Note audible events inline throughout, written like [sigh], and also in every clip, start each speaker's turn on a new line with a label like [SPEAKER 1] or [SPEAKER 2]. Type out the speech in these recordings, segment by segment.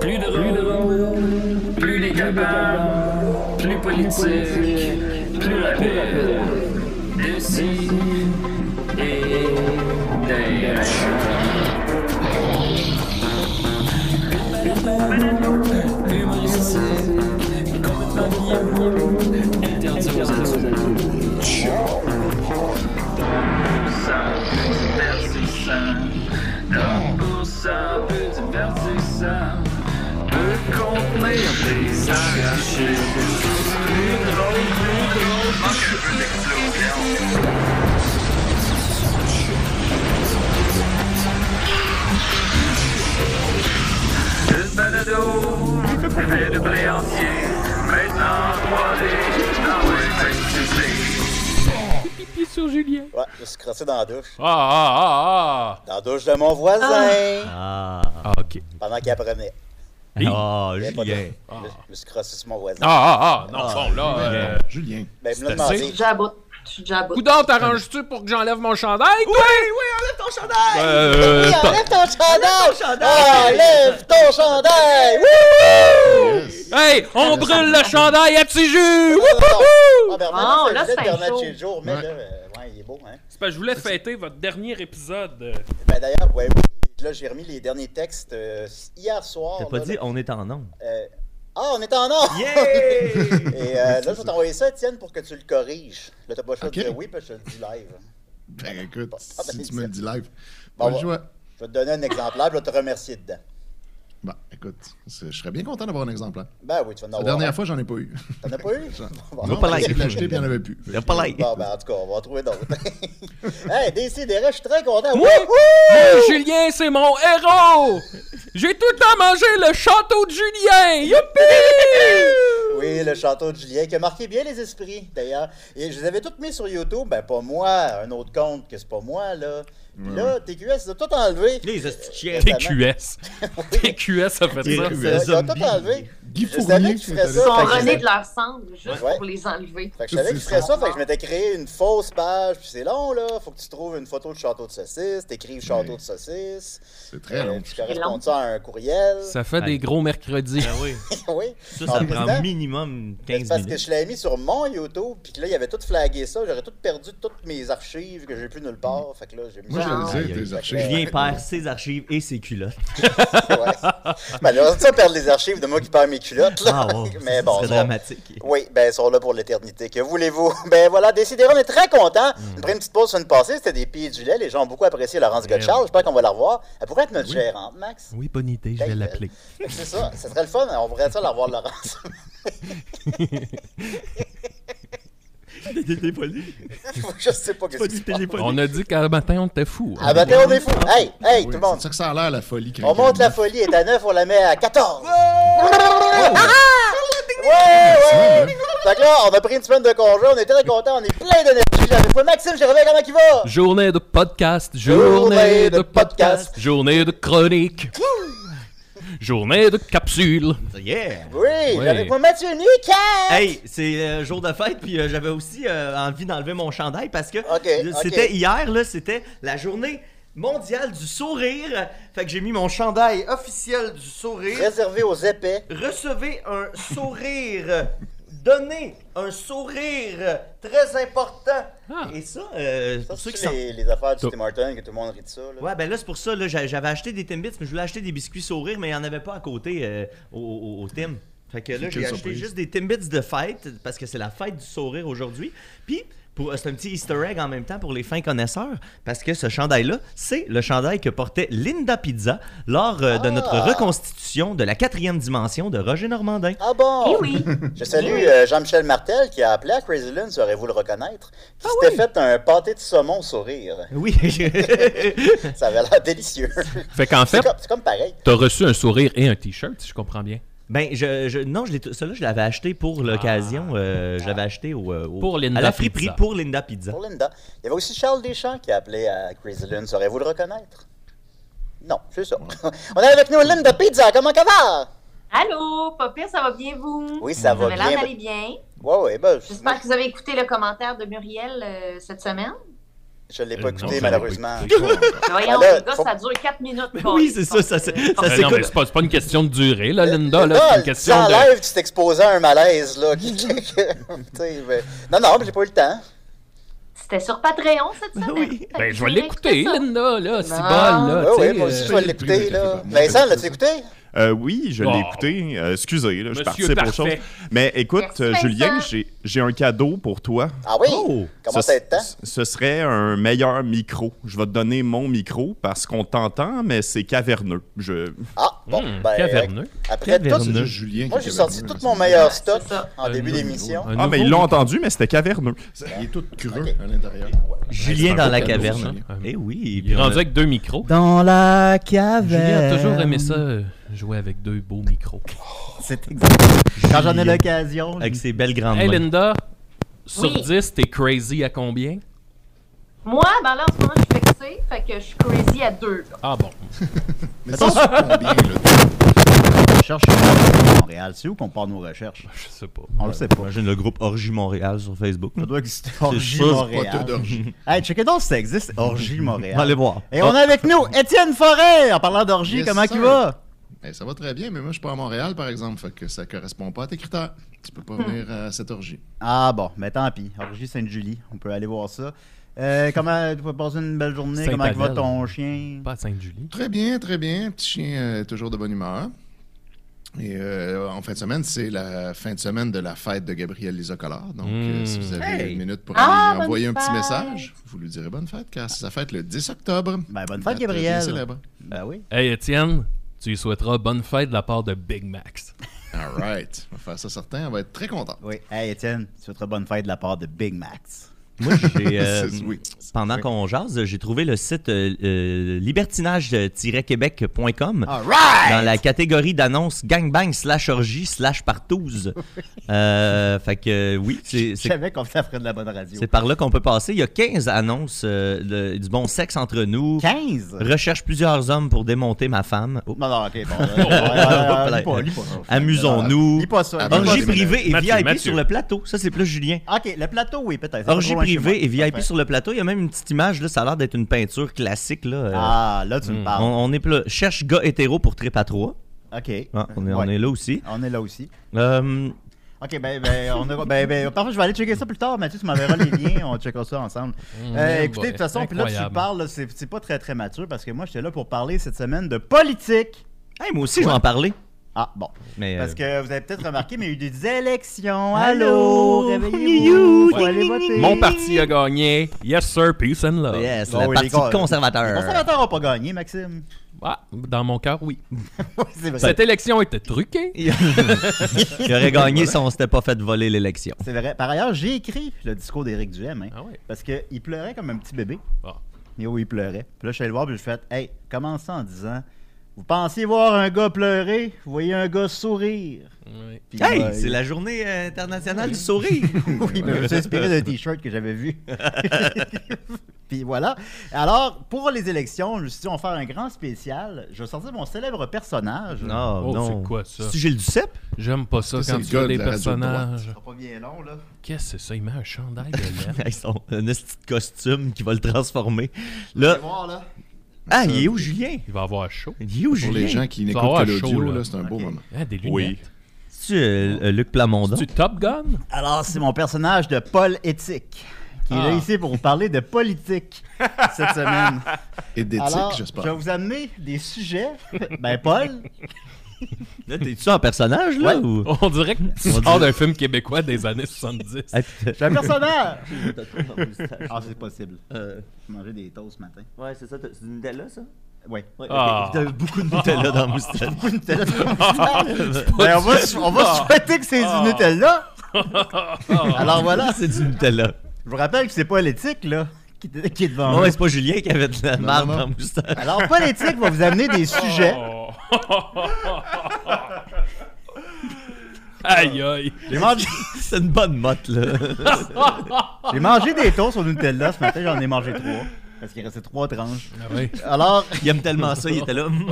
[SPEAKER 1] Plus drôle, plus décapable, plus politique, plus rapide. D'ici et d'ailleurs. Humoristique, complètement interdit aux adultes. Ciao! ça, divertissant. Donc pour ça, peu divertissant. Peut contenir des arachides. Plus drôle, plus drôle. Manque un peu d'explosion. Une balado, fait de blé entier. Maintenant, 3D, dans les
[SPEAKER 2] Pipi sur Julien.
[SPEAKER 3] Ouais, je me suis crossé dans la douche.
[SPEAKER 2] Ah, ah, ah,
[SPEAKER 3] Dans la douche de mon voisin.
[SPEAKER 4] Ah,
[SPEAKER 2] ah. Ah, ok.
[SPEAKER 3] Pendant qu'il apprenait.
[SPEAKER 2] Hi.
[SPEAKER 4] ah,
[SPEAKER 3] Il y avait pas de-
[SPEAKER 4] Julien.
[SPEAKER 3] Je me suis crossé sur mon voisin.
[SPEAKER 2] Ah, ah, ah. Non,
[SPEAKER 4] Ah,
[SPEAKER 2] bon, là. Euh...
[SPEAKER 5] Julien.
[SPEAKER 3] Ben, il me l'a
[SPEAKER 2] c'est assez.
[SPEAKER 3] demandé.
[SPEAKER 6] Je suis déjà à bout. Je suis déjà à bout.
[SPEAKER 2] Coudon, t'arranges-tu pour que j'enlève mon chandail? Oui,
[SPEAKER 4] enlève ton chandail!
[SPEAKER 2] Euh. t'as-
[SPEAKER 3] Enlève ton chandail!
[SPEAKER 4] chandail!
[SPEAKER 3] Enlève ton chandail! Wouhou!
[SPEAKER 5] Yes.
[SPEAKER 2] Hey, on brûle le chandail à petit
[SPEAKER 3] Ah,
[SPEAKER 2] jus! Wouhouhou!
[SPEAKER 3] ben,
[SPEAKER 6] Non,
[SPEAKER 3] maintenant,
[SPEAKER 6] là,
[SPEAKER 3] c'est
[SPEAKER 6] c'est
[SPEAKER 3] le
[SPEAKER 6] chaud.
[SPEAKER 3] dernier chez le jour, mais là, euh, ouais, il est beau, hein.
[SPEAKER 2] C'est parce que Ben, je voulais fêter votre dernier épisode.
[SPEAKER 3] Ben, d'ailleurs, ouais, oui. Là, j'ai remis les derniers textes euh, hier soir.
[SPEAKER 4] T'as pas
[SPEAKER 3] là,
[SPEAKER 4] dit
[SPEAKER 3] là,
[SPEAKER 4] on est en onde.
[SPEAKER 3] euh, Ah, on est en or!
[SPEAKER 4] Yeah!
[SPEAKER 3] [laughs] Et euh, là, je vais t'envoyer ça, Étienne, pour que tu le corriges. Là, t'as pas le choix
[SPEAKER 5] Ok.
[SPEAKER 3] de dire oui, parce que je te le dis live.
[SPEAKER 5] Ben écoute,
[SPEAKER 3] Ah, ben,
[SPEAKER 5] si tu me le dis live,
[SPEAKER 3] Bon,
[SPEAKER 5] bonne
[SPEAKER 3] bon.
[SPEAKER 5] joie.
[SPEAKER 3] Je vais te donner un exemplaire, puis je vais te remercier dedans.
[SPEAKER 5] Bon, Bah, écoute, c'est- je serais bien content d'avoir un exemple. hein.
[SPEAKER 3] Ben oui, tu vas en
[SPEAKER 5] La
[SPEAKER 3] avoir.
[SPEAKER 5] dernière fois, j'en ai pas eu.
[SPEAKER 3] T'en as pas eu? Bon, ben,
[SPEAKER 4] Non, pas
[SPEAKER 5] j'ai
[SPEAKER 4] like.
[SPEAKER 5] essayé de l'acheter, puis il n'y en avait plus.
[SPEAKER 4] Y'a pas like.
[SPEAKER 3] Bon, ben en tout cas, on va en trouver d'autres. [laughs] hey, décidérez, je suis très content.
[SPEAKER 2] Moi,
[SPEAKER 3] Wouhou!
[SPEAKER 2] moi, Euh, Julien, c'est mon héros! J'ai tout le temps mangé le château de Julien! Youpi!
[SPEAKER 3] Oui, le château de Julien qui a marqué bien les esprits, d'ailleurs. Et je les avais toutes mis sur YouTube. Ben, pas moi, un autre compte que c'est pas moi, là. Puis là, TQS, ils ont tout enlevé.
[SPEAKER 4] Les
[SPEAKER 2] [laughs]
[SPEAKER 4] astuciens.
[SPEAKER 2] TQS. TQS, ça fait ça.
[SPEAKER 3] Ils ont-
[SPEAKER 4] le
[SPEAKER 3] ils ont
[SPEAKER 4] zombie.
[SPEAKER 3] tout enlevé.
[SPEAKER 5] Guy
[SPEAKER 3] Je savais
[SPEAKER 5] Fournier,
[SPEAKER 3] que tu ferais
[SPEAKER 5] c'est
[SPEAKER 6] Ils
[SPEAKER 3] ça.
[SPEAKER 6] sont
[SPEAKER 3] Fait que
[SPEAKER 6] renés
[SPEAKER 3] je-
[SPEAKER 6] de leur cendre juste
[SPEAKER 3] Ouais.
[SPEAKER 6] pour les enlever.
[SPEAKER 3] Fait que je savais que je ferais ça, fait que je m'étais créé une fausse page, puis c'est long là, faut que tu trouves une photo de château de saucisse, t'écrives château de saucisse,
[SPEAKER 5] C'est très
[SPEAKER 3] euh,
[SPEAKER 5] long.
[SPEAKER 3] puis tu
[SPEAKER 6] long.
[SPEAKER 3] corresponds ça à un courriel. [laughs]
[SPEAKER 2] Ça fait
[SPEAKER 4] Ouais.
[SPEAKER 2] des gros mercredis.
[SPEAKER 4] ben oui.
[SPEAKER 3] oui.
[SPEAKER 4] Ça,
[SPEAKER 3] En
[SPEAKER 4] ça
[SPEAKER 3] même
[SPEAKER 4] prend
[SPEAKER 3] temps,
[SPEAKER 4] minimum
[SPEAKER 3] Mais c'est
[SPEAKER 4] 15
[SPEAKER 3] parce que
[SPEAKER 4] minutes.
[SPEAKER 3] je l'avais mis sur mon YouTube, puis que là, il avait tout flagué ça, j'aurais tout perdu toutes mes archives que j'ai plus nulle part. Fait que là, j'ai mis
[SPEAKER 5] Moi,
[SPEAKER 3] ça.
[SPEAKER 6] Ah,
[SPEAKER 5] je le
[SPEAKER 4] aïe,
[SPEAKER 5] disais,
[SPEAKER 4] aïe.
[SPEAKER 5] tes archives.
[SPEAKER 3] [laughs]
[SPEAKER 4] Julien perd ses archives et ses culottes.
[SPEAKER 3] ouais. Ben là, ça perdre les archives de moi qui perds mes culottes, là.
[SPEAKER 4] Ah [laughs] ouais,
[SPEAKER 3] [laughs] Mais
[SPEAKER 4] ça,
[SPEAKER 3] bon,
[SPEAKER 4] c'est
[SPEAKER 3] ça-
[SPEAKER 4] dramatique.
[SPEAKER 3] Oui, ben, ils sont là pour l'éternité. Que voulez-vous? [laughs] Ben voilà, décidez, on est très contents.
[SPEAKER 4] Hmm.
[SPEAKER 3] On a pris une petite pause sur une passée, c'était des pieds du lait. Les gens ont beaucoup apprécié Laurence
[SPEAKER 4] Ben
[SPEAKER 3] Gottschall. J'espère qu'on va la revoir. Elle pourrait être notre gérante, Max.
[SPEAKER 4] Oui, bonne idée, je
[SPEAKER 3] Fait
[SPEAKER 4] vais
[SPEAKER 3] que-
[SPEAKER 4] l'appeler.
[SPEAKER 3] C'est ça, ça serait le fun. On pourrait ça la revoir, Laurence. [laughs]
[SPEAKER 4] Téléphonique.
[SPEAKER 3] Je sais pas qu'est-ce
[SPEAKER 4] Pas
[SPEAKER 3] qui se
[SPEAKER 4] du
[SPEAKER 3] passe.
[SPEAKER 4] téléphone.
[SPEAKER 2] On a dit qu'à matin, on était fou.
[SPEAKER 3] Ah, ben, t'es- on est fou. Hey, hey,
[SPEAKER 5] Oui,
[SPEAKER 3] tout le monde.
[SPEAKER 5] C'est ça que ça a l'air, la folie.
[SPEAKER 3] On
[SPEAKER 5] crinquante.
[SPEAKER 3] monte la folie, elle est à 9, on la met à 14. Ouais, ouais.
[SPEAKER 5] hein.
[SPEAKER 3] [laughs] Fait que là, on a pris une semaine de congé, on est très contents, on est plein d'énergie. J'avais fois Maxime, j'ai revu comment il va?
[SPEAKER 2] Journée de podcast,
[SPEAKER 3] Journée
[SPEAKER 2] journée
[SPEAKER 3] de
[SPEAKER 2] de podcast, journée
[SPEAKER 7] [laughs]
[SPEAKER 2] de chronique, journée de capsule.
[SPEAKER 4] Yeah!
[SPEAKER 3] Oui,
[SPEAKER 2] Oui.
[SPEAKER 3] j'avais moi Mathieu Niquet.
[SPEAKER 4] Hey, c'est euh, jour de fête, puis euh, j'avais aussi euh, envie d'enlever mon chandail parce que
[SPEAKER 3] Ok,
[SPEAKER 4] euh,
[SPEAKER 3] ok.
[SPEAKER 4] c'était hier, là, c'était la journée mondiale du sourire. Fait que j'ai mis mon chandail officiel du sourire.
[SPEAKER 3] Réservé aux épais.
[SPEAKER 4] Recevez un sourire. Donnez un sourire très important.
[SPEAKER 2] Ah.
[SPEAKER 4] Et ça, euh,
[SPEAKER 3] Ça,
[SPEAKER 4] pour ceux qui
[SPEAKER 3] c'est
[SPEAKER 4] sont...
[SPEAKER 3] les, les affaires du
[SPEAKER 2] Tout.
[SPEAKER 3] Tim Martin que tout le monde rit de ça. Là.
[SPEAKER 4] Ouais, ben là, c'est pour ça, là, j'a- j'avais acheté des Timbits, mais je voulais acheter des biscuits sourires, mais il n'y en avait pas à côté euh, au, au, au Tim. Fait que là,
[SPEAKER 5] Quelle
[SPEAKER 4] j'ai acheté
[SPEAKER 5] surprise.
[SPEAKER 4] juste des Timbits de fête, parce que c'est la fête du sourire aujourd'hui. Puis, pour- euh, c'est un petit easter egg en même temps pour les fins connaisseurs, parce que ce chandail-là, c'est le chandail que portait Linda Pizza lors euh, de notre
[SPEAKER 3] Ah.
[SPEAKER 4] reconstitution de la quatrième dimension de Roger Normandin.
[SPEAKER 3] Ah bon?
[SPEAKER 6] Eh oui.
[SPEAKER 3] [laughs] Je salue euh, Jean-Michel Martel qui a appelé à Crazy Lune, saurez-vous le reconnaître, qui
[SPEAKER 6] Ah
[SPEAKER 3] s'était fait un pâté de saumon au sourire.
[SPEAKER 4] [laughs]
[SPEAKER 2] [laughs]
[SPEAKER 4] Oui,
[SPEAKER 3] Ça avait l'air délicieux.
[SPEAKER 2] Fait qu'en
[SPEAKER 3] C'est
[SPEAKER 2] fait,
[SPEAKER 3] comme, c'est comme pareil.
[SPEAKER 2] t'as reçu un sourire et un t-shirt, si je comprends bien.
[SPEAKER 4] ben je, je- non, je l'ai, celui-là je l'avais acheté pour l'occasion, euh, je l'avais acheté au, euh, au-
[SPEAKER 2] Ah. Pour Linda
[SPEAKER 4] à la friperie
[SPEAKER 2] Pizza.
[SPEAKER 4] pour Linda Pizza.
[SPEAKER 3] Pour Linda. Il y avait aussi Charles Deschamps qui a appelé
[SPEAKER 7] euh,
[SPEAKER 3] à Crazy Lune. Saurez-vous le reconnaître? Non, c'est ça.
[SPEAKER 7] [laughs]
[SPEAKER 3] On est avec nous, Linda Pizza. Comment ça va?
[SPEAKER 6] Allô, pas pire, ça va bien vous?
[SPEAKER 3] Oui, ça
[SPEAKER 6] Vous
[SPEAKER 3] va
[SPEAKER 6] avez l'air
[SPEAKER 3] bien.
[SPEAKER 6] d'aller bien.
[SPEAKER 3] Ouais, ouais, ben,
[SPEAKER 6] J'espère que vous avez écouté le commentaire de Muriel euh, cette semaine.
[SPEAKER 7] Je l'ai pas
[SPEAKER 1] Euh, non,
[SPEAKER 7] écouté,
[SPEAKER 1] ça,
[SPEAKER 7] malheureusement. [laughs]
[SPEAKER 1] oui,
[SPEAKER 2] Euh,
[SPEAKER 1] écoute.
[SPEAKER 3] Ah,
[SPEAKER 6] Voyons,
[SPEAKER 7] là,
[SPEAKER 6] les gars,
[SPEAKER 7] faut-
[SPEAKER 6] ça dure 4 minutes.
[SPEAKER 4] Mais
[SPEAKER 6] bon.
[SPEAKER 4] oui, c'est ça, ça, c'est- ça,
[SPEAKER 1] Euh,
[SPEAKER 4] c'est
[SPEAKER 1] non,
[SPEAKER 4] quoi-
[SPEAKER 1] mais c'est pas, c'est pas une question de durée,
[SPEAKER 7] Euh,
[SPEAKER 1] là, Linda. là,
[SPEAKER 7] Là,
[SPEAKER 1] c'est une question
[SPEAKER 7] en
[SPEAKER 1] de.
[SPEAKER 7] live, tu t'exposais à un malaise, là. qui- [laughs] qui- qui- tu sais, ben, Non, non, mais j'ai pas eu le temps.
[SPEAKER 6] C'était sur Patreon cette
[SPEAKER 4] Ben
[SPEAKER 6] semaine.
[SPEAKER 4] oui.
[SPEAKER 6] Fait
[SPEAKER 2] Ben,
[SPEAKER 6] que
[SPEAKER 2] je vais
[SPEAKER 6] j'ai
[SPEAKER 2] l'écouter,
[SPEAKER 6] écouté ça. Ah.
[SPEAKER 2] Linda, là, c'est bon,
[SPEAKER 7] Oui,
[SPEAKER 2] là. tu
[SPEAKER 7] oui,
[SPEAKER 2] sais,
[SPEAKER 7] moi aussi, je
[SPEAKER 2] euh,
[SPEAKER 7] vais l'écouter, là.
[SPEAKER 5] Moi,
[SPEAKER 7] Vincent,
[SPEAKER 5] je-
[SPEAKER 7] l'as-tu écouté?
[SPEAKER 8] Euh, oui, je
[SPEAKER 1] Oh.
[SPEAKER 8] l'ai écouté. Euh, excusez, là, je
[SPEAKER 1] Monsieur
[SPEAKER 8] suis parti pour
[SPEAKER 1] Parfait.
[SPEAKER 8] chose. Mais écoute,
[SPEAKER 6] Merci,
[SPEAKER 8] euh, Julien,
[SPEAKER 6] Vincent.
[SPEAKER 8] j'ai- j'ai un cadeau pour toi.
[SPEAKER 7] Ah oui?
[SPEAKER 4] Oh!
[SPEAKER 7] Comment
[SPEAKER 8] ce,
[SPEAKER 7] ça a été temps?
[SPEAKER 3] hein?
[SPEAKER 8] ce serait un meilleur micro. Je vais te donner mon micro parce qu'on t'entend, mais c'est caverneux. Je...
[SPEAKER 7] Ah, bon,
[SPEAKER 2] hmm,
[SPEAKER 7] ben.
[SPEAKER 2] caverneux.
[SPEAKER 7] Après
[SPEAKER 4] Caverneux.
[SPEAKER 7] tout,
[SPEAKER 5] C'est juste Julien
[SPEAKER 7] moi,
[SPEAKER 5] qui
[SPEAKER 7] j'ai
[SPEAKER 5] est
[SPEAKER 7] sorti
[SPEAKER 5] caverneux,
[SPEAKER 7] tout
[SPEAKER 5] là,
[SPEAKER 7] mon
[SPEAKER 5] c'est-
[SPEAKER 7] meilleur
[SPEAKER 6] c'est
[SPEAKER 7] stock
[SPEAKER 6] ça.
[SPEAKER 7] en
[SPEAKER 2] Un
[SPEAKER 7] début
[SPEAKER 2] nouveau-
[SPEAKER 7] d'émission.
[SPEAKER 2] un
[SPEAKER 8] Ah, mais ils
[SPEAKER 2] nouveau-
[SPEAKER 8] l'ont entendu, mais c'était caverneux.
[SPEAKER 5] Il est tout creux à l'intérieur.
[SPEAKER 4] Julien
[SPEAKER 2] c'est
[SPEAKER 4] dans
[SPEAKER 2] un
[SPEAKER 4] la
[SPEAKER 2] beau
[SPEAKER 4] caverne.
[SPEAKER 2] cadeau, ça.
[SPEAKER 4] Eh oui.
[SPEAKER 2] hein. Il est rendu avec deux micros.
[SPEAKER 4] Dans la
[SPEAKER 2] Julien
[SPEAKER 4] caverne.
[SPEAKER 2] a toujours aimé ça, euh, jouer avec deux beaux micros.
[SPEAKER 4] C'est exact. Quand j'en ai
[SPEAKER 3] l'occasion.
[SPEAKER 4] Avec ses belles
[SPEAKER 8] Ah,
[SPEAKER 4] grandes
[SPEAKER 2] Hey,
[SPEAKER 4] mains.
[SPEAKER 2] Linda, sur
[SPEAKER 6] Oui.
[SPEAKER 2] 10, t'es crazy à combien?
[SPEAKER 6] Moi, ben là, en ce moment, je suis vexée. Fait que je suis crazy à deux.
[SPEAKER 3] Euh,
[SPEAKER 6] là.
[SPEAKER 2] Ah bon.
[SPEAKER 5] Mais ça, c'est combien,
[SPEAKER 3] [laughs]
[SPEAKER 5] là?
[SPEAKER 3] On cherche à Montréal. C'est où qu'on part nos recherches?
[SPEAKER 2] Je sais pas.
[SPEAKER 3] On le sait pas.
[SPEAKER 4] Imagine le groupe Orgie Montréal sur Facebook.
[SPEAKER 3] Ça doit exister. Orgie
[SPEAKER 4] sûr, c'est pas
[SPEAKER 5] Pas tout
[SPEAKER 3] Montréal. [laughs]
[SPEAKER 5] d'orgie.
[SPEAKER 3] Hey, checkez donc si ça existe,
[SPEAKER 4] [laughs]
[SPEAKER 3] Orgie Montréal.
[SPEAKER 4] On va aller voir.
[SPEAKER 3] Et on a avec nous Étienne Forêt. En parlant d'orgie,
[SPEAKER 5] Yes,
[SPEAKER 3] comment
[SPEAKER 5] sir.
[SPEAKER 3] il va?
[SPEAKER 5] Ben, ça va très bien, mais moi, je suis pas à Montréal, par exemple, fait que ça correspond pas à tes critères. Tu peux pas
[SPEAKER 3] Hmm.
[SPEAKER 5] venir à cette orgie.
[SPEAKER 3] Ah bon, mais tant pis. Orgie Sainte-Julie, on peut aller voir ça. Euh, comment tu vas passer une belle journée? Comment il va
[SPEAKER 2] Sainte-Adèle.
[SPEAKER 3] ton chien?
[SPEAKER 2] Pas à Sainte-Julie.
[SPEAKER 5] Très bien, très bien. Petit chien, euh, toujours de bonne humeur. Et euh, en fin de semaine, c'est la fin de semaine de la fête de Gabriel Lisa Collard. Donc, euh,
[SPEAKER 2] Mm.
[SPEAKER 5] si vous avez
[SPEAKER 4] Hey!
[SPEAKER 5] une minute pour
[SPEAKER 6] Ah,
[SPEAKER 5] lui
[SPEAKER 6] bonne
[SPEAKER 5] envoyer un petit
[SPEAKER 6] fête!
[SPEAKER 5] message, vous lui direz bonne fête, car c'est sa fête le 10 octobre.
[SPEAKER 3] Ben, bonne fête,
[SPEAKER 5] Date, euh, bien
[SPEAKER 3] Gabriel.
[SPEAKER 5] célèbre.
[SPEAKER 3] Ben oui.
[SPEAKER 2] Hey, Étienne, tu lui souhaiteras bonne fête de la part de Big Max.
[SPEAKER 5] All right. On va faire ça certain. On va être très content.
[SPEAKER 3] Oui. Hey, Étienne, tu souhaiteras bonne fête de la part de Big Max.
[SPEAKER 4] Moi, j'ai. euh,
[SPEAKER 5] C'est- oui.
[SPEAKER 4] pendant qu'on jase, j'ai trouvé le site euh, euh, libertinage-québec.com.
[SPEAKER 3] All right!
[SPEAKER 4] Dans la catégorie d'annonces gangbang slash orgie slash partouze. Euh, fait que euh, oui, c'est-
[SPEAKER 3] Je
[SPEAKER 4] c'est
[SPEAKER 3] savais qu'on ferait de la bonne radio.
[SPEAKER 4] c'est par là qu'on peut passer. Il y a 15 annonces euh, de- du bon sexe entre nous.
[SPEAKER 3] 15?
[SPEAKER 4] Recherche plusieurs hommes pour démonter ma femme. Oh.
[SPEAKER 3] Non, non, ok,
[SPEAKER 4] [laughs]
[SPEAKER 3] bon. euh, euh, lis pas, lis pas.
[SPEAKER 4] Amusons-nous.
[SPEAKER 3] Lis pas ça. lis pas
[SPEAKER 4] Orgie
[SPEAKER 3] ça.
[SPEAKER 4] privée et
[SPEAKER 1] Mathieu,
[SPEAKER 4] VIP
[SPEAKER 1] Mathieu.
[SPEAKER 4] sur le plateau. Ça, c'est plus Julien.
[SPEAKER 3] Ok, le plateau, oui, peut-être. C'est pas
[SPEAKER 4] Orgie
[SPEAKER 3] trop loin de chez
[SPEAKER 4] privée et
[SPEAKER 3] moi.
[SPEAKER 4] VIP
[SPEAKER 3] Parfait.
[SPEAKER 4] sur le plateau. Il y a même une petite image. Là, ça a l'air d'être une peinture classique. Là. Euh,
[SPEAKER 3] Ah, là, tu me
[SPEAKER 4] on,
[SPEAKER 3] parles.
[SPEAKER 4] on est là. Cherche gars hétéro pour trip à 3.
[SPEAKER 3] Ok.
[SPEAKER 4] Ah, on, est, on
[SPEAKER 3] Ouais.
[SPEAKER 4] est là aussi.
[SPEAKER 3] On est là aussi.
[SPEAKER 4] Euh,
[SPEAKER 3] Ok, ben, ben, on aura, ben, ben, parfois, je vais aller checker ça plus tard. Mathieu, tu m'enverras les liens, on checkera ça ensemble.
[SPEAKER 2] Mm,
[SPEAKER 4] Hmm,
[SPEAKER 3] Euh,
[SPEAKER 2] yeah,
[SPEAKER 3] écoutez, de
[SPEAKER 2] boy.
[SPEAKER 3] toute façon, puis là, tu
[SPEAKER 2] Incroyable.
[SPEAKER 3] parles, là, c'est c'est pas très, très mature parce que moi, j'étais là pour parler cette semaine de politique.
[SPEAKER 4] hey, moi aussi, je vais en parler.
[SPEAKER 3] Ah, bon.
[SPEAKER 4] Mais, euh,
[SPEAKER 3] Parce que vous avez peut-être remarqué, mais il y a eu des élections.
[SPEAKER 4] Allô,
[SPEAKER 3] Allô,
[SPEAKER 4] you,
[SPEAKER 3] réveillez-vous. Faut aller
[SPEAKER 4] ding, ding,
[SPEAKER 3] voter.
[SPEAKER 4] ding.
[SPEAKER 2] Mon parti a gagné. Yes, sir, peace and love.
[SPEAKER 4] Yes,
[SPEAKER 3] Bon,
[SPEAKER 4] le
[SPEAKER 3] oui,
[SPEAKER 4] parti
[SPEAKER 3] les gars, Les
[SPEAKER 4] conservateur.
[SPEAKER 3] conservateurs n'ont pas gagné, [laughs] Maxime.
[SPEAKER 2] Ah, dans mon cœur, oui.
[SPEAKER 5] Ben,
[SPEAKER 3] Oui, c'est vrai.
[SPEAKER 2] Cette élection était truquée.
[SPEAKER 4] Il aurait gagné si on s'était pas fait voler l'élection.
[SPEAKER 3] C'est vrai. Par ailleurs, j'ai écrit le discours d'Éric Duhem, hein,
[SPEAKER 2] Ah ouais.
[SPEAKER 3] parce qu'il pleurait comme un petit bébé.
[SPEAKER 2] Ah.
[SPEAKER 3] Et oui, il pleurait. Puis là, je suis allé le voir, puis j'ai fait Hey, commence ça en disant Vous pensiez voir un gars pleurer, vous voyez un gars sourire.
[SPEAKER 2] Ouais.
[SPEAKER 3] Puis,
[SPEAKER 4] Hey,
[SPEAKER 3] euh,
[SPEAKER 4] c'est la journée euh, internationale du sourire.
[SPEAKER 3] [laughs] Oui, mais je me suis inspiré d'un t-shirt que j'avais vu. [laughs] Puis voilà. Alors, pour les élections, je me suis dit, on va faire un grand spécial. Je vais sortir mon célèbre personnage.
[SPEAKER 4] Non,
[SPEAKER 2] Oh,
[SPEAKER 4] Ah, non.
[SPEAKER 2] c'est quoi ça?
[SPEAKER 4] C'est Gilles Duceppe?
[SPEAKER 2] J'aime pas ça
[SPEAKER 5] Ça,
[SPEAKER 2] quand
[SPEAKER 5] c'est
[SPEAKER 2] tu
[SPEAKER 5] le
[SPEAKER 2] fais
[SPEAKER 5] gars
[SPEAKER 2] des
[SPEAKER 5] de la radio de droite.
[SPEAKER 2] personnages.
[SPEAKER 3] Ça sera pas bien long, là.
[SPEAKER 2] Qu'est-ce que c'est ça? Il met un chandail de laine.
[SPEAKER 5] [laughs]
[SPEAKER 4] Avec son un esti de costume qui va le transformer. Là,
[SPEAKER 3] voir, là.
[SPEAKER 4] ah, il est où Julien?
[SPEAKER 2] Il va avoir chaud.
[SPEAKER 4] Il est où
[SPEAKER 5] Pour
[SPEAKER 4] Julien?
[SPEAKER 5] les gens qui
[SPEAKER 2] Ça
[SPEAKER 5] n'écoutent
[SPEAKER 2] va
[SPEAKER 5] que
[SPEAKER 2] être chaud,
[SPEAKER 5] l'audio,
[SPEAKER 2] là.
[SPEAKER 5] là, c'est un beau
[SPEAKER 3] Ok.
[SPEAKER 5] moment.
[SPEAKER 2] Ah, des
[SPEAKER 8] Oui.
[SPEAKER 2] lunettes.
[SPEAKER 4] C'est euh, Luc Plamondon.
[SPEAKER 2] Tu Top Gun?
[SPEAKER 3] Alors, c'est mon personnage de Paul Éthique, qui est
[SPEAKER 2] Ah.
[SPEAKER 3] là ici pour vous parler de politique cette
[SPEAKER 4] [laughs]
[SPEAKER 3] semaine.
[SPEAKER 5] Et d'éthique,
[SPEAKER 3] Alors, je
[SPEAKER 5] j'espère.
[SPEAKER 3] vais vous amener des sujets. Ben,
[SPEAKER 4] [laughs]
[SPEAKER 3] Paul,
[SPEAKER 4] Là, t'es-tu en personnage, là?
[SPEAKER 3] Ouais.
[SPEAKER 4] Ou...
[SPEAKER 2] On dirait que tu sors d'un film québécois des années 70.
[SPEAKER 4] Ah, putain.
[SPEAKER 3] j'ai
[SPEAKER 4] [laughs]
[SPEAKER 3] un personnage. Ah, c'est possible. J'ai mangé des toasts ce matin.
[SPEAKER 4] Euh. Ouais, c'est ça. C'est une Nutella, ça?
[SPEAKER 3] Oui.
[SPEAKER 2] Ah.
[SPEAKER 4] T'as beaucoup de Nutella dans la moustache. [laughs]
[SPEAKER 3] Ben, on va, on va souhaiter que c'est
[SPEAKER 4] Ah.
[SPEAKER 3] du Nutella. Alors voilà,
[SPEAKER 4] C'est du Nutella.
[SPEAKER 3] je vous rappelle que c'est pas l'éthique, là, qui, qui est devant
[SPEAKER 4] Non,
[SPEAKER 3] nous.
[SPEAKER 4] mais c'est pas Julien qui avait de la marde
[SPEAKER 5] non,
[SPEAKER 4] dans
[SPEAKER 5] non.
[SPEAKER 4] la moustache.
[SPEAKER 3] Alors, Paul Éthique va vous amener des
[SPEAKER 4] Ah.
[SPEAKER 3] sujets.
[SPEAKER 2] Oh. [laughs] aïe aïe.
[SPEAKER 3] J'ai mangé,
[SPEAKER 4] [laughs] C'est une bonne motte, là.
[SPEAKER 3] j'ai mangé des toasts au Nutella ce matin, j'en ai mangé trois. Parce qu'il restait trois tranches.
[SPEAKER 2] Ah oui.
[SPEAKER 3] Alors,
[SPEAKER 4] Il aime tellement ça, il était là. Mm,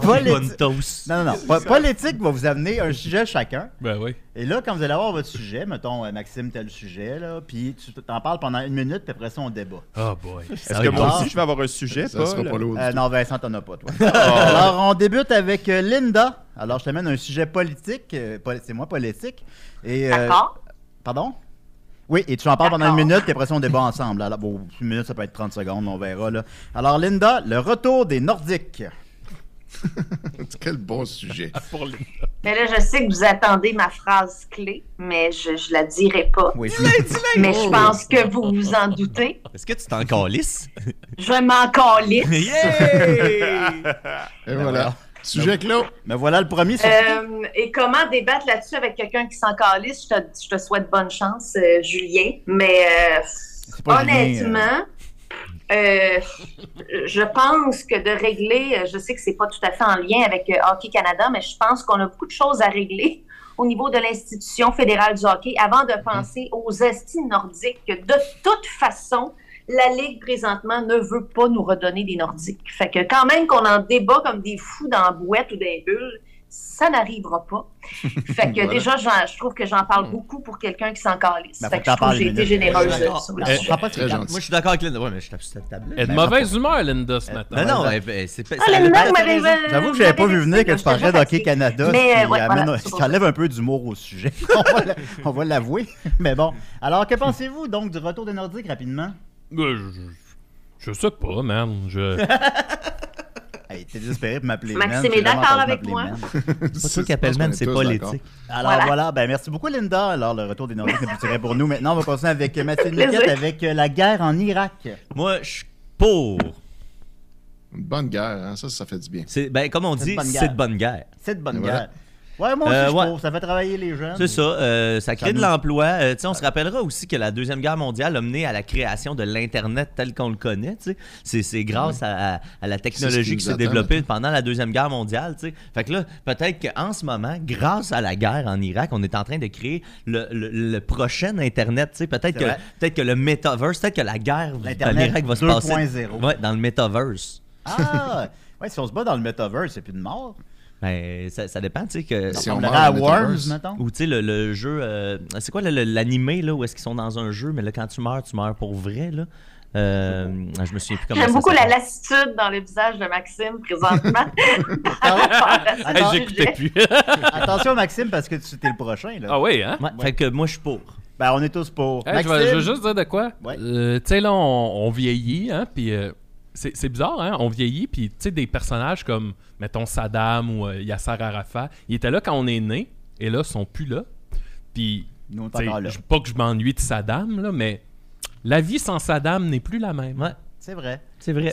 [SPEAKER 3] Paul
[SPEAKER 4] bonne
[SPEAKER 3] Éti-
[SPEAKER 4] toast.
[SPEAKER 3] Non, non, non. Pa- Paul Éthique va vous amener un sujet chacun.
[SPEAKER 2] Ben oui.
[SPEAKER 3] Et là, quand vous allez avoir votre sujet, mettons, euh, Maxime, tel sujet, là, puis tu t'en parles pendant une minute, puis après ça, on débat.
[SPEAKER 2] Oh boy.
[SPEAKER 8] Est-ce que moi
[SPEAKER 3] bizarre.
[SPEAKER 8] aussi, je vais avoir un sujet,
[SPEAKER 5] Ça sera
[SPEAKER 8] Paul? Ah,
[SPEAKER 5] pas lourd. Ah,
[SPEAKER 3] Euh, non, Vincent, t'en as pas, toi. Alors, on débute avec euh, Linda. Alors, je t'amène un sujet politique. euh, poli- c'est moi, politique. Et, euh,
[SPEAKER 6] D'accord?
[SPEAKER 3] Pardon? Oui, et tu en parles pendant une
[SPEAKER 6] D'accord.
[SPEAKER 3] minute, puis après ça, on débat ensemble. Alors, bon, une minute, ça peut être 30 secondes, on verra. Là. Alors, Linda, le retour des Nordiques.
[SPEAKER 5] Quel bon sujet.
[SPEAKER 6] Mais là, je sais que vous attendez ma phrase clé, mais je, je la dirai pas.
[SPEAKER 3] Oui,
[SPEAKER 6] Mais
[SPEAKER 4] Oh.
[SPEAKER 6] je pense que vous vous en doutez.
[SPEAKER 4] Est-ce que tu t'en calisses?
[SPEAKER 6] Je m'en calisse.
[SPEAKER 4] Yeah!
[SPEAKER 5] Et voilà. Sujet clos.
[SPEAKER 3] mais voilà le premier Ben, sur
[SPEAKER 6] Euh, et comment débattre là-dessus avec quelqu'un qui s'en calisse? Je te, je te souhaite bonne chance, euh, Julien. Mais euh,
[SPEAKER 3] pas
[SPEAKER 6] honnêtement, euh, je pense que de régler, euh, je sais que c'est pas tout à fait en lien avec euh, Hockey Canada, mais je pense qu'on a beaucoup de choses à régler [laughs] au niveau de l'institution fédérale du hockey avant
[SPEAKER 3] Mm-hmm.
[SPEAKER 6] de penser aux estis nordiques. De toute façon, la Ligue présentement ne veut pas nous redonner des nordiques. Fait que quand même qu'on en débat comme des fous dans la bouette ou dans les bulles, ça n'arrivera pas. Fait que
[SPEAKER 5] Voilà.
[SPEAKER 6] déjà, j'en- je trouve que j'en parle beaucoup pour quelqu'un qui s'en calisse.
[SPEAKER 3] Ben, faut
[SPEAKER 6] fait
[SPEAKER 3] que
[SPEAKER 6] que
[SPEAKER 3] t'en Euh, parles
[SPEAKER 6] je trouve que j'ai
[SPEAKER 3] une
[SPEAKER 6] été
[SPEAKER 3] minute.
[SPEAKER 6] généreuse.
[SPEAKER 4] D'accord.
[SPEAKER 6] sur
[SPEAKER 3] On
[SPEAKER 6] le
[SPEAKER 5] Eh,
[SPEAKER 6] sujet.
[SPEAKER 3] prend pas de
[SPEAKER 5] Très
[SPEAKER 3] ses
[SPEAKER 5] gentil.
[SPEAKER 4] Moi, je suis d'accord avec Linda. Ouais, mais je tape sur cette table.
[SPEAKER 3] Ben,
[SPEAKER 2] Elle est de mauvaise humeur, Linda, ce
[SPEAKER 4] Non,
[SPEAKER 2] matin.
[SPEAKER 4] non, elle- elle- c'est pas.
[SPEAKER 6] Ah,
[SPEAKER 4] ça-
[SPEAKER 6] le
[SPEAKER 4] elle-
[SPEAKER 6] nom
[SPEAKER 4] elle-
[SPEAKER 6] m'avait-
[SPEAKER 4] elle-
[SPEAKER 3] J'avoue que j'avais pas vu venir que tu
[SPEAKER 6] m'avait
[SPEAKER 3] parlerais
[SPEAKER 6] dit,
[SPEAKER 3] d'Hockey
[SPEAKER 6] je
[SPEAKER 3] Canada,
[SPEAKER 6] Mais,
[SPEAKER 3] ce qui,
[SPEAKER 6] euh, ouais,
[SPEAKER 3] amène-
[SPEAKER 6] voilà,
[SPEAKER 3] ce qui
[SPEAKER 6] c'est
[SPEAKER 3] enlève un peu d'humour au sujet. [laughs] on va la- on va l'avouer. Mais bon, alors que pensez-vous donc du retour des Nordiques rapidement?
[SPEAKER 2] Euh, je- Je, je sais pas, man. Je...
[SPEAKER 3] Hey, t'es désespéré pour m'appeler
[SPEAKER 6] Maxime
[SPEAKER 3] man, j'ai
[SPEAKER 6] est
[SPEAKER 3] vraiment
[SPEAKER 6] d'accord
[SPEAKER 3] entendu
[SPEAKER 6] avec
[SPEAKER 3] m'appeler
[SPEAKER 6] moi.
[SPEAKER 3] man.
[SPEAKER 6] [laughs]
[SPEAKER 4] C'est pas toi qui appelle man, c'est pas l'éthique.
[SPEAKER 3] Alors voilà.
[SPEAKER 6] Voilà.
[SPEAKER 3] ben merci beaucoup Linda. Alors le retour des Nordiques c'est plus vrai pour nous. Maintenant, on va continuer avec euh, Mathieu
[SPEAKER 6] Plaisir.
[SPEAKER 3] Niquette avec euh, la guerre en Irak.
[SPEAKER 4] Moi, je suis pour.
[SPEAKER 5] Une bonne guerre, hein. ça, ça fait du bien.
[SPEAKER 4] C'est- Ben, comme on
[SPEAKER 3] C'est de
[SPEAKER 4] dit,
[SPEAKER 3] bonne
[SPEAKER 4] c'est
[SPEAKER 3] guerre.
[SPEAKER 4] de bonne guerre.
[SPEAKER 3] C'est de bonne
[SPEAKER 5] Et voilà.
[SPEAKER 3] guerre. Ouais, moi aussi,
[SPEAKER 4] Euh,
[SPEAKER 3] je
[SPEAKER 4] ouais.
[SPEAKER 3] trouve. Ça fait travailler les jeunes.
[SPEAKER 4] C'est ça, euh, ça crée
[SPEAKER 3] Ça
[SPEAKER 4] de
[SPEAKER 3] nous-
[SPEAKER 4] l'emploi. Euh, tu sais, on se rappellera aussi que la Deuxième Guerre mondiale a mené à la création de l'Internet tel qu'on le connaît. tu sais. C'est c'est grâce à, à- à la
[SPEAKER 5] C'est ce qui
[SPEAKER 4] technologie qui
[SPEAKER 5] nous
[SPEAKER 4] s'est
[SPEAKER 5] attend
[SPEAKER 4] développée pendant la Deuxième Guerre mondiale. tu sais. Fait que là, peut-être qu'en ce moment, grâce à la guerre en Irak, on est en train de créer le, le- le prochain Internet. tu sais. Peut-être
[SPEAKER 3] C'est
[SPEAKER 4] que,
[SPEAKER 3] vrai.
[SPEAKER 4] peut que le Metaverse, peut-être que la guerre en
[SPEAKER 3] L'Internet
[SPEAKER 4] Irak va se passer
[SPEAKER 3] 2.0.
[SPEAKER 4] ouais, dans le Metaverse.
[SPEAKER 3] Ah, ouais, si on se bat dans le metaverse, c'est plus de mort.
[SPEAKER 4] Ben, ça, ça dépend, tu sais, que...
[SPEAKER 5] Si
[SPEAKER 3] On
[SPEAKER 5] on
[SPEAKER 3] l'aurait à
[SPEAKER 5] meurt dans le
[SPEAKER 3] Worms,
[SPEAKER 5] metaverse.
[SPEAKER 3] mettons.
[SPEAKER 4] Ou tu sais, le, le jeu. euh, c'est quoi le- le- l'animé, là, où est-ce qu'ils sont dans un jeu, mais là, quand tu meurs, tu meurs pour vrai, là. Euh, ah, je me souviens plus comment
[SPEAKER 6] J'aime
[SPEAKER 4] ça
[SPEAKER 6] beaucoup la
[SPEAKER 4] s'appelle.
[SPEAKER 6] lassitude dans le visage de Maxime présentement.
[SPEAKER 2] [laughs] Hey,
[SPEAKER 6] Ah,
[SPEAKER 3] non,
[SPEAKER 2] J'écoutais plus.
[SPEAKER 3] [laughs] Attention, Maxime, parce que tu t'es le prochain. Là.
[SPEAKER 2] ah oui, hein?
[SPEAKER 4] Ouais, Fait que moi, je suis pour.
[SPEAKER 3] Ben, on est tous pour.
[SPEAKER 2] Hey, je,
[SPEAKER 3] Maxime,
[SPEAKER 2] vais, je veux juste dire de quoi.
[SPEAKER 3] Ouais.
[SPEAKER 2] Euh, tu sais, là, on, on vieillit, hein, puis euh, c'est c'est bizarre, hein, on vieillit, puis tu sais, des personnages comme, mettons, Saddam ou euh, Yasser Arafat, ils étaient là quand on est né, et là, sont plus là. Puis,
[SPEAKER 3] nous, on est
[SPEAKER 2] tu sais,
[SPEAKER 3] encore là.
[SPEAKER 2] je- pas que je m'ennuie de Saddam, là, mais la vie sans Saddam n'est plus la même.
[SPEAKER 4] Ouais,
[SPEAKER 3] C'est vrai.
[SPEAKER 4] c'est vrai.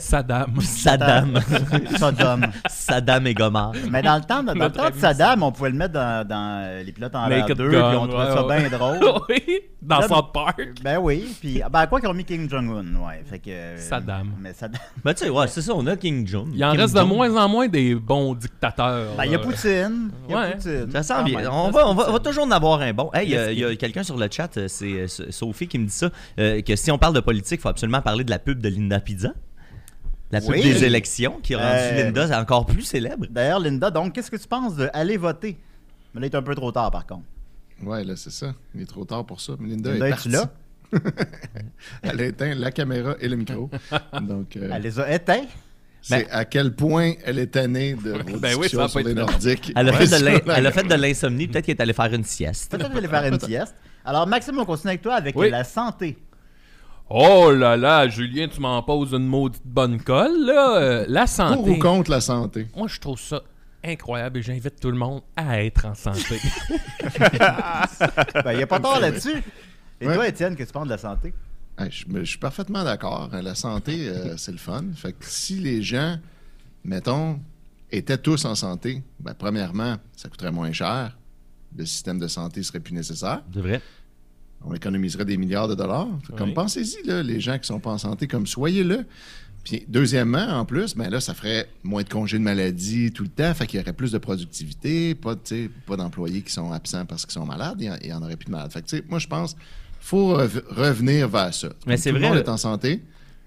[SPEAKER 3] [laughs]
[SPEAKER 2] Saddam. [laughs]
[SPEAKER 4] Saddam.
[SPEAKER 3] Sodome.
[SPEAKER 4] Saddam et Gomard.
[SPEAKER 3] Mais dans le temps, dans, dans le
[SPEAKER 2] Notre
[SPEAKER 3] temps de
[SPEAKER 2] ami
[SPEAKER 3] Saddam, on pouvait le mettre dans, dans euh, les pilotes en l'air
[SPEAKER 2] Naked
[SPEAKER 3] deux, puis
[SPEAKER 2] Gun,
[SPEAKER 3] on trouvait
[SPEAKER 2] ouais,
[SPEAKER 3] ça
[SPEAKER 2] ouais.
[SPEAKER 3] bien
[SPEAKER 2] [laughs]
[SPEAKER 3] drôle.
[SPEAKER 2] oui, dans
[SPEAKER 3] Là,
[SPEAKER 2] South Park.
[SPEAKER 3] Ben oui, puis ben à quoi qu'ils ont mis King Jong-un, ouais, fait que euh,
[SPEAKER 2] Saddam.
[SPEAKER 3] Mais Saddam.
[SPEAKER 4] Ben, tu sais, ouais, c'est ça, on a King John.
[SPEAKER 2] Il en
[SPEAKER 4] Kim
[SPEAKER 2] reste de
[SPEAKER 4] Jong.
[SPEAKER 2] moins en moins des bons dictateurs.
[SPEAKER 3] Ben il y a
[SPEAKER 2] là.
[SPEAKER 3] Poutine, il y a
[SPEAKER 2] Ouais.
[SPEAKER 3] Poutine.
[SPEAKER 4] Ah, Ça
[SPEAKER 3] Ah,
[SPEAKER 4] sent
[SPEAKER 3] Quand
[SPEAKER 4] bien.
[SPEAKER 3] même.
[SPEAKER 4] On va, on va- on va toujours en avoir un bon. Hey, euh, il y a, il
[SPEAKER 2] Let's
[SPEAKER 4] y a quelqu'un sur le chat, euh, c'est euh, S- Sophie qui me dit ça, euh, que si on parle de politique, il faut absolument parler de la pub de Linda Pizza. La pub
[SPEAKER 3] Oui.
[SPEAKER 4] des élections qui a rendu
[SPEAKER 3] Euh,
[SPEAKER 4] Linda encore plus célèbre.
[SPEAKER 3] D'ailleurs Linda, donc qu'est-ce que tu penses de aller voter Mais là il est un peu trop tard par contre.
[SPEAKER 5] Ouais, là, c'est ça. Il est trop tard pour ça. Mais Linda,
[SPEAKER 3] Linda,
[SPEAKER 5] est
[SPEAKER 3] es-tu
[SPEAKER 5] partie. [laughs]
[SPEAKER 3] là
[SPEAKER 5] Elle a éteint la caméra et le micro. Donc, euh,
[SPEAKER 3] Elle les a éteints.
[SPEAKER 4] Ben-
[SPEAKER 5] c'est à quel point elle est tannée de vos
[SPEAKER 2] Ben oui,
[SPEAKER 5] discussions
[SPEAKER 2] ça va
[SPEAKER 5] sur
[SPEAKER 2] pas
[SPEAKER 5] les
[SPEAKER 2] être-
[SPEAKER 5] Nordiques.
[SPEAKER 4] Elle a,
[SPEAKER 5] Ouais,
[SPEAKER 4] fait de
[SPEAKER 5] sur
[SPEAKER 4] l'in-
[SPEAKER 5] la-
[SPEAKER 4] elle a fait de l'insomnie, peut-être qu'elle est allée faire une sieste.
[SPEAKER 3] Peut-être qu'elle va faire une sieste. Alors Maxime, on continue avec toi avec
[SPEAKER 2] Oui.
[SPEAKER 3] la santé.
[SPEAKER 2] Oh là là, Julien, tu m'en poses une maudite bonne colle, là. Euh, la
[SPEAKER 5] Pour
[SPEAKER 2] santé.
[SPEAKER 5] ou contre la santé?
[SPEAKER 2] Moi, je trouve ça incroyable et j'invite tout le monde à être en santé.
[SPEAKER 3] [laughs] Ben il y a pas
[SPEAKER 5] [laughs]
[SPEAKER 3] tort là-dessus. Et
[SPEAKER 5] Ouais.
[SPEAKER 3] toi Étienne, qu'est-ce que tu penses de la santé
[SPEAKER 5] Ouais, je, me- je suis parfaitement d'accord. La santé, euh, c'est le fun. Fait que si les gens, mettons, étaient tous en santé, ben, premièrement, ça coûterait moins cher. Le système de santé serait plus nécessaire.
[SPEAKER 4] C'est vrai.
[SPEAKER 5] On économiserait des milliards de dollars. Fait que Comme
[SPEAKER 2] Oui.
[SPEAKER 5] pensez-y, là, les gens qui sont pas en santé, comme soyez-le. Puis deuxièmement, en plus, ben là, ça ferait moins de congés de maladie tout le temps, fait qu'il y aurait plus de productivité, pas, de- tu sais, pas d'employés qui sont absents parce qu'ils sont malades, il y en- il y en aurait plus de malades. Fait que, tu sais, moi, je pense faut rev- revenir vers ça.
[SPEAKER 4] Mais
[SPEAKER 5] Comme
[SPEAKER 4] c'est
[SPEAKER 5] tout
[SPEAKER 4] vrai,
[SPEAKER 5] le monde
[SPEAKER 4] le-
[SPEAKER 5] est en santé.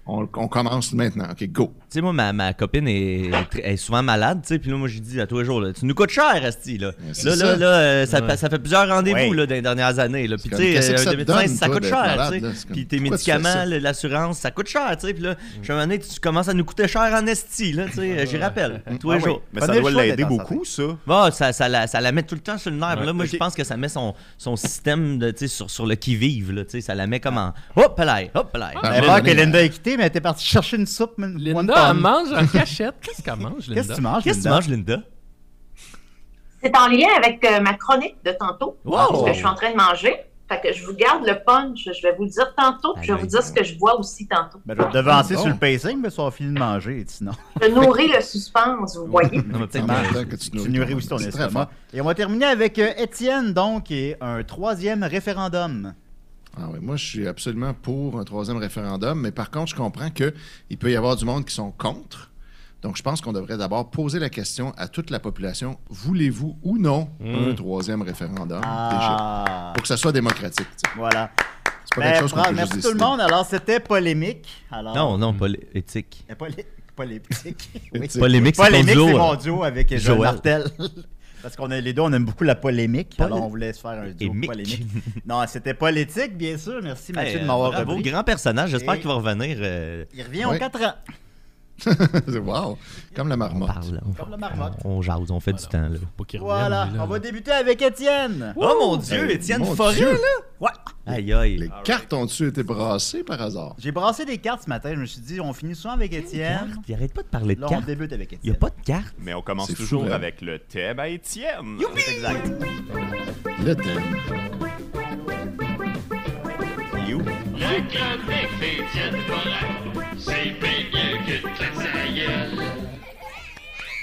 [SPEAKER 5] On, on commence maintenant. OK, go.
[SPEAKER 4] Tu sais, moi, ma, ma copine est, tr- est souvent malade, tu sais, puis là, moi, j'ai dit à tous les jours, là, tu nous coûtes cher, Asti, là.
[SPEAKER 5] Mais c'est
[SPEAKER 4] Là, là,
[SPEAKER 5] ça.
[SPEAKER 4] là, euh, ça,
[SPEAKER 2] Ouais.
[SPEAKER 4] ça fait plusieurs rendez-vous,
[SPEAKER 3] Ouais.
[SPEAKER 4] là, dans les dernières années, là. Puis, tu
[SPEAKER 5] comme, qu'est-ce
[SPEAKER 4] sais,
[SPEAKER 5] que
[SPEAKER 4] euh,
[SPEAKER 5] ça te
[SPEAKER 4] 2015,
[SPEAKER 5] donne,
[SPEAKER 4] ça
[SPEAKER 5] toi,
[SPEAKER 4] coûte
[SPEAKER 5] d'être
[SPEAKER 4] cher,
[SPEAKER 5] malade,
[SPEAKER 4] tu sais.
[SPEAKER 5] là? C'est comme,
[SPEAKER 4] Puis tes
[SPEAKER 5] pourquoi tu fais
[SPEAKER 4] médicaments,
[SPEAKER 5] ça? Mm.
[SPEAKER 4] le- l'assurance, ça coûte cher, tu sais. Puis là, je me demandais, tu commences à nous coûter cher en Esti, là, tu sais, euh, j'y rappelle, tous les
[SPEAKER 3] Ah oui.
[SPEAKER 4] jours.
[SPEAKER 8] Mais
[SPEAKER 3] Prenez
[SPEAKER 8] ça
[SPEAKER 3] le
[SPEAKER 8] doit
[SPEAKER 3] choix
[SPEAKER 8] l'aider
[SPEAKER 3] d'être en
[SPEAKER 8] beaucoup, ça.
[SPEAKER 4] Bon, ça, ça, la, ça la met tout le temps sur le nerf.
[SPEAKER 2] Ouais,
[SPEAKER 4] là, moi, je
[SPEAKER 8] ok.
[SPEAKER 4] pense que ça met son, son système de, tu sais, sur, sur le qui-vive. Là, tu sais, ça la met comme en. Hop là, hop là.
[SPEAKER 5] Ah,
[SPEAKER 3] Elle
[SPEAKER 5] mais
[SPEAKER 3] va
[SPEAKER 5] Linda-
[SPEAKER 3] que Linda a quitté, mais elle était partie chercher une soupe. man- one
[SPEAKER 2] Linda,
[SPEAKER 3] pound.
[SPEAKER 2] elle mange en cachette. Qu'est-ce qu'elle mange, Linda?
[SPEAKER 3] Qu'est-ce que tu manges,
[SPEAKER 4] Qu'est-ce que tu
[SPEAKER 3] Linda?
[SPEAKER 4] manges, Linda?
[SPEAKER 6] C'est en lien avec euh, ma chronique de tantôt,
[SPEAKER 4] Wow!
[SPEAKER 6] ce que je suis en train de manger. Fait que je vous garde le punch, je vais vous le dire tantôt, puis je vais vous dire ce que je vois aussi tantôt.
[SPEAKER 3] Ben, je vais te devancer
[SPEAKER 5] Ah, Bon.
[SPEAKER 3] sur le pacing, mais ça va finir de manger, sinon.
[SPEAKER 6] Je nourris le suspense, vous voyez.
[SPEAKER 4] On va peut-être
[SPEAKER 5] En
[SPEAKER 4] manger.
[SPEAKER 5] même temps que tu
[SPEAKER 3] Tu nourris aussi ton
[SPEAKER 5] C'est très
[SPEAKER 3] estomac.
[SPEAKER 5] fort.
[SPEAKER 3] Et on va terminer avec euh, Étienne, donc, et un troisième référendum.
[SPEAKER 5] Ah oui, moi, je suis absolument pour un troisième référendum, mais par contre, je comprends qu'il peut y avoir du monde qui sont contre. Donc, je pense qu'on devrait d'abord poser la question à toute la population voulez-vous ou non
[SPEAKER 4] Mmh.
[SPEAKER 5] un troisième référendum déjà?
[SPEAKER 3] Ah,
[SPEAKER 5] Pour que ça soit démocratique. tu sais.
[SPEAKER 3] voilà.
[SPEAKER 5] C'est pas
[SPEAKER 3] Ben,
[SPEAKER 5] quelque chose qu'on
[SPEAKER 3] Fran-
[SPEAKER 5] peut
[SPEAKER 3] merci
[SPEAKER 5] juste
[SPEAKER 3] tout le
[SPEAKER 5] décider.
[SPEAKER 3] monde. Alors, c'était polémique. Alors,
[SPEAKER 4] Non, non, pas les- éthique.
[SPEAKER 3] euh, Polé...
[SPEAKER 5] [laughs]
[SPEAKER 3] Polémique. oui.
[SPEAKER 5] Éthique.
[SPEAKER 4] Polémique, c'est ton
[SPEAKER 3] Polémique,
[SPEAKER 4] duo.
[SPEAKER 3] c'est
[SPEAKER 4] hein.
[SPEAKER 3] mon duo avec Joël
[SPEAKER 4] Joël.
[SPEAKER 3] Martel. [laughs] Parce qu'on est les deux, on aime beaucoup la polémique.
[SPEAKER 4] Polé-
[SPEAKER 3] Alors, on voulait se faire un duo
[SPEAKER 4] Émique.
[SPEAKER 3] polémique. Non, c'était politique, bien sûr. Merci,
[SPEAKER 4] Hey,
[SPEAKER 3] Mathieu,
[SPEAKER 4] euh,
[SPEAKER 3] de m'avoir
[SPEAKER 4] bravo,
[SPEAKER 3] repris.
[SPEAKER 4] grand personnage. J'espère
[SPEAKER 3] Et-
[SPEAKER 4] qu'il va revenir. euh,
[SPEAKER 3] Il revient en
[SPEAKER 5] Oui.
[SPEAKER 3] 4 ans.
[SPEAKER 5] wow, comme la
[SPEAKER 4] on
[SPEAKER 5] marmotte.
[SPEAKER 4] parle. On,
[SPEAKER 3] Comme la marmotte.
[SPEAKER 4] on, on jase, on fait du temps. Là.
[SPEAKER 2] Pas qu'il revienne,
[SPEAKER 3] Voilà,
[SPEAKER 2] lui, là.
[SPEAKER 3] on va débuter avec Étienne.
[SPEAKER 4] Oh mon Dieu, Étienne
[SPEAKER 5] mon
[SPEAKER 4] Forêt,
[SPEAKER 5] Dieu.
[SPEAKER 4] là! Ouais. Aïe, aïe.
[SPEAKER 5] Les cartes ont-tu été brassées par hasard?
[SPEAKER 3] J'ai brassé des cartes ce matin. Je me suis dit, on finit souvent avec Étienne.
[SPEAKER 4] Il arrête pas de parler de
[SPEAKER 3] Là, on
[SPEAKER 4] cartes.
[SPEAKER 3] débute avec
[SPEAKER 4] Il n'y
[SPEAKER 3] Étienne.
[SPEAKER 4] a pas de cartes.
[SPEAKER 8] Mais on commence
[SPEAKER 5] C'est fou,
[SPEAKER 8] toujours
[SPEAKER 5] hein.
[SPEAKER 8] avec le thème à Étienne.
[SPEAKER 3] C'est Exact.
[SPEAKER 5] Le thème.
[SPEAKER 8] You.
[SPEAKER 9] La chronique d'Étienne Morin, c'est bien mieux que de la gueule.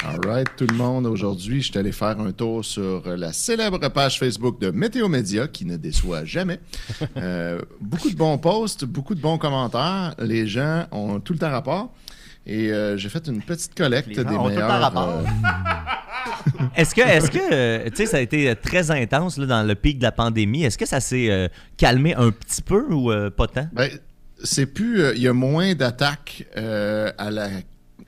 [SPEAKER 5] All right, tout le monde. Aujourd'hui, je suis allé faire un tour sur la célèbre page Facebook de Météo Média, qui ne déçoit
[SPEAKER 3] [laughs]
[SPEAKER 5] jamais. Euh, beaucoup de bons posts, beaucoup de bons commentaires. Les gens ont tout le temps rapport. Et euh, j'ai fait une petite collecte
[SPEAKER 3] Les gens
[SPEAKER 5] des
[SPEAKER 3] ont tout le temps
[SPEAKER 5] meilleurs. euh,
[SPEAKER 3] rapport.
[SPEAKER 4] Est-ce que,
[SPEAKER 5] [laughs]
[SPEAKER 4] est-ce que, euh, tu sais, ça a été euh, très intense là, dans le pic de la pandémie. Est-ce que ça s'est euh, calmé un petit peu ou euh, pas tant?
[SPEAKER 5] Ben, c'est plus. euh, Il y a moins d'attaques euh, à la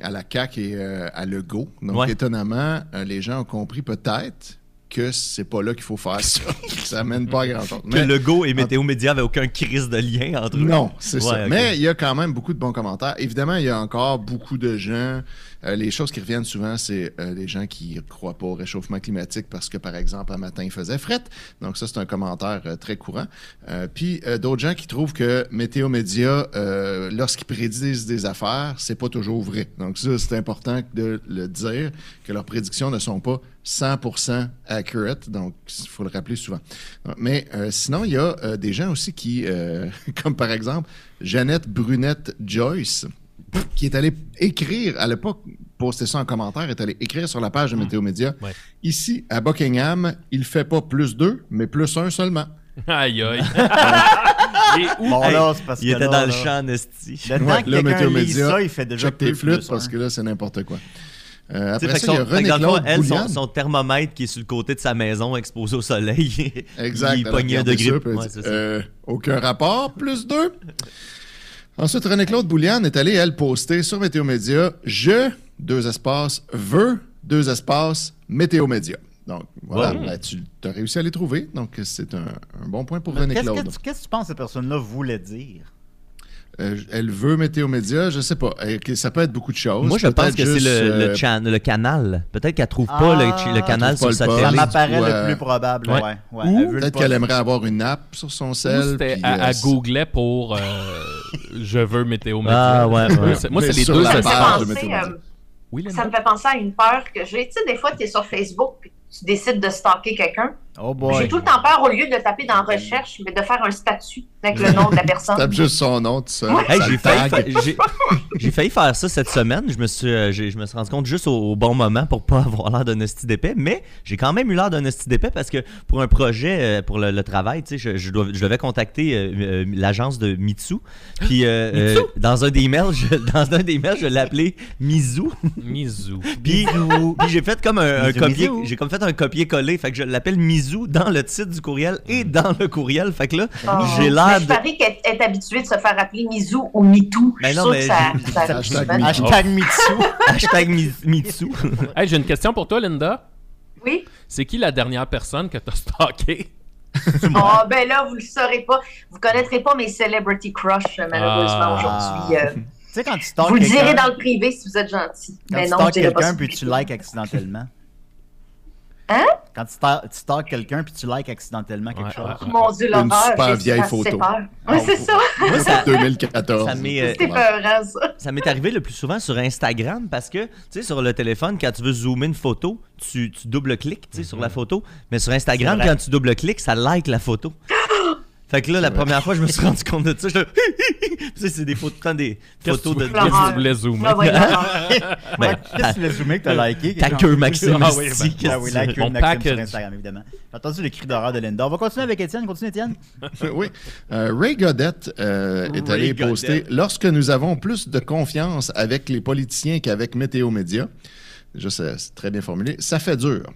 [SPEAKER 5] à la CAQ et euh, à Lego. Donc,
[SPEAKER 4] Ouais.
[SPEAKER 5] étonnamment, euh, les gens ont compris peut-être que c'est pas là qu'il faut
[SPEAKER 4] [laughs]
[SPEAKER 5] faire ça. que ça mène pas à grand-chose.
[SPEAKER 4] Que
[SPEAKER 5] Mais-
[SPEAKER 4] Legault et
[SPEAKER 5] en-
[SPEAKER 4] Météo Média n'avaient aucun crise de lien entre eux.
[SPEAKER 5] Non, c'est
[SPEAKER 4] Ouais,
[SPEAKER 5] ça.
[SPEAKER 4] ok.
[SPEAKER 5] Mais il y a quand même beaucoup de bons commentaires. Évidemment, il y a encore beaucoup de gens. euh, les choses qui reviennent souvent, c'est euh, les gens qui ne croient pas au réchauffement climatique parce que, par exemple, un matin, il faisait fret. Donc, ça, c'est un commentaire euh, très courant. Euh, Puis, euh, d'autres gens qui trouvent que Météo Média, euh, lorsqu'ils prédisent des affaires, c'est pas toujours vrai. Donc, ça, c'est important de le dire, que leurs prédictions ne sont pas 100% accurate. Donc, il faut le rappeler souvent. Mais euh, sinon, il y a euh, des gens aussi qui, euh, [laughs] comme par exemple Jeannette Brunette Joyce, qui est allée écrire, à l'époque, poster ça en commentaire, est allée écrire sur la page
[SPEAKER 4] Hmm.
[SPEAKER 5] de Météo Média.
[SPEAKER 2] Ouais.
[SPEAKER 5] Ici, à Buckingham, il fait pas plus deux, mais plus un seulement.
[SPEAKER 2] Aïe, aïe. Et où?
[SPEAKER 3] Bon,
[SPEAKER 4] Hey,
[SPEAKER 3] là, c'est parce
[SPEAKER 4] Il
[SPEAKER 3] que
[SPEAKER 4] était
[SPEAKER 3] là,
[SPEAKER 4] dans le
[SPEAKER 3] là,
[SPEAKER 4] champ, Nesti.
[SPEAKER 3] Le temps
[SPEAKER 5] Ouais,
[SPEAKER 3] que
[SPEAKER 5] là,
[SPEAKER 3] quelqu'un
[SPEAKER 5] Météo
[SPEAKER 3] lit
[SPEAKER 5] Média,
[SPEAKER 3] ça, il fait déjà
[SPEAKER 5] Choc tes
[SPEAKER 3] plus,
[SPEAKER 5] flûtes,
[SPEAKER 3] hein.
[SPEAKER 5] parce que là, c'est n'importe quoi. Euh,
[SPEAKER 4] Tu sais,
[SPEAKER 5] après
[SPEAKER 4] fait que
[SPEAKER 5] ça, il y a
[SPEAKER 4] son- fait que dans le fond,
[SPEAKER 5] René-Claude
[SPEAKER 4] elle, son,
[SPEAKER 5] Bouliane.
[SPEAKER 4] son thermomètre qui est sur le côté de sa maison exposé au soleil. [laughs]
[SPEAKER 5] Exact.
[SPEAKER 4] Il
[SPEAKER 5] elle
[SPEAKER 4] pognait un
[SPEAKER 5] regardait
[SPEAKER 4] degré.
[SPEAKER 5] ça, puis elle
[SPEAKER 4] Ouais,
[SPEAKER 5] dit,
[SPEAKER 4] c'est ça.
[SPEAKER 5] Euh, aucun rapport, plus deux. Ensuite, René-Claude Bouliane est allée, elle, poster sur Météo Média Je, deux espaces, veux, deux espaces, Météo Média. Donc, voilà,
[SPEAKER 2] Wow.
[SPEAKER 5] ben, tu as réussi à les trouver. Donc, c'est un, un bon point pour
[SPEAKER 3] Qu'est-ce que,
[SPEAKER 5] René-Claude.
[SPEAKER 3] tu, qu'est-ce que tu penses que cette personne-là voulait dire?
[SPEAKER 5] Euh, elle veut Météo Média, je sais pas. Euh, que ça peut être beaucoup de choses.
[SPEAKER 4] Moi, je pense
[SPEAKER 5] Peut-être
[SPEAKER 4] que c'est
[SPEAKER 5] juste,
[SPEAKER 4] le, le
[SPEAKER 5] euh,
[SPEAKER 4] chan- le canal. Peut-être qu'elle trouve pas le,
[SPEAKER 3] Ah,
[SPEAKER 4] le canal
[SPEAKER 5] trouve
[SPEAKER 4] sur
[SPEAKER 5] pas le
[SPEAKER 4] sa
[SPEAKER 5] poste.
[SPEAKER 3] Ça
[SPEAKER 5] Allez,
[SPEAKER 4] télé.
[SPEAKER 3] m'apparaît
[SPEAKER 5] ou,
[SPEAKER 3] le
[SPEAKER 5] euh,
[SPEAKER 3] plus probable,
[SPEAKER 2] ouais.
[SPEAKER 3] ouais. ouais.
[SPEAKER 2] Ou
[SPEAKER 3] Elle veut le
[SPEAKER 5] Peut-être
[SPEAKER 3] poste.
[SPEAKER 5] qu'elle aimerait avoir une app sur son
[SPEAKER 2] Ou
[SPEAKER 5] cell.
[SPEAKER 2] c'était
[SPEAKER 5] puis,
[SPEAKER 2] à,
[SPEAKER 5] euh,
[SPEAKER 2] à googler
[SPEAKER 3] [laughs]
[SPEAKER 2] pour euh, je veux météo
[SPEAKER 4] Ah,
[SPEAKER 2] météo.
[SPEAKER 4] ouais, ouais.
[SPEAKER 2] C'est- [laughs] Moi,
[SPEAKER 5] Mais
[SPEAKER 2] c'est les
[SPEAKER 5] sur
[SPEAKER 2] deux
[SPEAKER 5] la
[SPEAKER 6] Ça me fait
[SPEAKER 5] page
[SPEAKER 2] affaires.
[SPEAKER 5] de
[SPEAKER 6] penser,
[SPEAKER 5] Météo
[SPEAKER 6] euh,
[SPEAKER 5] Média.
[SPEAKER 2] Oui, Linda?
[SPEAKER 6] Ça me fait penser à une peur que j'ai. Tu sais, des fois, tu es sur Facebook puis tu décides de stalker quelqu'un.
[SPEAKER 3] Oh
[SPEAKER 6] J'ai
[SPEAKER 3] boy.
[SPEAKER 6] tout le temps peur, au lieu de taper dans recherche, mais de faire un statut avec le nom de la personne.
[SPEAKER 5] Tape juste son nom, tout ça.
[SPEAKER 4] Hey,
[SPEAKER 5] ça
[SPEAKER 4] j'ai
[SPEAKER 5] le
[SPEAKER 4] failli,
[SPEAKER 5] tag.
[SPEAKER 4] fa- j'ai- j'ai failli faire ça cette semaine. Je me suis, euh, j'ai- je me suis rendu compte juste au, au bon moment pour pas [laughs] avoir l'air d'un esti d'épais, mais j'ai quand même eu l'air d'un esti d'épais parce que pour un projet, euh, pour le, le travail, tu sais, je, je dois- je devais contacter euh, euh, l'agence de Mitsu. Puis euh, euh, dans un des mails, je, [laughs] dans un des mails, je l'ai appelé Mizu.
[SPEAKER 2] Mizu.
[SPEAKER 4] Puis, puis j'ai fait comme un, un
[SPEAKER 3] Mizu,
[SPEAKER 4] copier,
[SPEAKER 3] Mizu.
[SPEAKER 4] j'ai comme fait un copier-coller. Fait que je l'appelle Mizu bisous dans le titre du courriel et dans le courriel. Fait que là,
[SPEAKER 6] Ah.
[SPEAKER 4] j'ai l'air
[SPEAKER 6] Mais Je
[SPEAKER 4] de.
[SPEAKER 6] parie qu'elle est habituée de se faire appeler Mizou ou Mitou.
[SPEAKER 4] Ben
[SPEAKER 6] je suis
[SPEAKER 4] non,
[SPEAKER 6] sûre
[SPEAKER 4] mais
[SPEAKER 6] que ça,
[SPEAKER 4] je-
[SPEAKER 6] ça arrive
[SPEAKER 5] Hashtag
[SPEAKER 6] souvent.
[SPEAKER 5] Me-
[SPEAKER 3] Hashtag Mitsu.
[SPEAKER 4] Hashtag Mi- Mitsu. [laughs]
[SPEAKER 2] Hey, j'ai une question pour toi, Linda.
[SPEAKER 6] Oui.
[SPEAKER 2] C'est qui la dernière personne que t'as stalkée?
[SPEAKER 6] Ah, ben là, vous le saurez pas. Vous connaîtrez pas mes celebrity crush, euh, malheureusement,
[SPEAKER 3] Ah.
[SPEAKER 6] aujourd'hui. euh.
[SPEAKER 3] Tu sais, quand tu stalks
[SPEAKER 6] vous le
[SPEAKER 3] quelqu'un-
[SPEAKER 6] direz dans le privé si vous êtes gentil.
[SPEAKER 3] Quand
[SPEAKER 6] mais
[SPEAKER 3] tu
[SPEAKER 6] non,
[SPEAKER 3] stalks
[SPEAKER 6] je dirai pas
[SPEAKER 3] quelqu'un
[SPEAKER 6] ça.
[SPEAKER 3] puis tu likes accidentellement.
[SPEAKER 6] Hein?
[SPEAKER 3] Quand tu stalks, tu stalks quelqu'un puis tu likes accidentellement quelque
[SPEAKER 2] Ouais,
[SPEAKER 3] chose.
[SPEAKER 2] ouais, ouais.
[SPEAKER 6] Mon Dieu,
[SPEAKER 5] Une
[SPEAKER 6] l'horreur.
[SPEAKER 5] super
[SPEAKER 6] j'ai-
[SPEAKER 5] vieille
[SPEAKER 6] ça,
[SPEAKER 5] photo.
[SPEAKER 6] C'est peur. Oui, c'est ça.
[SPEAKER 4] Moi, ça,
[SPEAKER 5] 2014.
[SPEAKER 4] Ça m'est, euh,
[SPEAKER 6] C'est peurant, ça.
[SPEAKER 4] ça m'est arrivé le plus souvent sur Instagram parce que, tu sais, sur le téléphone, quand tu veux zoomer une photo, tu, tu double-cliques, tu sais, sur la
[SPEAKER 5] Mhm.
[SPEAKER 4] photo. Mais sur Instagram,
[SPEAKER 3] C'est vrai.
[SPEAKER 4] quand tu double-cliques, ça like la photo.
[SPEAKER 5] [gasps]
[SPEAKER 4] Fait que là, la
[SPEAKER 5] C'est vrai.
[SPEAKER 4] première fois, je me suis [laughs] rendu compte de ça. Je Tu sais, c'est des photos, prends des
[SPEAKER 2] Qu'est-ce que
[SPEAKER 4] photos
[SPEAKER 2] tu
[SPEAKER 4] de.
[SPEAKER 2] voulais- qu'est-ce que tu voulais
[SPEAKER 6] Ah,
[SPEAKER 2] zoomer?
[SPEAKER 6] oui, l'horreur.
[SPEAKER 4] [laughs] Ben,
[SPEAKER 3] Qu'est-ce que tu l'as zoomé que t'as liké?
[SPEAKER 4] Ta queue, Maxime.
[SPEAKER 2] Ah oui,
[SPEAKER 4] si,
[SPEAKER 2] ben,
[SPEAKER 4] qu'est-ce
[SPEAKER 3] Ah oui,
[SPEAKER 4] que
[SPEAKER 3] la
[SPEAKER 4] tu-
[SPEAKER 3] queue
[SPEAKER 2] Mon
[SPEAKER 3] de Maxime sur
[SPEAKER 2] package.
[SPEAKER 3] Instagram, évidemment. J'ai entendu le cri d'horreur de Linda. On va continuer avec Étienne. Continue, Étienne.
[SPEAKER 4] Ben,
[SPEAKER 5] oui. Euh, Ray Godette euh, est allé
[SPEAKER 4] Ray
[SPEAKER 5] poster
[SPEAKER 4] Godette.
[SPEAKER 5] Lorsque nous avons plus de confiance avec les politiciens qu'avec Météo Média, déjà c'est c'est très bien formulé, ça fait dur.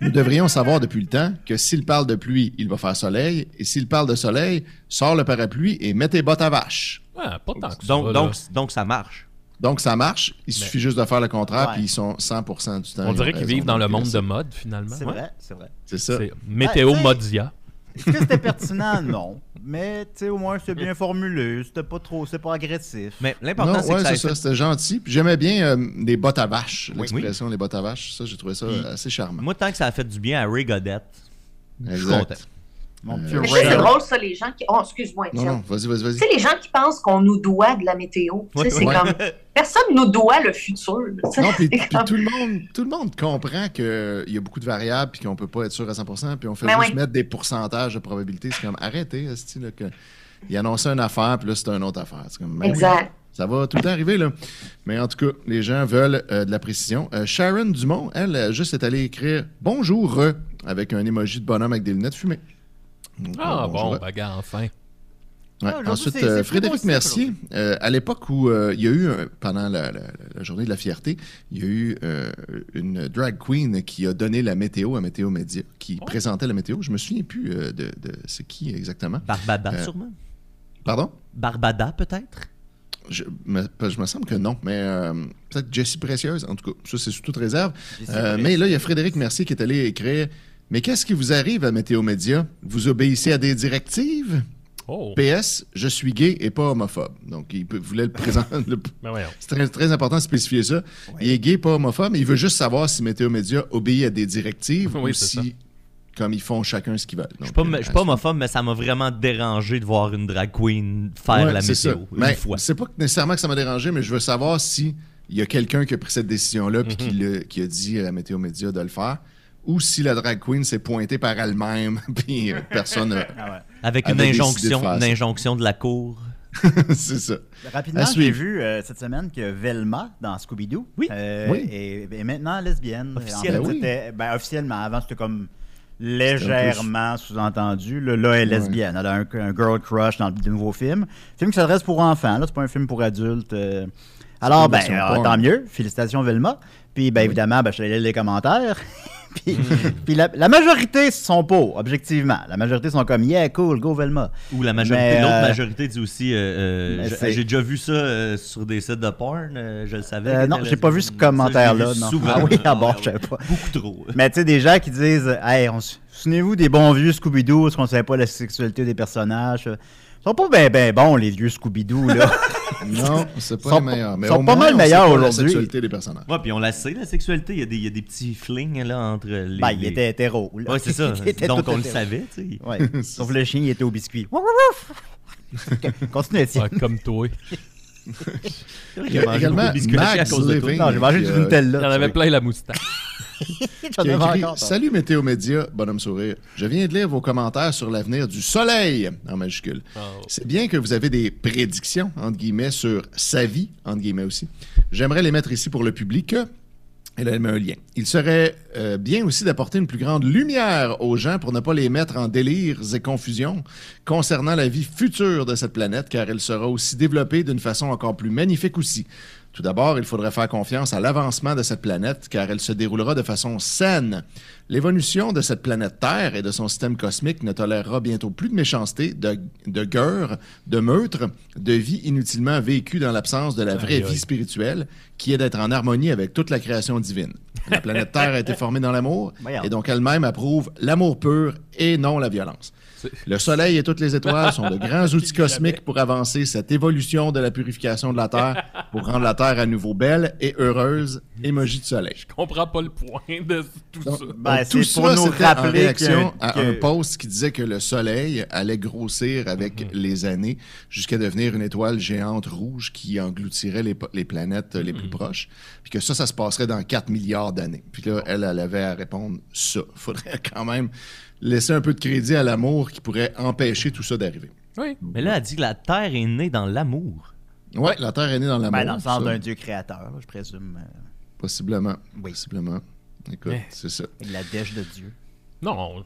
[SPEAKER 5] Nous devrions savoir depuis le temps que s'il parle de pluie, il va faire soleil, et s'il parle de soleil, sors le parapluie et mets tes bottes à vache.
[SPEAKER 2] Ah, pas tant que ça.
[SPEAKER 4] Donc,
[SPEAKER 2] là.
[SPEAKER 4] donc, donc, ça marche.
[SPEAKER 5] Donc ça marche, il suffit juste de faire le contraire,
[SPEAKER 3] Ouais.
[SPEAKER 5] puis ils sont 100% du temps. ils
[SPEAKER 2] on
[SPEAKER 5] ont
[SPEAKER 2] dirait qu'ils
[SPEAKER 5] raison
[SPEAKER 2] vivent dans le
[SPEAKER 5] de
[SPEAKER 2] monde de
[SPEAKER 5] ça.
[SPEAKER 2] mode, finalement.
[SPEAKER 3] C'est
[SPEAKER 2] Ouais.
[SPEAKER 3] vrai, c'est vrai.
[SPEAKER 5] C'est ça.
[SPEAKER 2] C'est Météo
[SPEAKER 3] Ah, tu sais-
[SPEAKER 2] Modia.
[SPEAKER 3] Est-ce que c'était pertinent? [laughs] Non. Mais, tu sais, au moins, c'est bien formulé. C'était pas trop, c'est pas agressif.
[SPEAKER 4] Mais
[SPEAKER 5] Non,
[SPEAKER 4] l'important, c'est
[SPEAKER 5] ouais,
[SPEAKER 4] que ça
[SPEAKER 5] c'est
[SPEAKER 4] ait
[SPEAKER 5] ça, c'était gentil. Puis j'aimais bien euh, les bottes à vache,
[SPEAKER 4] Oui.
[SPEAKER 5] l'expression les bottes à vache. Ça, j'ai trouvé ça
[SPEAKER 4] Puis-
[SPEAKER 5] assez charmant.
[SPEAKER 4] Moi, tant que ça a fait du bien à Ray Godette, je suis
[SPEAKER 5] Exact.
[SPEAKER 4] content.
[SPEAKER 3] Mon petit
[SPEAKER 5] Euh,
[SPEAKER 6] Mais je sais,
[SPEAKER 3] Ray.
[SPEAKER 6] c'est drôle, ça, les gens qui. Oh, excuse-moi,
[SPEAKER 5] Non,
[SPEAKER 6] Étienne.
[SPEAKER 5] non, vas-y, vas-y,
[SPEAKER 6] Tu
[SPEAKER 5] vas-y.
[SPEAKER 6] sais, les gens qui pensent qu'on nous doit de la météo, tu sais,
[SPEAKER 4] Ouais,
[SPEAKER 6] c'est
[SPEAKER 5] ouais.
[SPEAKER 6] comme. Personne nous doit le futur. tu sais.
[SPEAKER 5] Non,
[SPEAKER 6] [laughs]
[SPEAKER 5] puis,
[SPEAKER 6] C'est
[SPEAKER 5] puis
[SPEAKER 6] comme-
[SPEAKER 5] tout, le monde, tout le monde comprend qu'il y a beaucoup de variables puis qu'on peut pas être sûr à 100 puis on fait
[SPEAKER 6] Ben
[SPEAKER 5] juste
[SPEAKER 6] oui.
[SPEAKER 5] mettre des pourcentages de probabilité. C'est comme, arrêtez, esti, là, que... il annonçait une affaire puis là, c'est une autre affaire. C'est comme, ben oui,
[SPEAKER 6] Exact.
[SPEAKER 5] Ça va tout le temps arriver, là. Mais en tout cas, les gens veulent euh, de la précision. Euh, Sharon Dumont, elle, euh, juste est allée écrire « Bonjour euh, avec un émoji de bonhomme avec des lunettes fumées. Donc,
[SPEAKER 2] Ah
[SPEAKER 5] euh, bonjour,
[SPEAKER 4] ben,
[SPEAKER 2] bon,
[SPEAKER 5] euh.
[SPEAKER 2] bah gars, enfin.
[SPEAKER 5] Ouais.
[SPEAKER 3] Ah, aujourd'hui,
[SPEAKER 5] Ensuite,
[SPEAKER 3] c'est-
[SPEAKER 5] euh,
[SPEAKER 3] c'est plus
[SPEAKER 5] Frédéric
[SPEAKER 3] possible,
[SPEAKER 5] Mercier, euh, à l'époque où euh, il y a eu, euh, pendant la, la- la journée de la fierté, il y a eu euh, une drag queen qui a donné la météo à Météo Média,
[SPEAKER 3] Oh.
[SPEAKER 5] qui présentait la météo. Je me souviens plus euh, de, de c'est qui exactement.
[SPEAKER 4] Barbada,
[SPEAKER 5] Euh,
[SPEAKER 4] sûrement.
[SPEAKER 5] Pardon?
[SPEAKER 4] Barbada, peut-être.
[SPEAKER 5] Je me, je me semble que non, mais euh, peut-être Jessie Précieuse, en tout cas, ça c'est sous toute réserve. Euh, mais là, il y a Frédéric Mercier qui est allé écrire « Mais qu'est-ce qui vous arrive à Météo Média? Vous obéissez à des directives?
[SPEAKER 2] Oh,
[SPEAKER 5] PS, je suis gay et pas homophobe. » Donc, il peut- voulait le présenter... [laughs] le-
[SPEAKER 2] ben voyons.
[SPEAKER 5] C'est très, très important de spécifier ça. Il est gay, pas homophobe, mais il veut juste savoir si Météo Média obéit à des directives
[SPEAKER 2] Oui,
[SPEAKER 5] ou
[SPEAKER 2] c'est
[SPEAKER 5] si,
[SPEAKER 2] ça.
[SPEAKER 5] comme ils font chacun ce qu'ils veulent. euh,
[SPEAKER 4] Je suis pas, je suis pas homophobe, mais ça m'a vraiment dérangé de voir une drag queen faire la météo une
[SPEAKER 5] mais
[SPEAKER 4] fois.
[SPEAKER 5] C'est pas que nécessairement que Ben, ça m'a dérangé, mais je veux savoir si il y a quelqu'un qui a pris cette décision-là puis qui, l'a- qui a dit à Météo Média de le faire ou si la drag queen s'est pointée par elle-même [laughs] puis euh, personne. euh,
[SPEAKER 3] Ah ouais.
[SPEAKER 4] Avec
[SPEAKER 5] avait
[SPEAKER 4] une
[SPEAKER 5] décidé de
[SPEAKER 4] injonction,
[SPEAKER 5] faire
[SPEAKER 4] une
[SPEAKER 5] ça.
[SPEAKER 4] injonction de la cour.
[SPEAKER 5] [laughs] c'est ça.
[SPEAKER 3] Rapidement,
[SPEAKER 5] À
[SPEAKER 3] j'ai
[SPEAKER 5] suivre.
[SPEAKER 3] vu euh, cette semaine que Velma dans Scooby-Doo
[SPEAKER 4] Oui.
[SPEAKER 3] euh,
[SPEAKER 5] Oui.
[SPEAKER 3] Est, est maintenant lesbienne.
[SPEAKER 4] Officiellement.
[SPEAKER 3] En fait,
[SPEAKER 5] Ben oui.
[SPEAKER 3] c'était- ben, officiellement, avant, c'était comme
[SPEAKER 5] C'était
[SPEAKER 3] légèrement sous-entendu. Là, là, elle est
[SPEAKER 5] Ouais.
[SPEAKER 3] lesbienne. Elle a un, un girl crush dans le nouveau film. Film qui s'adresse pour enfants. Là, c'est pas un film pour adultes. euh. Alors,
[SPEAKER 5] une
[SPEAKER 3] ben,
[SPEAKER 5] version
[SPEAKER 3] euh,
[SPEAKER 5] porn.
[SPEAKER 3] tant mieux. Félicitations, Velma. Puis, ben, évidemment, ben, je suis allé lire les commentaires. [laughs] puis
[SPEAKER 5] Mm.
[SPEAKER 3] puis la, la majorité sont pour, objectivement. La majorité sont comme, yeah, cool, go Velma.
[SPEAKER 4] Ou la majorité,
[SPEAKER 3] Mais,
[SPEAKER 4] l'autre
[SPEAKER 3] euh,
[SPEAKER 4] majorité dit aussi euh, euh,
[SPEAKER 3] mais
[SPEAKER 4] je-
[SPEAKER 3] c'est-
[SPEAKER 4] J'ai déjà vu ça euh, sur des sites de porn, euh, je le savais.
[SPEAKER 3] Euh,
[SPEAKER 4] qu'elle
[SPEAKER 3] non,
[SPEAKER 4] était
[SPEAKER 3] j'ai pas vu ce
[SPEAKER 4] lesbienne. Ça, je l'ai
[SPEAKER 3] commentaire-là,
[SPEAKER 4] vu
[SPEAKER 3] non.
[SPEAKER 4] souvent.
[SPEAKER 3] Ah oui, [laughs] ah bon,
[SPEAKER 4] ouais,
[SPEAKER 3] je savais pas.
[SPEAKER 4] Beaucoup trop.
[SPEAKER 3] Mais tu sais, des gens qui disent Hey, on se- souvenez-vous des bons vieux Scooby-Doo, parce qu'on savait pas la sexualité des personnages. Ils sont pas ben ben bons, les vieux Scooby-Doo, là.
[SPEAKER 5] Non, c'est pas
[SPEAKER 3] Sont
[SPEAKER 5] les
[SPEAKER 3] pas-
[SPEAKER 5] meilleurs. Mais
[SPEAKER 3] sont
[SPEAKER 5] au
[SPEAKER 3] pas
[SPEAKER 5] moins,
[SPEAKER 3] mal
[SPEAKER 5] on sait
[SPEAKER 3] meilleurs
[SPEAKER 5] pas La
[SPEAKER 3] aujourd'hui.
[SPEAKER 5] sexualité des personnages.
[SPEAKER 4] Ouais, puis on la sait, la sexualité. Il y a des, il y a des petits flings là, entre les.
[SPEAKER 3] ben,
[SPEAKER 4] les-
[SPEAKER 3] il était hétéro. là.
[SPEAKER 4] Ouais, c'est
[SPEAKER 3] [laughs]
[SPEAKER 4] ça.
[SPEAKER 3] Il était
[SPEAKER 4] Donc
[SPEAKER 3] tout
[SPEAKER 4] on le
[SPEAKER 3] hétéro.
[SPEAKER 4] savait, tu sais.
[SPEAKER 3] Ouais. Sauf le chien, il était au biscuit. Wouf, wouf, wouf. Continue, Étienne.
[SPEAKER 2] Ah,
[SPEAKER 4] [laughs]
[SPEAKER 2] comme toi.
[SPEAKER 5] Il y a également Max Levin.
[SPEAKER 3] Non, j'ai mangé du
[SPEAKER 5] qui, euh,
[SPEAKER 2] Il
[SPEAKER 3] Nutella.
[SPEAKER 2] y en avait plein la moustache.
[SPEAKER 3] J'en
[SPEAKER 5] qui
[SPEAKER 3] avais
[SPEAKER 5] a écrit,
[SPEAKER 3] encore.
[SPEAKER 5] Salut Météo Média, bonhomme sourire. Je viens de lire vos commentaires sur l'avenir du soleil en majuscule.
[SPEAKER 4] Ah,
[SPEAKER 5] C'est bien que vous avez des prédictions, entre guillemets, sur sa vie, entre guillemets aussi. J'aimerais les mettre ici pour le public. euh, Et là, elle met un lien. Il serait euh, bien aussi d'apporter une plus grande lumière aux gens pour ne pas les mettre en délires et confusions concernant la vie future de cette planète, car elle sera aussi développée d'une façon encore plus magnifique aussi. Tout d'abord, il faudrait faire confiance à l'avancement de cette planète car elle se déroulera de façon saine. L'évolution de cette planète Terre et de son système cosmique ne tolérera bientôt plus de méchanceté, de, de guerre, de meurtre, de vie inutilement vécue dans l'absence de la vraie
[SPEAKER 2] Aïe, aïe.
[SPEAKER 5] vie spirituelle qui est d'être en harmonie avec toute la création divine. La planète Terre a été formée
[SPEAKER 2] [laughs]
[SPEAKER 5] dans l'amour
[SPEAKER 3] Voyons.
[SPEAKER 5] et donc elle-même approuve l'amour pur et non la violence. Le soleil et toutes les étoiles sont de
[SPEAKER 2] [laughs]
[SPEAKER 5] grands outils cosmiques pour avancer cette évolution de la purification de la Terre, pour rendre la Terre à nouveau belle et heureuse, émoji de soleil.
[SPEAKER 2] Je comprends pas le point de tout
[SPEAKER 5] Donc,
[SPEAKER 2] ça.
[SPEAKER 5] donc
[SPEAKER 3] Ben,
[SPEAKER 5] tout
[SPEAKER 3] c'est pour
[SPEAKER 5] ça,
[SPEAKER 3] nous
[SPEAKER 5] c'était en
[SPEAKER 3] rappeler
[SPEAKER 5] réaction
[SPEAKER 3] que-
[SPEAKER 5] à
[SPEAKER 3] que-
[SPEAKER 5] un post qui disait que le soleil allait grossir avec
[SPEAKER 3] Mhm.
[SPEAKER 5] les années jusqu'à devenir une étoile géante rouge qui engloutirait les, po- les planètes euh, les
[SPEAKER 3] Mhm.
[SPEAKER 5] plus proches. Puis que ça, ça se passerait dans 4 milliards d'années. Puis là, elle, elle avait à répondre ça. [laughs] Faudrait quand même laisser un peu de crédit à l'amour qui pourrait empêcher tout ça d'arriver.
[SPEAKER 2] Oui.
[SPEAKER 4] Mais là, elle dit que la Terre est née dans l'amour.
[SPEAKER 5] Ouais, la Terre est née dans l'amour.
[SPEAKER 3] Ben, dans le sens
[SPEAKER 5] ça,
[SPEAKER 3] d'un dieu créateur, là, je présume. euh,
[SPEAKER 5] Possiblement.
[SPEAKER 3] Oui.
[SPEAKER 5] Possiblement. Écoute,
[SPEAKER 2] Mais-
[SPEAKER 5] c'est ça.
[SPEAKER 3] et de la dèche de dieu.
[SPEAKER 2] Non,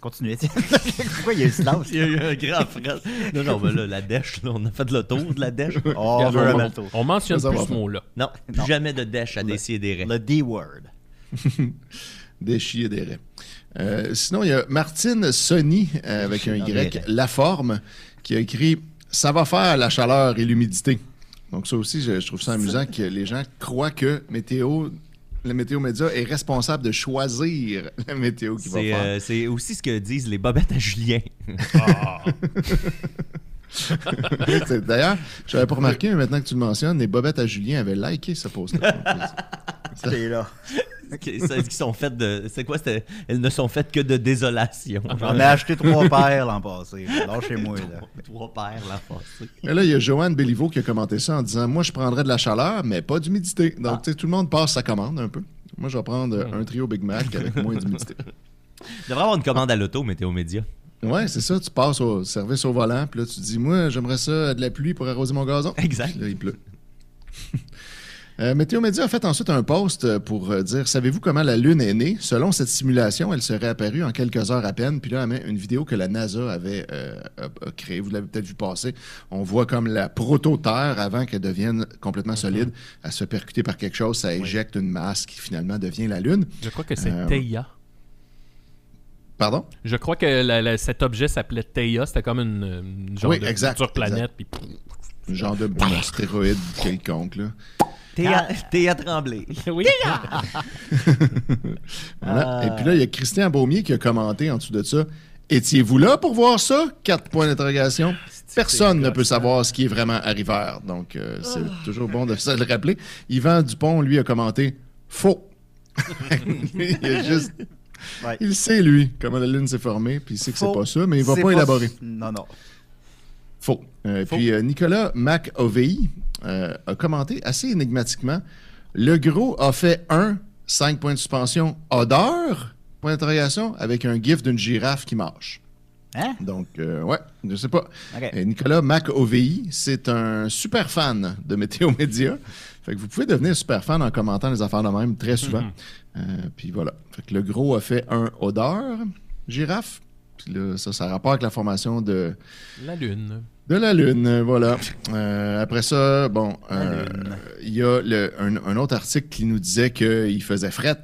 [SPEAKER 3] Continuez, tiens. [laughs] Pourquoi [laughs] il y a eu silence?
[SPEAKER 4] Il y a eu un grand phrase. [laughs] Non, non, mais là, la dèche, là, on a fait le tour de la dèche.
[SPEAKER 3] [laughs] Oh,
[SPEAKER 2] on,
[SPEAKER 3] on veut un
[SPEAKER 2] on-
[SPEAKER 3] bateau.
[SPEAKER 2] on mentionne
[SPEAKER 5] Ça va
[SPEAKER 2] plus ce
[SPEAKER 5] faire.
[SPEAKER 2] mot-là.
[SPEAKER 4] Non, plus
[SPEAKER 3] Non.
[SPEAKER 4] jamais de dèche à décider des règles.
[SPEAKER 3] Le D-word.
[SPEAKER 5] des chi et des raies. Euh, sinon, il y a Martine Sony, euh, avec un
[SPEAKER 4] des
[SPEAKER 5] Y,
[SPEAKER 4] raies.
[SPEAKER 5] La Forme, qui a écrit Ça va faire la chaleur et l'humidité. Donc, ça aussi, je, je trouve ça amusant que les gens croient que météo, le météo média est responsable de choisir [laughs] la météo qu'il va
[SPEAKER 4] C'est,
[SPEAKER 5] faire.
[SPEAKER 4] euh, c'est aussi ce que disent les bobettes à
[SPEAKER 5] [laughs]
[SPEAKER 4] Julien. euh,
[SPEAKER 5] [laughs] C'est- D'ailleurs, je n'avais pas remarqué, mais maintenant que tu le mentionnes, les bobettes à Julien avaient liké ce post
[SPEAKER 4] [laughs]
[SPEAKER 3] C'est là.
[SPEAKER 4] qui, c'est- qui sont faites de. C'est quoi c'était- Elles ne sont faites que de désolation.
[SPEAKER 5] Ah,
[SPEAKER 3] J'en ai acheté trois paires l'an passé. Là, chez moi, là.
[SPEAKER 4] Trois paires la passée.
[SPEAKER 5] Mais là, il y a Joanne Béliveau qui a commenté ça en disant Moi, je prendrais de la chaleur, mais pas d'humidité. Donc, tu sais, tout le monde passe sa commande un peu. Moi, je vais prendre euh, un trio Big Mac avec moins d'humidité.
[SPEAKER 4] Il devrait avoir une commande à l'auto, Météo Média.
[SPEAKER 5] Ouais, c'est ça. Tu passes au service au volant, puis là, tu dis Moi, j'aimerais ça, de la pluie pour arroser mon gazon.
[SPEAKER 4] Exact.
[SPEAKER 5] Puis là, il pleut. [laughs] Euh, Météo Média a fait ensuite un post pour euh, dire Savez-vous comment la Lune est née Selon cette simulation, elle serait apparue en quelques heures à peine. Puis là, elle met une vidéo que la NASA avait euh, a- a créée. Vous l'avez peut-être vu passer. On voit comme la proto-Terre, avant qu'elle devienne complètement solide, elle se fait percuter par quelque chose, ça éjecte une masse qui finalement devient la Lune.
[SPEAKER 2] [laughs] Je crois que c'est
[SPEAKER 5] Euh,
[SPEAKER 2] Theia.
[SPEAKER 5] Pardon
[SPEAKER 2] Je crois que la- la- cet objet s'appelait Theia. C'était comme une, une genre
[SPEAKER 5] Oui,
[SPEAKER 2] de
[SPEAKER 5] exact,
[SPEAKER 2] future planète. Puis...
[SPEAKER 5] Un genre de astéroïde quelconque, là.
[SPEAKER 4] Théa, Théa Tremblay.
[SPEAKER 2] Oui. Ah,
[SPEAKER 5] Voilà. Et puis là, il y a Christian Baumier qui a commenté en dessous de ça. Étiez-vous là pour voir ça? Quatre points d'interrogation. Personne ne peut savoir ce qui est vraiment arrivé. Donc, euh, c'est toujours bon de se le rappeler. Yvan Dupont, lui, a commenté faux. [laughs] il, a juste-
[SPEAKER 3] Ouais.
[SPEAKER 5] il sait, lui, comment la Lune s'est formée, puis il sait que c'est pas ça, mais il va pas élaborer.
[SPEAKER 3] Non, non.
[SPEAKER 5] Faux. Euh, Puis euh, Nicolas McAvey euh, a commenté assez énigmatiquement Le gros a fait un 5 points de suspension odeur point d'interrogation avec un gif d'une girafe qui marche.
[SPEAKER 3] Hein?
[SPEAKER 5] Donc, euh, ouais, je sais pas.
[SPEAKER 3] Ok.
[SPEAKER 5] Et euh, Nicolas McAvey, c'est un super fan de Météo Média. Fait que vous pouvez devenir super fan en commentant les affaires de même très souvent. Euh, puis voilà. Fait que le gros a fait un odeur girafe. Puis là, ça, ça a rapport avec la formation de
[SPEAKER 2] La Lune.
[SPEAKER 5] de la Lune, euh, voilà. Euh, après ça, bon, euh, il y a le- un, un autre article qui nous disait qu'il faisait fret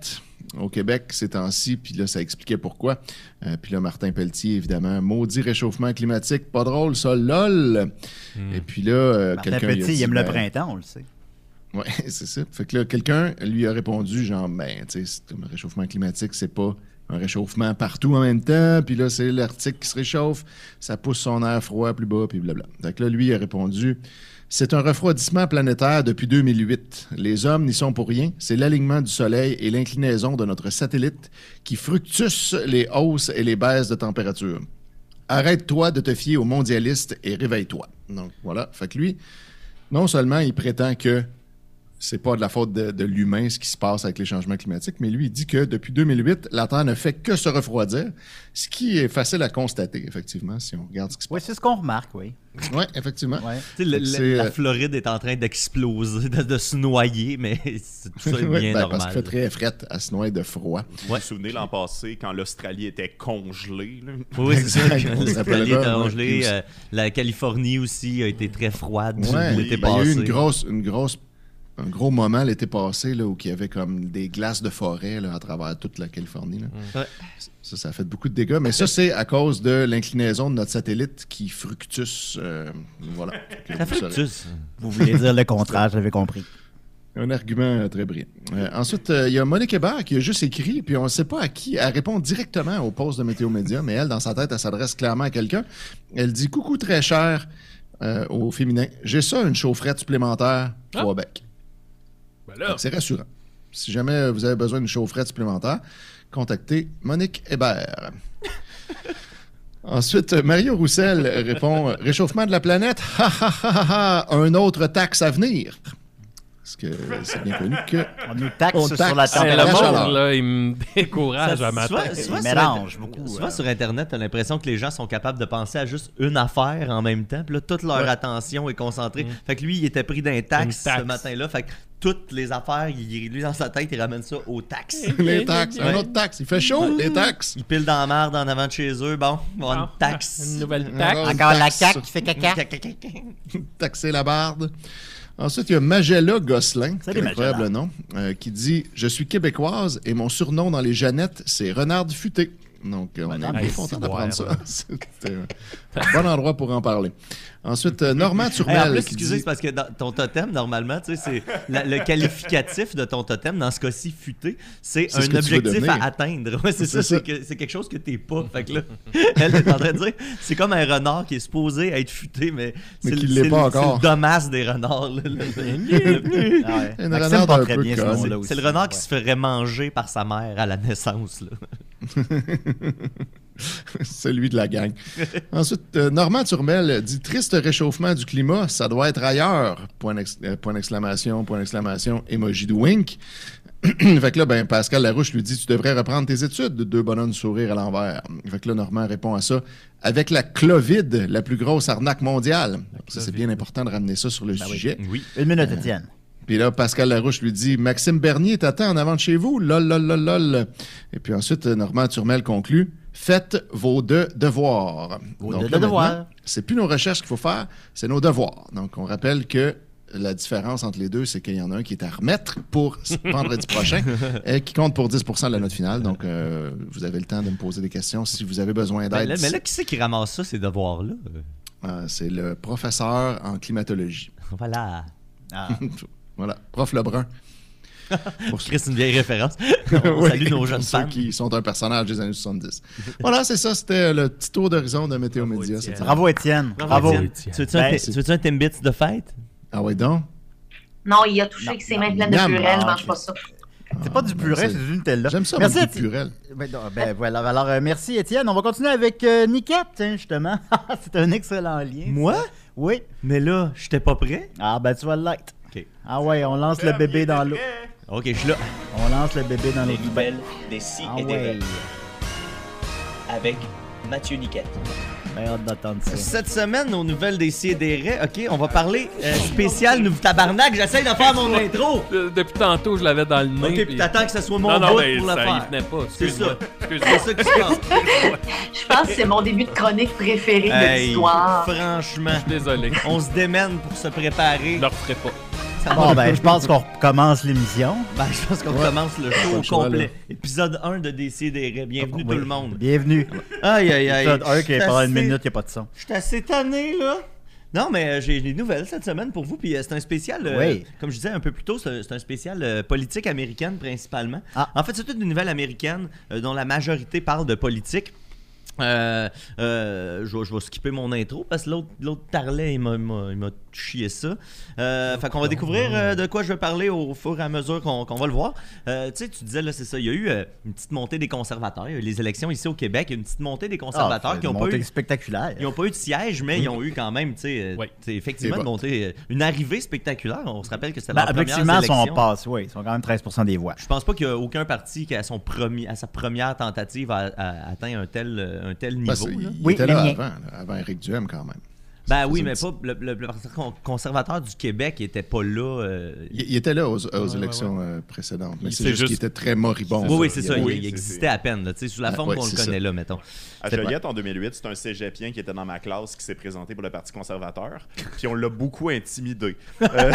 [SPEAKER 5] au Québec ces temps-ci, puis là, ça expliquait pourquoi. Euh, puis là, Martin Pelletier, évidemment, maudit réchauffement climatique, pas drôle, ça, lol. Et puis là, euh,
[SPEAKER 3] Martin
[SPEAKER 5] quelqu'un. lui a
[SPEAKER 3] Petit,
[SPEAKER 5] dit,
[SPEAKER 3] il aime le
[SPEAKER 5] ben,
[SPEAKER 3] printemps, on le sait.
[SPEAKER 5] Ouais, [laughs] c'est ça. Fait que là, quelqu'un lui a répondu, genre, ben, tu sais, c'est comme le réchauffement climatique, c'est pas un réchauffement partout en même temps, puis là, c'est l'Arctique qui se réchauffe, ça pousse son air froid plus bas, puis blabla. Fait que là, lui a répondu, c'est un refroidissement planétaire depuis 2008. Les hommes n'y sont pour rien, c'est l'alignement du Soleil et l'inclinaison de notre satellite qui fructuent les hausses et les baisses de température. Arrête-toi de te fier aux mondialistes et réveille-toi. Donc, voilà. Fait que lui, non seulement il prétend que c'est pas de la faute de, de l'humain ce qui se passe avec les changements climatiques, mais lui, il dit que depuis 2008, la Terre ne fait que se refroidir, ce qui est facile à constater, effectivement, si on regarde ce qui se
[SPEAKER 3] Oui,
[SPEAKER 5] passe.
[SPEAKER 3] c'est ce qu'on remarque, oui.
[SPEAKER 5] Oui, effectivement.
[SPEAKER 3] Ouais.
[SPEAKER 4] Tu sais, le- le-
[SPEAKER 5] C'est,
[SPEAKER 4] la
[SPEAKER 5] euh,
[SPEAKER 4] Floride est en train d'exploser, de, de se noyer, mais [laughs] c'est- tout ça est
[SPEAKER 5] [laughs] Ouais,
[SPEAKER 4] bien
[SPEAKER 5] ben,
[SPEAKER 4] normal.
[SPEAKER 5] Parce qu'il fait très frette à se noyer de froid.
[SPEAKER 8] Vous vous souvenez l'an passé quand l'Australie était congelée? là?
[SPEAKER 4] Oui, c'est ça.
[SPEAKER 5] Exact, on se
[SPEAKER 4] L'Australie
[SPEAKER 5] rappellera,
[SPEAKER 4] est
[SPEAKER 5] ouais.
[SPEAKER 4] congelée, euh, la Californie aussi a été très froide
[SPEAKER 5] Ouais,
[SPEAKER 4] l'été
[SPEAKER 5] ben, il y a eu
[SPEAKER 4] passé.
[SPEAKER 5] une grosse, une grosse un gros moment l'été passé là, où il y avait comme des glaces de forêt là, à travers toute la Californie. là.
[SPEAKER 4] Ouais.
[SPEAKER 5] Ça, ça a fait beaucoup de dégâts, mais ça, c'est à cause de l'inclinaison de notre satellite qui fructus. euh, voilà. Fait que vous
[SPEAKER 4] Ça
[SPEAKER 5] saurez.
[SPEAKER 4] fructus.
[SPEAKER 3] Vous voulez dire le contraire, j'avais compris.
[SPEAKER 5] Un argument euh, très brillant. Euh, ensuite, euh, il y a Monique Hébert qui a juste écrit, puis on ne sait pas à qui. Elle répond directement au poste de Météo Média, mais elle, dans sa tête, elle s'adresse clairement à quelqu'un. Elle dit Coucou très cher euh, au féminin. J'ai ça, une chaufferette supplémentaire, trois becs.
[SPEAKER 2] Ah. Ben là,
[SPEAKER 5] Donc, C'est rassurant. Si jamais vous avez besoin d'une chaufferette supplémentaire, contactez Monique
[SPEAKER 2] [laughs]
[SPEAKER 5] Hébert. Ensuite, Mario Roussel répond Réchauffement de la planète, ha ha ha ha, ha, un autre taxe à venir. Parce que c'est bien connu
[SPEAKER 3] [laughs]
[SPEAKER 5] que
[SPEAKER 3] On nous taxe,
[SPEAKER 5] On
[SPEAKER 3] sur la
[SPEAKER 5] taxe.
[SPEAKER 2] c'est
[SPEAKER 5] Ah,
[SPEAKER 2] le
[SPEAKER 5] la
[SPEAKER 3] température.
[SPEAKER 5] chaleur.
[SPEAKER 2] monde, là, il me [laughs] décourage
[SPEAKER 4] Ça-
[SPEAKER 2] à matin.
[SPEAKER 4] souvent- souvent
[SPEAKER 3] Il
[SPEAKER 4] sur
[SPEAKER 3] mélange
[SPEAKER 4] Inter-
[SPEAKER 3] beaucoup,
[SPEAKER 4] Souvent
[SPEAKER 3] hein.
[SPEAKER 4] sur Internet, t'as l'impression que les gens sont capables de penser à juste une affaire en même temps. Puis là, toute leur attention est concentrée.
[SPEAKER 3] Mm.
[SPEAKER 4] Fait que lui, il était pris d'un taxe,
[SPEAKER 2] Une taxe.
[SPEAKER 4] ce matin-là. Fait que toutes les affaires, il, lui, dans sa tête, il ramène ça aux taxes.
[SPEAKER 5] les taxes, un
[SPEAKER 4] Ouais.
[SPEAKER 5] autre taxe. Il fait chaud, les taxes.
[SPEAKER 4] il pile dans la marde en avant de chez eux. Bon, on va
[SPEAKER 2] Ah,
[SPEAKER 4] une taxe.
[SPEAKER 2] Une nouvelle taxe.
[SPEAKER 5] Une
[SPEAKER 3] Encore la
[SPEAKER 5] taxe.
[SPEAKER 3] cac qui fait caca.
[SPEAKER 5] Taxer la barde. Ensuite, il y a Magella Gosselin,
[SPEAKER 3] Salut,
[SPEAKER 5] quel incroyable
[SPEAKER 3] Magella.
[SPEAKER 5] nom, euh, qui dit Je suis québécoise et mon surnom dans les Jeannettes, c'est Renard du Futé. Donc, euh, on est
[SPEAKER 2] Madame
[SPEAKER 5] bien content d'apprendre ça. [laughs]
[SPEAKER 2] Estiboire.
[SPEAKER 5] C'était un bon endroit pour en parler. Ensuite, euh,
[SPEAKER 4] [laughs]
[SPEAKER 5] Normand
[SPEAKER 4] Hey,
[SPEAKER 5] Turmel.
[SPEAKER 4] en plus,
[SPEAKER 5] qui
[SPEAKER 4] excusez,
[SPEAKER 5] dit-
[SPEAKER 4] c'est parce que dans ton totem, normalement, tu sais, c'est la- le qualificatif de ton totem, dans ce cas-ci futé, c'est
[SPEAKER 5] C'est ce que
[SPEAKER 4] un
[SPEAKER 5] tu veux
[SPEAKER 4] objectif
[SPEAKER 5] devenir.
[SPEAKER 4] à atteindre. Ouais, c'est
[SPEAKER 5] C'est
[SPEAKER 4] ça,
[SPEAKER 5] ça.
[SPEAKER 4] c'est que- c'est quelque chose que t'es pas. Fait que là, [laughs] elle est en train de dire, c'est comme un renard qui est supposé être futé, mais,
[SPEAKER 5] Mais
[SPEAKER 4] c'est
[SPEAKER 5] qui
[SPEAKER 4] le-
[SPEAKER 5] l'est
[SPEAKER 4] c'est
[SPEAKER 5] pas
[SPEAKER 4] le-
[SPEAKER 5] encore.
[SPEAKER 4] C'est le domasse des renards. là, le- le- le-
[SPEAKER 3] Ah ouais.
[SPEAKER 5] Une
[SPEAKER 3] Maxime
[SPEAKER 5] renarde
[SPEAKER 3] porte
[SPEAKER 5] un
[SPEAKER 3] très
[SPEAKER 5] peu
[SPEAKER 3] bien ce
[SPEAKER 5] conne.
[SPEAKER 3] nom-là aussi.
[SPEAKER 4] c'est le renard qui
[SPEAKER 3] Ouais.
[SPEAKER 4] se ferait manger par sa mère à la naissance. là.
[SPEAKER 5] [laughs] Celui de la gang. Ensuite, euh, Normand Turmel dit Triste réchauffement du climat, ça doit être ailleurs. Point d'ex- euh, point d'exclamation, point d'exclamation, emoji de wink. [clears throat] fait que là, ben, Pascal Larouche lui dit Tu devrais reprendre tes études, deux bonhommes sourire à l'envers. Fait que là, Normand répond à ça avec la Clovid, la plus grosse arnaque mondiale. Ça, c'est bien important de ramener ça sur le sujet.
[SPEAKER 3] Une minute, Étienne.
[SPEAKER 5] Puis là, Pascal Larouche lui dit Maxime Bernier t'attend en avant de chez vous. Lol, lol, lol, lol. Et puis ensuite, Normand Turmel conclut Faites vos deux devoirs.
[SPEAKER 3] Vos
[SPEAKER 5] Donc
[SPEAKER 3] deux
[SPEAKER 5] là,
[SPEAKER 3] devoirs.
[SPEAKER 5] maintenant, C'est plus nos recherches qu'il faut faire, c'est nos devoirs. Donc, on rappelle que la différence entre les deux, c'est qu'il y en a un qui est à remettre pour [laughs] s- vendredi prochain
[SPEAKER 4] [laughs]
[SPEAKER 5] et qui compte pour 10 de la note finale. Donc, euh, vous avez le temps de me poser des questions si vous avez besoin
[SPEAKER 4] Mais
[SPEAKER 5] d'aide.
[SPEAKER 4] Ben, là, mais là, qui c'est qui ramasse ça, ces devoirs-là?
[SPEAKER 5] Euh, c'est le professeur en
[SPEAKER 4] [laughs]
[SPEAKER 5] climatologie.
[SPEAKER 4] Voilà.
[SPEAKER 3] Ah.
[SPEAKER 5] voilà,
[SPEAKER 4] [laughs]
[SPEAKER 5] prof Lebrun. Pour
[SPEAKER 4] Chris, une vieille
[SPEAKER 5] [laughs]
[SPEAKER 4] référence. On
[SPEAKER 5] Oui,
[SPEAKER 4] salue nos
[SPEAKER 5] pour
[SPEAKER 4] jeunes
[SPEAKER 5] ceux
[SPEAKER 4] femmes.
[SPEAKER 5] qui sont un personnage des années 70. voilà, c'est ça, c'était euh, le petit tour d'horizon de Météo
[SPEAKER 2] Bravo,
[SPEAKER 5] Média.
[SPEAKER 2] Étienne.
[SPEAKER 5] cette semaine.
[SPEAKER 3] Bravo, Étienne. Ah, Bravo.
[SPEAKER 4] Étienne.
[SPEAKER 2] Étienne.
[SPEAKER 4] Tu veux-tu un,
[SPEAKER 3] Ben,
[SPEAKER 4] tu veux-tu un Timbits de fête?
[SPEAKER 5] Ah ouais donc?
[SPEAKER 6] Non, il a touché
[SPEAKER 3] Non,
[SPEAKER 6] avec ses
[SPEAKER 3] non,
[SPEAKER 6] mains pleines de
[SPEAKER 5] miam,
[SPEAKER 6] purée,
[SPEAKER 3] ah,
[SPEAKER 6] mange
[SPEAKER 3] ok.
[SPEAKER 6] pas ça.
[SPEAKER 3] C'est pas du purée,
[SPEAKER 5] ben,
[SPEAKER 3] c'est
[SPEAKER 5] c'est-
[SPEAKER 3] du Nutella.
[SPEAKER 5] J'aime ça,
[SPEAKER 3] merci,
[SPEAKER 5] mon
[SPEAKER 3] Étienne.
[SPEAKER 5] petit purel.
[SPEAKER 3] Ben, non, ben, voilà, alors euh, merci Étienne. On va continuer avec euh, Niquette, tiens, justement. [laughs] c'est un excellent lien.
[SPEAKER 4] Moi?
[SPEAKER 3] Oui.
[SPEAKER 4] Mais là, j'étais pas prêt.
[SPEAKER 3] Ah ben tu vas le light.
[SPEAKER 4] Ok.
[SPEAKER 3] Ah ouais, on lance le bébé dans l'eau.
[SPEAKER 4] Ok, je suis là.
[SPEAKER 3] On lance le bébé dans l'eau.
[SPEAKER 10] Les nouvelles des si
[SPEAKER 3] Ah
[SPEAKER 10] et des
[SPEAKER 3] ouais.
[SPEAKER 4] [laughs]
[SPEAKER 10] raies avec Mathieu Niquette.
[SPEAKER 3] Ben hâte d'entendre ça.
[SPEAKER 4] Cette semaine, aux nouvelles des si et des raies, ok, on va parler euh, spécial nouveau tabarnak. J'essaye de faire mon intro.
[SPEAKER 2] Euh, Depuis tantôt, je l'avais dans le nez.
[SPEAKER 4] Ok, puis
[SPEAKER 2] puis-
[SPEAKER 4] t'attends que ce soit mon
[SPEAKER 2] Non,
[SPEAKER 4] bout
[SPEAKER 2] non, mais
[SPEAKER 4] pour le
[SPEAKER 2] ça y
[SPEAKER 4] faire.
[SPEAKER 2] venait pas.
[SPEAKER 4] C'est ça.
[SPEAKER 2] Excuse-moi.
[SPEAKER 4] C'est ça qui se passe.
[SPEAKER 10] [laughs]
[SPEAKER 6] Je pense que c'est mon début de chronique préféré de
[SPEAKER 4] Hey,
[SPEAKER 6] l'histoire.
[SPEAKER 4] franchement,
[SPEAKER 2] Désolé.
[SPEAKER 4] on se démène pour se préparer.
[SPEAKER 2] Je le referai pas.
[SPEAKER 4] Ça
[SPEAKER 3] Bon
[SPEAKER 4] va-
[SPEAKER 3] ben je pense qu'on recommence l'émission.
[SPEAKER 4] Ben, je pense qu'on
[SPEAKER 5] Ouais.
[SPEAKER 4] commence le show
[SPEAKER 5] Pas
[SPEAKER 4] au
[SPEAKER 5] le choix,
[SPEAKER 4] complet. Épisode 1 de DC des raies. Bienvenue
[SPEAKER 3] Oui.
[SPEAKER 4] tout le monde.
[SPEAKER 3] Bienvenue.
[SPEAKER 4] Aïe, aïe, aïe.
[SPEAKER 3] Épisode 1 qui est pendant une
[SPEAKER 4] Assez-
[SPEAKER 3] minute, il n'y a pas de son.
[SPEAKER 4] Je suis assez tanné, là. Non, mais euh, j'ai des nouvelles cette semaine pour vous. Puis euh, c'est un spécial, euh,
[SPEAKER 3] Oui.
[SPEAKER 4] comme je disais un peu plus tôt, c'est un- c'est un spécial euh, politique américaine principalement.
[SPEAKER 3] Ah.
[SPEAKER 4] En fait, c'est toute une nouvelle américaine euh, dont la majorité parle de politique. Euh, euh, je, vais- je vais skipper mon intro parce que l'autre l'autre tarlet, il m'a- il m'a il m'a chié ça. Euh, fait qu'on va découvrir euh, de quoi je vais parler au fur et à mesure qu'on qu'on va le voir. Euh, tu sais, tu disais, là, c'est ça, il y a eu euh, une petite montée des conservateurs. Il y a eu les élections ici au Québec, il y a eu une petite montée des conservateurs
[SPEAKER 3] Ah,
[SPEAKER 4] qui ont
[SPEAKER 3] une
[SPEAKER 4] pas
[SPEAKER 3] montée
[SPEAKER 4] eu
[SPEAKER 3] spectaculaire.
[SPEAKER 4] ils n'ont pas eu de siège, mais ils ont eu quand même, tu sais, euh,
[SPEAKER 2] Oui.
[SPEAKER 4] tu sais, effectivement,
[SPEAKER 5] Des
[SPEAKER 4] une,
[SPEAKER 5] votes.
[SPEAKER 4] montée, euh, une arrivée spectaculaire. On se rappelle que c'était
[SPEAKER 3] Ben,
[SPEAKER 4] la première
[SPEAKER 3] effectivement, ils sont
[SPEAKER 4] élection.
[SPEAKER 3] en passe, oui. Ils sont quand même 13% des voix.
[SPEAKER 4] Je pense pas qu'il y a aucun parti qui, à, son premier, à sa première tentative, a, a atteint un tel, euh, un tel niveau.
[SPEAKER 5] Parce qu'il
[SPEAKER 4] là.
[SPEAKER 5] il
[SPEAKER 3] Oui,
[SPEAKER 5] était
[SPEAKER 3] le
[SPEAKER 5] là
[SPEAKER 3] mien.
[SPEAKER 5] avant, là, avant Eric Duhem quand même.
[SPEAKER 4] Ben oui, mais pas le, le- le Parti con- conservateur du Québec il était pas là. euh,
[SPEAKER 5] Il, il était là aux, aux
[SPEAKER 2] ouais,
[SPEAKER 5] élections euh, précédentes, mais
[SPEAKER 2] Il-
[SPEAKER 5] c'est
[SPEAKER 2] c'est
[SPEAKER 5] juste, qu'il
[SPEAKER 2] juste-
[SPEAKER 5] était très moribond.
[SPEAKER 4] Oui, oui, c'est ça.
[SPEAKER 5] Il-
[SPEAKER 4] Il,
[SPEAKER 2] oui,
[SPEAKER 4] il
[SPEAKER 2] c'est-
[SPEAKER 4] existait à peine, là, tu sais, sous la
[SPEAKER 5] Ouais,
[SPEAKER 4] forme
[SPEAKER 5] ouais,
[SPEAKER 4] qu'on le
[SPEAKER 5] c'est ça.
[SPEAKER 4] connaît là, mettons.
[SPEAKER 8] À
[SPEAKER 5] C'était
[SPEAKER 8] Joliette, en 2008, c'est un cégepien qui était dans ma classe qui s'est présenté pour le Parti conservateur, puis on l'a beaucoup [laughs] intimidé. Euh,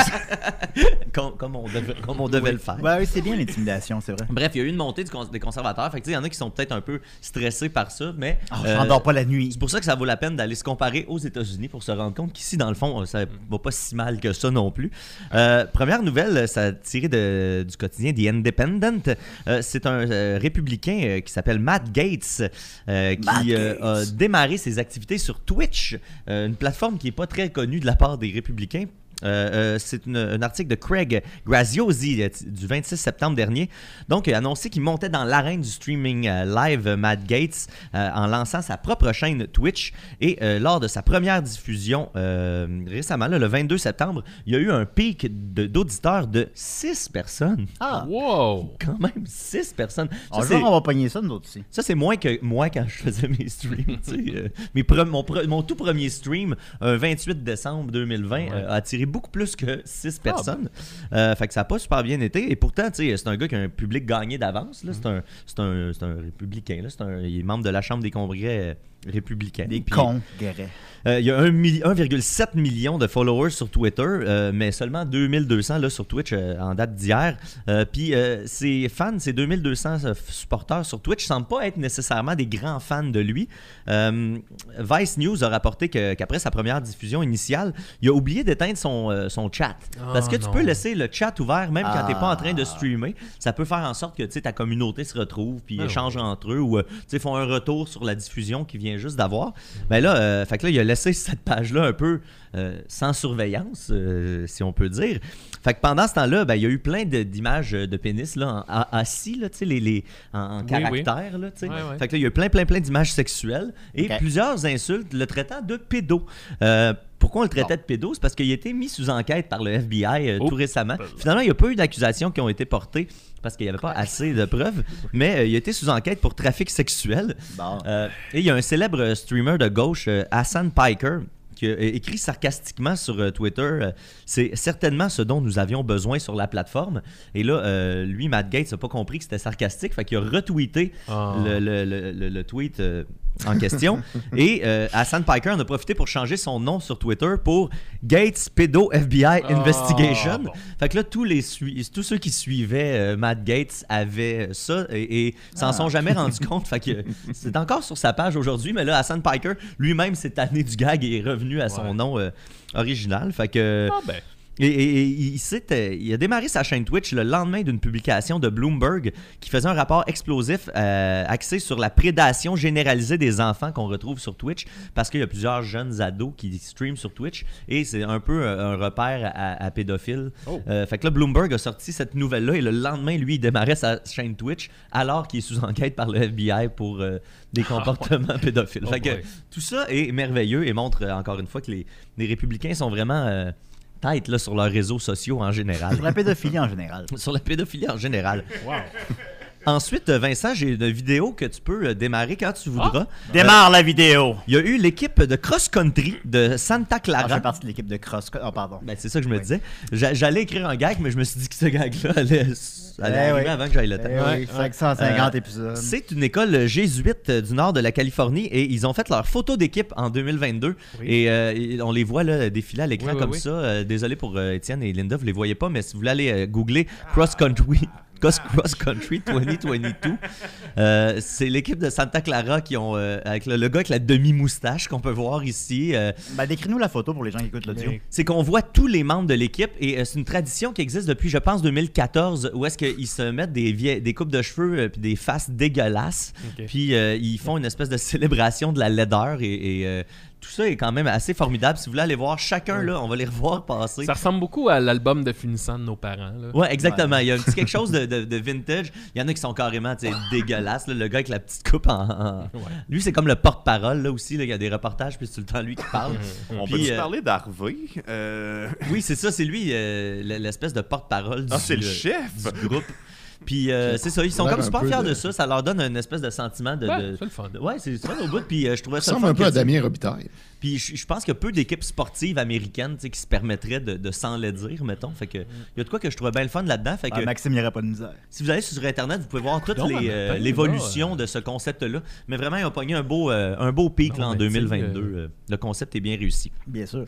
[SPEAKER 4] Comme, comme on devait, comme on devait le faire.
[SPEAKER 3] Ouais, oui, c'est bien l'intimidation, c'est vrai.
[SPEAKER 4] Bref, il y a eu une montée du cons- des conservateurs. Fait que, tu sais, il y en a qui sont peut-être un peu stressés par ça, mais
[SPEAKER 3] Ah, je
[SPEAKER 4] euh,
[SPEAKER 3] m'endors pas la nuit.
[SPEAKER 4] c'est pour ça que ça vaut la peine d'aller se comparer aux États-Unis pour se rendre compte qu'ici, dans le fond, euh, ça va pas si mal que ça non plus. Euh, première nouvelle, euh, ça a tiré de- du quotidien The Independent. Euh, c'est un euh, républicain euh, qui s'appelle Matt Gates qui
[SPEAKER 3] Matt
[SPEAKER 4] euh, a
[SPEAKER 3] Gaetz.
[SPEAKER 4] démarré ses activités sur Twitch, euh, une plateforme qui n'est pas très connue de la part des républicains. Euh, euh, c'est une- un article de Craig Graziosi euh, t- du 26 septembre dernier. Donc, il a annoncé qu'il montait dans l'arène du streaming euh, live euh, Matt Gates en lançant sa propre chaîne Twitch. Et euh, lors de sa première diffusion euh, récemment, là, le 22 septembre, il y a eu un pic de- d'auditeurs de 6 personnes.
[SPEAKER 3] Ah,
[SPEAKER 2] Wow!
[SPEAKER 4] Quand même, 6 personnes. Ça,
[SPEAKER 3] on,
[SPEAKER 4] c'est-
[SPEAKER 3] on va pogner ça, nous autres aussi.
[SPEAKER 4] ça, c'est moins que moi quand je faisais mes streams. tu sais, euh, mes pre- mon, pre- mon tout premier stream, un 28 décembre 2020, euh, a attiré beaucoup plus que
[SPEAKER 3] Ah.
[SPEAKER 4] 6 personnes. Euh, fait que ça n'a pas super bien été. Et pourtant, tu sais, c'est un gars qui a un public gagné d'avance. là. C'est
[SPEAKER 3] Mm-hmm.
[SPEAKER 4] un, c'est un- c'est un républicain. là. C'est un- il est membre de la Chambre des congrès euh, républicains.
[SPEAKER 3] Des
[SPEAKER 4] Puis,
[SPEAKER 3] cons, guérets.
[SPEAKER 4] euh, il y a un mil- 1,7 million de followers sur Twitter, euh, mais seulement 2200 là, sur Twitch euh, en date d'hier. Euh, Puis euh, ses fans, ses 2200 euh, supporters sur Twitch, semblent pas être nécessairement des grands fans de lui. Euh, Vice News a rapporté que- qu'après sa première diffusion initiale, il a oublié d'éteindre son, euh, son chat. Parce que tu
[SPEAKER 2] non.
[SPEAKER 4] peux laisser le chat ouvert même quand tu t'es pas en train de
[SPEAKER 3] Ah.
[SPEAKER 4] streamer. Ça peut faire en sorte que tu sais, ta communauté se retrouve puis
[SPEAKER 2] Ben oui.
[SPEAKER 4] échange entre eux ou euh, tu sais, font un retour sur la diffusion qu'ils viennent juste d'avoir. Mais là, euh, fait que là, il a laissé [laughs] cette page-là un peu euh, sans surveillance, euh, si on peut dire. Fait que pendant ce temps-là, ben, il y a eu plein de- d'images euh, de pénis là, en, en- assis, là, tu sais, les, les- en, en
[SPEAKER 2] Oui,
[SPEAKER 4] caractère. Là, tu sais.
[SPEAKER 2] Ouais, ouais.
[SPEAKER 4] Fait que là, il y a eu plein, plein, plein d'images sexuelles et
[SPEAKER 3] Ok.
[SPEAKER 4] plusieurs insultes le traitant de pédo. Euh, pourquoi on le traitait de pédo? C'est parce qu'il a été mis sous enquête par le FBI euh,
[SPEAKER 2] Oh.
[SPEAKER 4] tout récemment. Finalement, il n'y a pas eu d'accusations qui ont été portées parce qu'il n'y avait pas assez de preuves, mais euh, il a été sous enquête pour trafic sexuel.
[SPEAKER 3] Bon.
[SPEAKER 4] Euh, et il y a un célèbre euh, streamer de gauche, euh, Hassan Piker, qui a é- écrit sarcastiquement sur euh, Twitter euh, C'est certainement ce dont nous avions besoin sur la plateforme. Et là, euh, lui, Matt Gates, n'a pas compris que c'était sarcastique, fait qu'il a retweeté
[SPEAKER 2] Ah.
[SPEAKER 4] le, le- le- le- le tweet euh, en
[SPEAKER 2] [laughs]
[SPEAKER 4] question. et euh, Hassan Piker en a profité pour changer son nom sur Twitter pour Gates Pedo FBI
[SPEAKER 2] Ah,
[SPEAKER 4] Investigation.
[SPEAKER 2] bon.
[SPEAKER 4] Fait que là, tous, les sui- tous ceux qui suivaient euh, Matt Gates avaient ça et, et s'en
[SPEAKER 2] Ah.
[SPEAKER 4] sont jamais
[SPEAKER 2] [laughs]
[SPEAKER 4] rendus compte. Fait que euh, c'est encore sur sa page aujourd'hui, mais là, Hassan Piker lui-même s'est tanné du gag et est revenu à son
[SPEAKER 2] Ouais.
[SPEAKER 4] nom euh, original. Fait que.
[SPEAKER 2] Ah ben,
[SPEAKER 4] Et, et- et il, s'est, euh, il a démarré sa chaîne Twitch le lendemain d'une publication de Bloomberg qui faisait un rapport explosif euh, axé sur la prédation généralisée des enfants qu'on retrouve sur Twitch parce qu'il y a plusieurs jeunes ados qui streament sur Twitch et c'est un peu euh, un repère à, à pédophiles.
[SPEAKER 2] Oh.
[SPEAKER 4] Euh, fait que là, Bloomberg a sorti cette nouvelle-là et le lendemain, lui, il démarrait sa chaîne Twitch alors qu'il est sous enquête par le FBI pour euh, des comportements pédophiles.
[SPEAKER 2] Ah, Oh
[SPEAKER 4] fait que
[SPEAKER 2] boy.
[SPEAKER 4] tout ça est merveilleux et montre euh, encore une fois que les, les républicains sont vraiment... euh, tête là, sur leurs réseaux sociaux en général.
[SPEAKER 3] Sur la pédophilie en général.
[SPEAKER 4] [laughs] sur la pédophilie en général.
[SPEAKER 2] wow.
[SPEAKER 4] [laughs] Ensuite, euh, Vincent, j'ai une vidéo que tu peux euh, démarrer quand tu voudras. Euh,
[SPEAKER 3] Démarre la vidéo!
[SPEAKER 4] Il y a eu l'équipe de cross-country de Santa
[SPEAKER 3] Ah, je
[SPEAKER 4] Clara.
[SPEAKER 3] fais partie de l'équipe de cross. Oh, pardon.
[SPEAKER 4] Ben, c'est ça que je me
[SPEAKER 3] Oui.
[SPEAKER 4] disais. J'a- J'allais écrire un gag, mais je me suis dit que ce gag-là allait, allait
[SPEAKER 3] Eh
[SPEAKER 4] arriver
[SPEAKER 3] oui.
[SPEAKER 4] avant que j'aille le temps.
[SPEAKER 3] Eh oui, 550 épisodes.
[SPEAKER 4] Euh, C'est une école jésuite euh, du nord de la Californie et ils ont fait leur photo d'équipe en 2022 et euh, et on les voit là défiler à l'écran
[SPEAKER 2] Oui, oui,
[SPEAKER 4] comme
[SPEAKER 2] oui.
[SPEAKER 4] ça. Euh, désolé pour euh, Étienne et Linda, vous les voyez pas, mais si vous voulez aller euh, googler
[SPEAKER 2] Ah.
[SPEAKER 4] cross country. [laughs] Cross, Cross Country 2022. Euh, c'est l'équipe de Santa Clara qui ont. euh, avec le, le gars avec la demi-moustache qu'on peut voir ici. euh,
[SPEAKER 3] Ben, décris-nous la photo pour les gens qui écoutent l'audio. Ah,
[SPEAKER 4] c'est qu'on voit tous les membres de l'équipe et euh, c'est une tradition qui existe depuis, je pense, 2014 où est-ce qu'ils se mettent des, vieilles- des coupes de cheveux euh, puis des faces dégueulasses.
[SPEAKER 2] Ok.
[SPEAKER 4] Puis euh, ils font une espèce de [laughs] célébration de la laideur et, et, euh, tout ça est quand même assez formidable. Si vous voulez aller voir chacun, là, on va les revoir passer.
[SPEAKER 2] Ça ressemble beaucoup à l'album de finissant de nos parents. Là.
[SPEAKER 4] Ouais, exactement. Il y a un petit quelque chose de, de- de vintage. Il y en a qui sont carrément tu sais, dégueulasses. là. Le gars avec la petite coupe en. en-
[SPEAKER 2] Ouais.
[SPEAKER 4] Lui, c'est comme le porte-parole là aussi. là. Il y a des reportages, puis c'est tout le temps lui qui parle.
[SPEAKER 2] Mhm.
[SPEAKER 8] on
[SPEAKER 4] Puis,
[SPEAKER 8] peut-tu
[SPEAKER 4] euh,
[SPEAKER 8] parler d'Harvey? Euh,
[SPEAKER 4] Oui, c'est ça, c'est lui, euh, l'espèce de porte-parole du,
[SPEAKER 8] Ah, c'est le
[SPEAKER 4] euh,
[SPEAKER 8] chef!
[SPEAKER 4] du groupe. Puis euh, c'est ça, ils sont
[SPEAKER 5] Ça a
[SPEAKER 4] comme
[SPEAKER 5] l'air un
[SPEAKER 4] super
[SPEAKER 5] peu
[SPEAKER 4] fiers de...
[SPEAKER 5] de
[SPEAKER 4] ça. Ça leur donne une espèce de sentiment de.
[SPEAKER 2] Ouais,
[SPEAKER 4] de-
[SPEAKER 2] c'est le fun.
[SPEAKER 4] de- ouais, c'est du fun au bout. Puis euh, je trouvais ça.
[SPEAKER 5] Ça
[SPEAKER 4] le
[SPEAKER 5] ressemble
[SPEAKER 4] fun
[SPEAKER 5] un peu
[SPEAKER 4] que
[SPEAKER 5] à
[SPEAKER 4] tu-
[SPEAKER 5] Damien Robitaille.
[SPEAKER 4] Puis je, je pense qu'il y a peu d'équipes sportives américaines tu sais, qui se permettraient de, de s'enlaidir, mettons. Fait que il y a de quoi que je trouvais bien le fun là-dedans. Fait que
[SPEAKER 3] Ah, Maxime n'aurait pas de misère.
[SPEAKER 4] si vous allez sur internet, vous pouvez voir toute
[SPEAKER 2] donc,
[SPEAKER 4] les,
[SPEAKER 2] un
[SPEAKER 4] euh,
[SPEAKER 2] matin,
[SPEAKER 4] l'évolution de ce concept-là. Mais vraiment, ils ont pogné un beau, euh, un beau pic
[SPEAKER 2] Non,
[SPEAKER 4] là, en
[SPEAKER 2] mais tu sais,
[SPEAKER 4] 2022. euh, Le concept est bien réussi.
[SPEAKER 3] Bien sûr.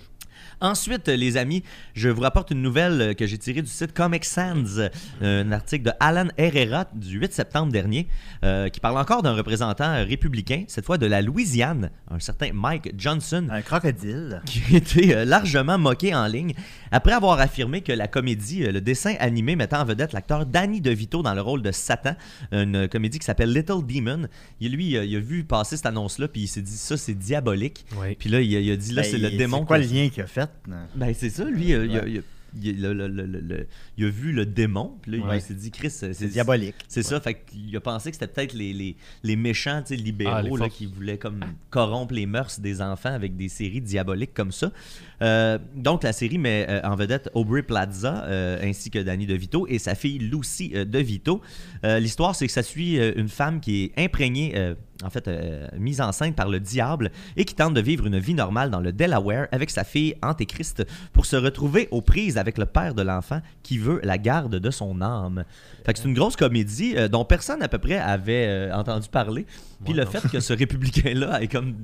[SPEAKER 4] Ensuite, euh, les amis, je vous rapporte une nouvelle euh, que j'ai tirée du site Comic Sans, euh, un article de Alan Herrera du 8 septembre dernier, euh, qui parle encore d'un représentant euh, républicain, cette fois de la Louisiane, un certain Mike Johnson,
[SPEAKER 3] Un crocodile.
[SPEAKER 4] qui a été euh, largement moqué en ligne après avoir affirmé que la comédie, euh, le dessin animé mettant en vedette l'acteur Danny DeVito dans le rôle de Satan, une euh, comédie qui s'appelle Little Demon, il, lui, euh, il a vu passer cette annonce-là, puis il s'est dit ça, c'est diabolique.
[SPEAKER 2] Oui.
[SPEAKER 4] Puis là, il, a- il a dit là, c'est
[SPEAKER 3] Ben,
[SPEAKER 4] le démon.
[SPEAKER 3] C'est quoi
[SPEAKER 4] que-
[SPEAKER 3] le lien qu'il a fait?
[SPEAKER 4] ben, c'est ça, lui, euh, il, a, il a- il a- le- le- le- le- il a vu le démon, puis là,
[SPEAKER 2] Ouais.
[SPEAKER 4] il s'est dit, Chris, euh, c'est
[SPEAKER 3] C'est diabolique.
[SPEAKER 4] C'est ça, fait qu'il a pensé que c'était peut-être les, les, les méchants, tu sais, libéraux,
[SPEAKER 2] Ah, les
[SPEAKER 4] là,
[SPEAKER 2] forces.
[SPEAKER 4] qui voulaient comme corrompre les mœurs des enfants avec des séries diaboliques comme ça. Euh, donc, la série met euh, en vedette Aubrey Plaza, euh, ainsi que Danny DeVito, et sa fille Lucy euh, DeVito. Euh, L'histoire, c'est que ça suit euh, une femme qui est imprégnée, euh, en fait, euh, mise en scène par le diable, et qui tente de vivre une vie normale dans le Delaware avec sa fille Antéchrist pour se retrouver aux prises avec le père de l'enfant qui veut la garde de son âme. Fait que c'est une grosse comédie euh, dont personne à peu près avait euh, entendu parler. Puis
[SPEAKER 2] Moi,
[SPEAKER 4] le
[SPEAKER 2] non.
[SPEAKER 4] fait que [laughs] ce républicain-là ait comme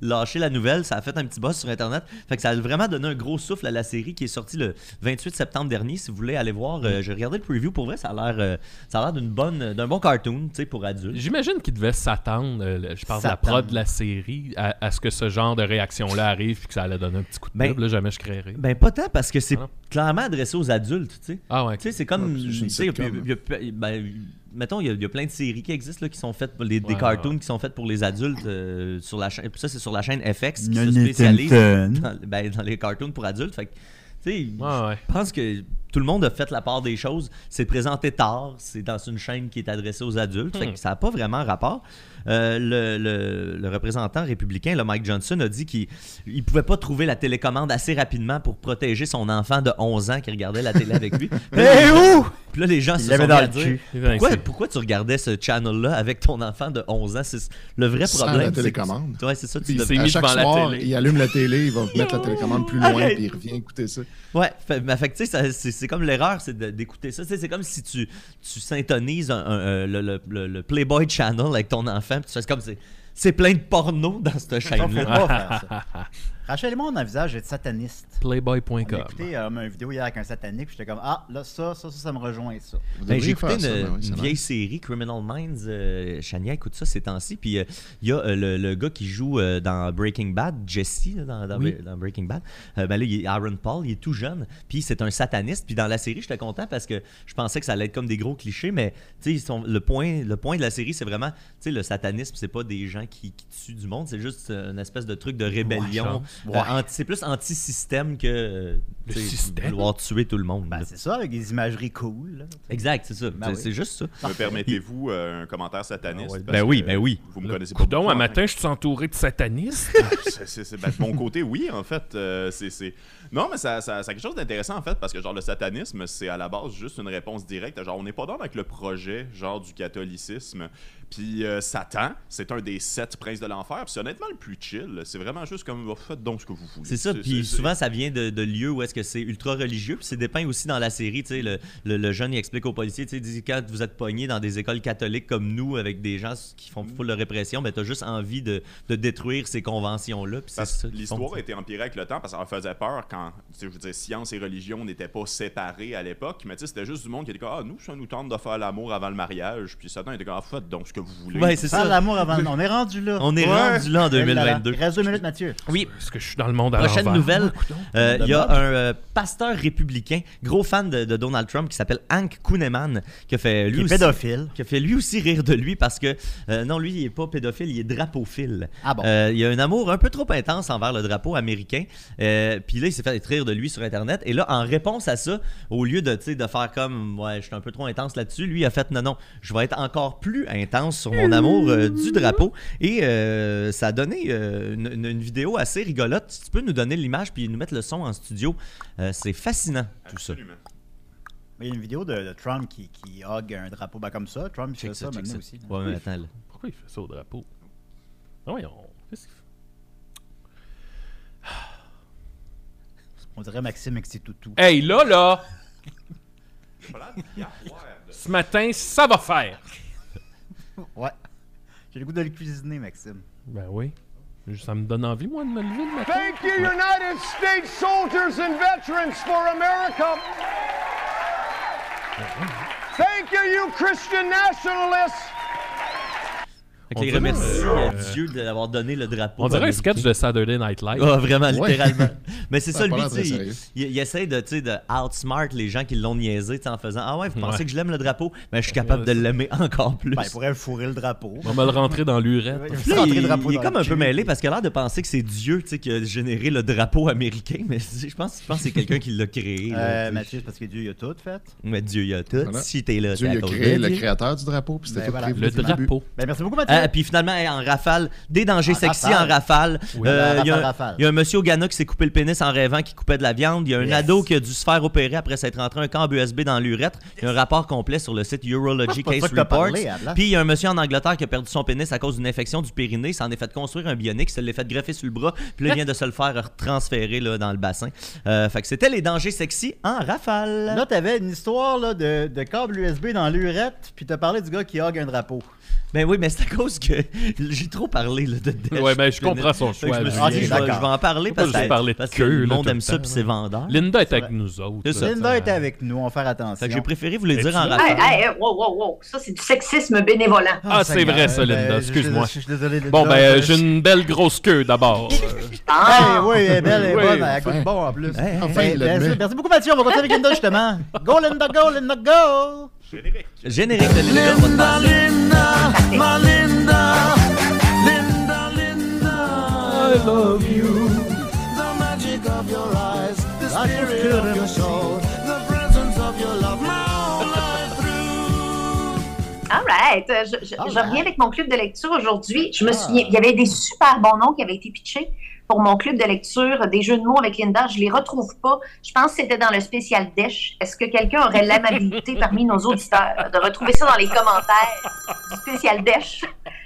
[SPEAKER 4] lâché la nouvelle, ça a fait un petit buzz sur Internet. Fait que ça a vraiment donné un gros souffle à la série qui est sortie le 28 septembre dernier. Si vous voulez aller voir, euh, j'ai regardé le preview. Pour vrai, ça a l'air, euh, ça a l'air d'une bonne, d'un bon cartoon, tu sais, pour adultes.
[SPEAKER 2] J'imagine qu'ils devaient s'attendre, euh, le- je parle de la prod de la série, à, à ce que ce genre de réaction-là arrive puis que ça allait donner un petit coup de
[SPEAKER 4] Ben-
[SPEAKER 2] pub. là, jamais je créerais.
[SPEAKER 4] Ben pas tant parce que c'est
[SPEAKER 2] Ah.
[SPEAKER 4] clairement adressé aux adultes, tu sais.
[SPEAKER 2] Ah ouais.
[SPEAKER 4] Tu sais, c'est comme.
[SPEAKER 5] Ouais, c'est
[SPEAKER 4] tu
[SPEAKER 5] juste une
[SPEAKER 4] sais, il y a-
[SPEAKER 5] sitcom,
[SPEAKER 4] il y a- il y a- ben, mettons, il y, a, il y a plein de séries qui existent là, qui sont faites pour les, des
[SPEAKER 2] Ouais,
[SPEAKER 4] cartoons
[SPEAKER 2] ouais.
[SPEAKER 4] qui sont faites pour les adultes euh, sur la chaîne. Ça, c'est sur la chaîne FX qui
[SPEAKER 3] Non,
[SPEAKER 4] se
[SPEAKER 3] non,
[SPEAKER 4] spécialise
[SPEAKER 3] non, non.
[SPEAKER 4] dans, ben, dans les cartoons pour adultes. Fait que, tu sais,
[SPEAKER 2] Ouais, ouais.
[SPEAKER 4] je pense que tout le monde a fait la part des choses. C'est présenté tard, c'est dans une chaîne qui est adressée aux adultes. Fait
[SPEAKER 2] Hmm.
[SPEAKER 4] que ça n'a pas vraiment rapport. Euh, le, le- le représentant républicain, le Mike Johnson, a dit qu'il ne pouvait pas trouver la télécommande assez rapidement pour protéger son enfant de 11 ans qui regardait la télé avec
[SPEAKER 3] [laughs]
[SPEAKER 4] lui. Puis là, les
[SPEAKER 3] Mais
[SPEAKER 4] gens-
[SPEAKER 3] où?
[SPEAKER 4] Puis là, les gens se
[SPEAKER 3] Il
[SPEAKER 4] sont mis
[SPEAKER 3] l'avait dans
[SPEAKER 4] à
[SPEAKER 3] le
[SPEAKER 4] dire
[SPEAKER 3] cul.
[SPEAKER 4] pourquoi, pourquoi tu regardais ce channel-là avec ton enfant de 11 ans C'est le vrai
[SPEAKER 5] Sans
[SPEAKER 4] problème.
[SPEAKER 5] la
[SPEAKER 4] c'est-
[SPEAKER 5] télécommande.
[SPEAKER 4] Ouais, c'est ça. Tu
[SPEAKER 5] Puis
[SPEAKER 4] devais-
[SPEAKER 2] s'est
[SPEAKER 5] à
[SPEAKER 2] mis
[SPEAKER 5] chaque
[SPEAKER 2] devant la
[SPEAKER 5] soir,
[SPEAKER 2] télé.
[SPEAKER 5] il allume la télé, il va mettre la télécommande plus loin,
[SPEAKER 4] Arrête.
[SPEAKER 5] puis il revient écouter ça.
[SPEAKER 4] Ouais, fait, mais fait que, tu sais, ça- c'est c'est comme l'erreur, c'est de- d'écouter ça. Tu sais, C'est comme si tu, tu syntonises un- un- euh, le, le- le- le Playboy Channel avec ton enfant, puis tu fais comme c'est- c'est plein de porno dans cette
[SPEAKER 3] Ça, faut
[SPEAKER 4] chaîne-là.
[SPEAKER 3] pas faire ça.
[SPEAKER 4] [laughs]
[SPEAKER 3] Rachel et moi, on envisage d'être sataniste. J'ai
[SPEAKER 2] Playboy.com.
[SPEAKER 3] écouté euh, une vidéo hier avec un satanique, puis j'étais comme Ah, là, ça, ça, ça, ça me rejoint, ça.
[SPEAKER 5] Vous
[SPEAKER 4] Ben,
[SPEAKER 5] devriez
[SPEAKER 4] J'ai écouté
[SPEAKER 5] faire ça,
[SPEAKER 4] une,
[SPEAKER 5] ben oui, ça
[SPEAKER 4] une
[SPEAKER 5] a
[SPEAKER 4] vieille série, Criminal Minds. Euh, Shania écoute ça ces temps-ci. Puis euh, il y a euh, le, le gars qui joue euh, dans Breaking Bad, Jesse, là, dans, dans-
[SPEAKER 2] Oui.
[SPEAKER 4] dans Breaking Bad. Euh, ben là, il est Aaron Paul, il est tout jeune. Puis c'est un sataniste. Puis dans la série, j'étais content parce que je pensais que ça allait être comme des gros clichés. Mais tu sais, ils sont- le point, le point de la série, c'est vraiment, tu sais, le satanisme, c'est pas des gens qui, qui tuent du monde. C'est juste euh, une espèce de truc de rébellion.
[SPEAKER 3] Ouais.
[SPEAKER 4] Euh, anti- c'est plus anti-système que euh,
[SPEAKER 2] Le
[SPEAKER 4] tu sais,
[SPEAKER 2] système?
[SPEAKER 4] vouloir tuer tout le monde.
[SPEAKER 3] Ben,
[SPEAKER 4] là.
[SPEAKER 3] c'est ça, avec des imageries cool. là.
[SPEAKER 4] exact, c'est ça.
[SPEAKER 3] Ben
[SPEAKER 4] C'est-
[SPEAKER 3] oui.
[SPEAKER 4] C'est juste ça.
[SPEAKER 8] Me permettez-vous euh, un commentaire sataniste?
[SPEAKER 4] Ah ouais.
[SPEAKER 8] Parce
[SPEAKER 4] Ben oui,
[SPEAKER 8] que
[SPEAKER 4] ben oui.
[SPEAKER 8] Vous me
[SPEAKER 2] Le
[SPEAKER 8] connaissez pas.
[SPEAKER 2] coudon,
[SPEAKER 8] beaucoup,
[SPEAKER 2] un
[SPEAKER 8] en
[SPEAKER 2] matin, je suis entouré de satanistes.
[SPEAKER 8] C'est- c'est- c'est- ben, de mon côté, oui, en fait. euh, c'est- c'est- Non, mais ça, ça, ça a quelque chose d'intéressant, en fait, parce que genre le satanisme, c'est à la base juste une réponse directe. Genre, on n'est pas dans avec le projet, genre, du catholicisme. Puis euh, Satan, c'est un des sept princes de l'enfer. Puis c'est honnêtement le plus chill. C'est vraiment juste comme, oh, faites donc ce que vous voulez.
[SPEAKER 4] C'est ça, puis
[SPEAKER 8] c'est-
[SPEAKER 4] souvent ça vient de, de lieux où est-ce que c'est ultra religieux, puis c'est dépeint aussi dans la série, tu sais, le, le- le jeune il explique aux policiers, tu sais, il dit quand vous êtes pogné dans des écoles catholiques comme nous, avec des gens qui font
[SPEAKER 8] Mm.
[SPEAKER 4] full de répression, ben t'as juste envie de, de détruire ces conventions-là, puis c'est
[SPEAKER 8] Parce que
[SPEAKER 4] ça qu'ils font,
[SPEAKER 8] l'histoire a
[SPEAKER 4] tu
[SPEAKER 8] été empirée avec le temps parce que ça leur faisait peur quand, tu sais, je veux dire, science et religion n'étaient pas séparées à l'époque. Mais tu sais, c'était juste du monde qui était comme, ah, nous, ça nous tente de faire l'amour avant le mariage. Puis Satan était comme, ah, faites donc ce que vous voulez.
[SPEAKER 4] sais. Ouais, c'est
[SPEAKER 3] Faire
[SPEAKER 4] ça.
[SPEAKER 3] l'amour avant. On est rendu là.
[SPEAKER 4] On est rendu là en
[SPEAKER 3] Eh là là.
[SPEAKER 4] 2022.
[SPEAKER 3] Reste deux minutes, Mathieu.
[SPEAKER 4] Oui,
[SPEAKER 2] Est-ce que je suis dans le monde à
[SPEAKER 4] Prochaine
[SPEAKER 2] l'envers?
[SPEAKER 4] nouvelle,
[SPEAKER 8] Ah,
[SPEAKER 4] euh, il y a
[SPEAKER 3] Dommage.
[SPEAKER 4] un euh, pasteur républicain, gros fan de, de Donald Trump, qui s'appelle Hank Kuhneman, qui a fait
[SPEAKER 3] Il
[SPEAKER 4] lui
[SPEAKER 3] est
[SPEAKER 4] aussi,
[SPEAKER 3] pédophile.
[SPEAKER 4] qui a fait lui aussi rire de lui parce que, euh, non, lui, il est pas pédophile, il est drapophile.
[SPEAKER 3] Ah bon.
[SPEAKER 4] Euh, il y a un amour un peu trop intense envers le drapeau américain. Euh, Puis là, il s'est fait rire de lui sur Internet. Et là, en réponse à ça, au lieu de, tu sais, de faire comme Ouais, je suis un peu trop intense là-dessus, lui il a fait Non, non, je vais être encore plus intense sur mon amour euh, du drapeau. Et euh, ça a donné euh, une, une- une vidéo assez rigolote. Si tu peux nous donner l'image puis nous mettre le son en studio, euh, c'est fascinant tout ça.
[SPEAKER 8] Absolument.
[SPEAKER 3] Mais Il y a une vidéo de, de Trump qui, qui hug un drapeau ben, comme ça. Trump fait
[SPEAKER 4] Check ça,
[SPEAKER 3] ça,
[SPEAKER 4] check
[SPEAKER 3] maintenant
[SPEAKER 4] ça.
[SPEAKER 3] aussi. là.
[SPEAKER 4] Ouais, mais attends, là.
[SPEAKER 2] Pourquoi il fait ça au drapeau? Ah voyons, qu'est-ce qu'il fait?
[SPEAKER 3] On dirait Maxime
[SPEAKER 4] Eh.
[SPEAKER 3] Exitoutou.
[SPEAKER 2] Hey, là, là,
[SPEAKER 8] Regarde.
[SPEAKER 2] ce matin, ça va faire!
[SPEAKER 3] Ouais. J'ai le goût de le cuisiner, Maxime.
[SPEAKER 2] Ben oui. Ça me donne envie, moi, de me lever le matin.
[SPEAKER 11] Thank you, United States soldiers and veterans for America. Thank you, you Christian nationalists.
[SPEAKER 4] Fait
[SPEAKER 2] On
[SPEAKER 4] qu'il
[SPEAKER 2] dirait,
[SPEAKER 4] remercie
[SPEAKER 2] euh,
[SPEAKER 4] euh, Dieu de l'avoir donné le drapeau.
[SPEAKER 2] On dirait un
[SPEAKER 4] américain.
[SPEAKER 2] sketch de Saturday Night Live.
[SPEAKER 4] Ah, vraiment,
[SPEAKER 5] Ouais.
[SPEAKER 4] littéralement. Mais c'est
[SPEAKER 5] Ça
[SPEAKER 4] ça,
[SPEAKER 5] a
[SPEAKER 4] lui,
[SPEAKER 5] pas l'air
[SPEAKER 4] tu sais,
[SPEAKER 5] très sérieux.
[SPEAKER 4] il, il essaie de, tu sais, de outsmart les gens qui l'ont niaisé, tu sais, en faisant Ah ouais, vous pensez
[SPEAKER 2] Ouais.
[SPEAKER 4] que je l'aime le drapeau Mais je suis capable de
[SPEAKER 2] Ouais,
[SPEAKER 4] l'aimer encore plus.
[SPEAKER 3] Ben, il pourrait fourrer le drapeau.
[SPEAKER 2] On va le rentrer dans l'urette.
[SPEAKER 3] Il
[SPEAKER 4] Puis là,
[SPEAKER 3] rentrer
[SPEAKER 4] il,
[SPEAKER 3] le drapeau
[SPEAKER 4] il est
[SPEAKER 3] dans
[SPEAKER 4] comme
[SPEAKER 3] le
[SPEAKER 4] un peu
[SPEAKER 3] cul.
[SPEAKER 4] mêlé parce qu'il a l'air de penser que c'est Dieu tu sais, qui a généré le drapeau américain, mais je pense, je pense que c'est quelqu'un qui l'a créé. là,
[SPEAKER 3] Euh,
[SPEAKER 4] tu sais.
[SPEAKER 3] Mathieu, c'est parce que Dieu il a tout fait.
[SPEAKER 4] mais Dieu, il a tout.
[SPEAKER 5] Voilà.
[SPEAKER 4] Si t'es là,
[SPEAKER 5] Dieu,
[SPEAKER 4] t'es à
[SPEAKER 5] il a
[SPEAKER 4] cause
[SPEAKER 5] créé
[SPEAKER 4] de
[SPEAKER 5] le
[SPEAKER 4] Dieu.
[SPEAKER 5] créateur du drapeau, puis c'était
[SPEAKER 3] Ben
[SPEAKER 5] tout
[SPEAKER 3] voilà.
[SPEAKER 5] créé
[SPEAKER 2] Le
[SPEAKER 5] depuis début.
[SPEAKER 2] drapeau.
[SPEAKER 3] Ben, merci beaucoup, Mathieu.
[SPEAKER 4] Ah, puis finalement, hey, en rafale, des dangers
[SPEAKER 3] En
[SPEAKER 4] sexy
[SPEAKER 3] rafale. ben,
[SPEAKER 4] en rafale.
[SPEAKER 2] Oui.
[SPEAKER 4] Euh, Il y a un-
[SPEAKER 3] Rafale, rafale.
[SPEAKER 4] il y a un monsieur au Ghana qui s'est coupé le pénis en rêvant qu'il coupait de la viande. Il y a un
[SPEAKER 3] Yes.
[SPEAKER 4] ado qui a dû se faire opérer après s'être rentré un câble USB dans l'urètre. Il y a un rapport complet sur le site
[SPEAKER 3] Ah, c'est
[SPEAKER 4] Urology
[SPEAKER 3] pas de ça
[SPEAKER 4] Case
[SPEAKER 3] que t'as
[SPEAKER 4] Reports.
[SPEAKER 3] parlé, hein? à la place.
[SPEAKER 4] Puis il y a un monsieur en Angleterre qui a perdu son pénis à cause d'une infection du périnée. Il s'en est fait construire un bionique, se l'est fait greffer sur le bras. Puis là, il vient de se le faire transférer là, dans le bassin. Euh, fait que c'était les dangers sexy en rafale.
[SPEAKER 3] Là, t'avais une histoire là, de, de câble USB dans l'urette, puis t'as parlé du gars qui hug un drapeau.
[SPEAKER 4] Ben oui, mais c'est à cause que [laughs] j'ai trop parlé là, de de-
[SPEAKER 2] Ouais, ben, je
[SPEAKER 4] de-
[SPEAKER 2] comprends son
[SPEAKER 4] Fait que
[SPEAKER 2] choix,
[SPEAKER 4] je me suis
[SPEAKER 3] Julien.
[SPEAKER 4] dit, je
[SPEAKER 3] Ok,
[SPEAKER 4] vais,
[SPEAKER 3] Ah, d'accord.
[SPEAKER 4] je vais en parler
[SPEAKER 2] Faut pas
[SPEAKER 4] parce,
[SPEAKER 2] juste
[SPEAKER 4] que-
[SPEAKER 2] parler de
[SPEAKER 4] parce que
[SPEAKER 2] queue,
[SPEAKER 4] le
[SPEAKER 2] là,
[SPEAKER 4] monde
[SPEAKER 2] tout
[SPEAKER 4] aime
[SPEAKER 2] le
[SPEAKER 4] ça
[SPEAKER 2] temps.
[SPEAKER 4] puis c'est vendeur.
[SPEAKER 2] Linda est avec
[SPEAKER 3] vrai.
[SPEAKER 2] nous autres.
[SPEAKER 4] C'est ça.
[SPEAKER 2] là,
[SPEAKER 3] Linda
[SPEAKER 2] t'sais.
[SPEAKER 3] était avec nous, on va faire
[SPEAKER 4] Fait
[SPEAKER 3] attention.
[SPEAKER 4] que j'ai préféré vous le dire en
[SPEAKER 2] Ben, tu-
[SPEAKER 4] rafale.
[SPEAKER 6] Hey, hey, hey, wow, wow, wow. Ça, c'est du sexisme bénévolant.
[SPEAKER 2] Ah, c'est
[SPEAKER 3] Seigneur.
[SPEAKER 2] vrai, ça,
[SPEAKER 3] Euh,
[SPEAKER 2] Linda,
[SPEAKER 3] je-
[SPEAKER 2] excuse-moi.
[SPEAKER 3] Je je suis désolé, Linda.
[SPEAKER 2] Bon, ben, euh, j'ai
[SPEAKER 3] je...
[SPEAKER 2] une belle grosse queue d'abord. Euh,
[SPEAKER 3] Hey, Ah, oui, elle est belle, elle est
[SPEAKER 2] Oui,
[SPEAKER 3] bonne, elle
[SPEAKER 5] enfin.
[SPEAKER 3] goûte bon en plus.
[SPEAKER 4] Hey, hey,
[SPEAKER 5] Enfin,
[SPEAKER 3] Hey,
[SPEAKER 5] il
[SPEAKER 3] merci,
[SPEAKER 5] l'admet.
[SPEAKER 3] merci beaucoup, Mathieu. On va continuer avec Linda, justement. Go, Linda, go, Linda, go!
[SPEAKER 4] Générique de Linda, votre passion.
[SPEAKER 6] All right. Euh, Je, je-
[SPEAKER 3] All
[SPEAKER 6] je
[SPEAKER 3] right.
[SPEAKER 6] reviens avec mon club de lecture aujourd'hui. Je me
[SPEAKER 3] Ah.
[SPEAKER 6] souviens, il y avait des super bons noms qui avaient été pitchés pour mon club de lecture, euh, des jeux de mots avec Linda. Je les retrouve pas. Je pense que c'était dans le spécial Dèche. Est-ce que quelqu'un
[SPEAKER 3] [laughs]
[SPEAKER 6] aurait l'amabilité parmi nos auditeurs de retrouver ça dans les commentaires du spécial Dèche,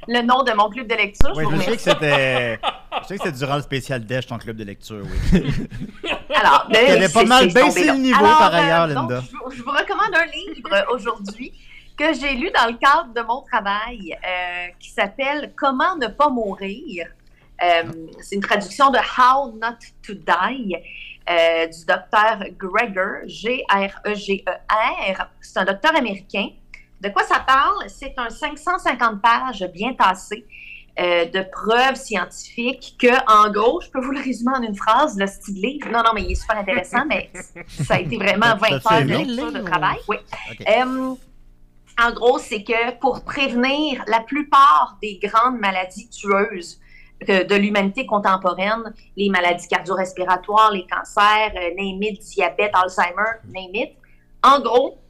[SPEAKER 6] le nom de mon club de lecture?
[SPEAKER 3] Oui,
[SPEAKER 6] je vous
[SPEAKER 3] je sais que
[SPEAKER 6] remercie.
[SPEAKER 3] c'était. Je sais que c'était durant le spécial Dèche, ton club de lecture, oui.
[SPEAKER 6] Alors, ben,
[SPEAKER 3] T'avais pas
[SPEAKER 6] c'est-
[SPEAKER 3] mal
[SPEAKER 6] c'est
[SPEAKER 3] baissé
[SPEAKER 6] tombé là.
[SPEAKER 3] le niveau,
[SPEAKER 6] Alors,
[SPEAKER 3] par
[SPEAKER 6] euh,
[SPEAKER 3] ailleurs,
[SPEAKER 6] donc,
[SPEAKER 3] Linda.
[SPEAKER 6] je vous- je, vous recommande un livre euh, aujourd'hui que j'ai lu dans le cadre de mon travail euh, qui s'appelle Comment ne pas mourir. Euh, c'est une traduction de How Not to Die euh, du docteur Greger, E G-R-E-G-E-R. C'est un docteur américain. De quoi ça parle? C'est un 550 pages bien tassé euh, de preuves scientifiques que, en gros, je peux vous le résumer en une phrase, le style livre. Non, non, mais il est super intéressant, mais ça a été vraiment
[SPEAKER 3] Ça
[SPEAKER 6] 20
[SPEAKER 3] fait
[SPEAKER 6] heures de
[SPEAKER 3] long.
[SPEAKER 6] lecture de travail. Oui.
[SPEAKER 3] Ok.
[SPEAKER 6] Euh, en gros, c'est que pour prévenir la plupart des grandes maladies tueuses euh, de l'humanité contemporaine, les maladies cardio-respiratoires, les cancers, euh, name it, diabète, Alzheimer, name it, en gros,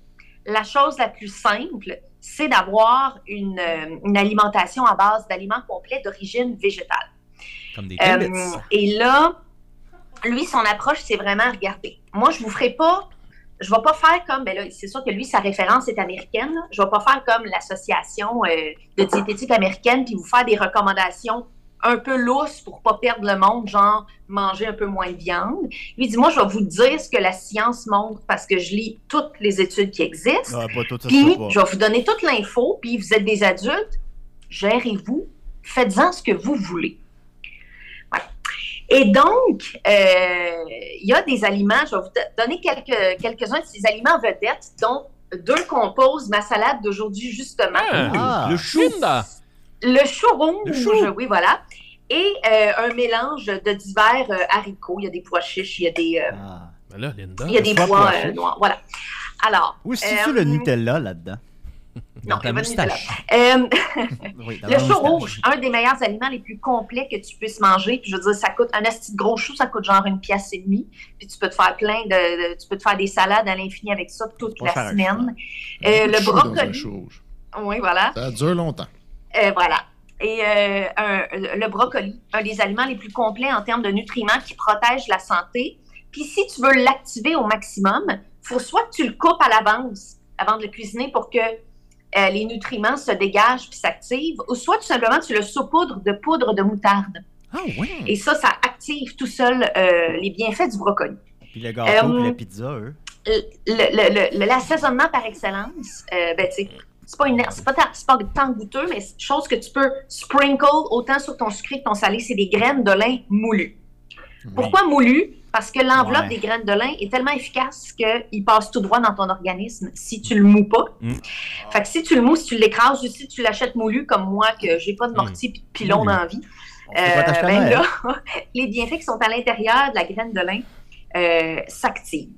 [SPEAKER 6] la chose la plus simple, c'est d'avoir une, euh, une alimentation à base d'aliments complets d'origine végétale.
[SPEAKER 4] Comme des
[SPEAKER 6] Euh,
[SPEAKER 4] culottes.
[SPEAKER 6] et là, lui, son approche, c'est vraiment regarder. Moi, je vous ferai pas. Je vais pas faire comme. Ben là, c'est sûr que lui, sa référence est américaine. là. Je vais pas faire comme l'association euh, de diététique américaine puis vous faire des recommandations un peu lousses pour pas perdre le monde, genre manger un peu moins de viande. Lui dit moi, je vais vous dire ce que la science montre parce que je lis toutes les études qui
[SPEAKER 3] Non,
[SPEAKER 6] existent.
[SPEAKER 3] Ah, pas tout ça,
[SPEAKER 6] Puis,
[SPEAKER 3] c'est pas.
[SPEAKER 6] je vais vous donner toute l'info, puis vous êtes des adultes, gérez-vous, faites-en ce que vous voulez. Voilà. Et donc, euh, il y a des aliments, je vais vous do- donner quelques- quelques-uns de ces aliments vedettes, dont deux composent ma salade d'aujourd'hui, justement.
[SPEAKER 3] Ah.
[SPEAKER 2] Le chou. Linda.
[SPEAKER 6] Le chou rouge,
[SPEAKER 2] Le chou.
[SPEAKER 6] oui, voilà. Et euh, un mélange de divers euh, haricots. Il y a des pois chiches, il y a des, euh,
[SPEAKER 3] Ah.
[SPEAKER 2] Ben là, Linda.
[SPEAKER 6] il y a des
[SPEAKER 3] Pois,
[SPEAKER 6] pois,
[SPEAKER 3] pois
[SPEAKER 6] euh,
[SPEAKER 3] chiches.
[SPEAKER 6] noirs. Voilà. Alors.
[SPEAKER 3] Où se
[SPEAKER 6] euh,
[SPEAKER 3] situe le Nutella là-dedans?
[SPEAKER 6] non,
[SPEAKER 4] Dans ta
[SPEAKER 6] il y a pas de
[SPEAKER 4] moustache.
[SPEAKER 6] euh,
[SPEAKER 3] Oui, dans
[SPEAKER 6] Le
[SPEAKER 3] la
[SPEAKER 6] chou
[SPEAKER 3] moustache.
[SPEAKER 6] rouge, un des meilleurs aliments les plus complets que tu puisses manger. Puis je veux dire, ça coûte un esti de gros chou, ça coûte genre une pièce et demie. Puis tu peux te faire plein de, de- tu peux te faire des salades à l'infini avec ça toute
[SPEAKER 3] Faut
[SPEAKER 6] la
[SPEAKER 3] faire un
[SPEAKER 6] semaine.
[SPEAKER 5] Il y a
[SPEAKER 6] Euh, le
[SPEAKER 5] beaucoup de chou dans un
[SPEAKER 6] brocoli,
[SPEAKER 5] chou rouge.
[SPEAKER 6] oui voilà,
[SPEAKER 5] Ça dure longtemps.
[SPEAKER 6] Euh, voilà. Et euh, un- le brocoli, un des aliments les plus complets en termes de nutriments qui protège la santé. Puis si tu veux l'activer au maximum, faut soit que tu le coupes à l'avance avant de le cuisiner pour que euh, les nutriments se dégagent puis s'activent, ou soit tout simplement tu le saupoudres de poudre de moutarde.
[SPEAKER 4] Ah oui!
[SPEAKER 6] Et ça, ça active tout seul euh, les bienfaits du brocoli.
[SPEAKER 3] Puis le gâteau,
[SPEAKER 6] Euh,
[SPEAKER 3] puis la pizza, eux.
[SPEAKER 6] Le- le- le- L'assaisonnement par excellence, euh, ben, tu sais, c'est pas, une, c'est pas, tant- c'est pas tant goûteux, mais c'est chose que tu peux sprinkle autant sur ton sucré que ton salé, c'est des graines de lin moulues. Pourquoi moulues? Parce que l'enveloppe
[SPEAKER 12] Ouais.
[SPEAKER 6] des graines de lin est tellement efficace qu'il passe tout droit dans ton organisme si tu le mous pas. Fait que si tu le mous, si tu l'écrases, ou si tu l'achètes moulu comme moi, que j'ai pas de mortier puis de pilon
[SPEAKER 12] Moulu.
[SPEAKER 6] dans la vie,
[SPEAKER 12] sait pas t'acheter
[SPEAKER 6] euh, ben
[SPEAKER 3] hein?
[SPEAKER 12] un,
[SPEAKER 6] là, [laughs] les bienfaits qui sont à l'intérieur de la graine de lin euh, s'activent.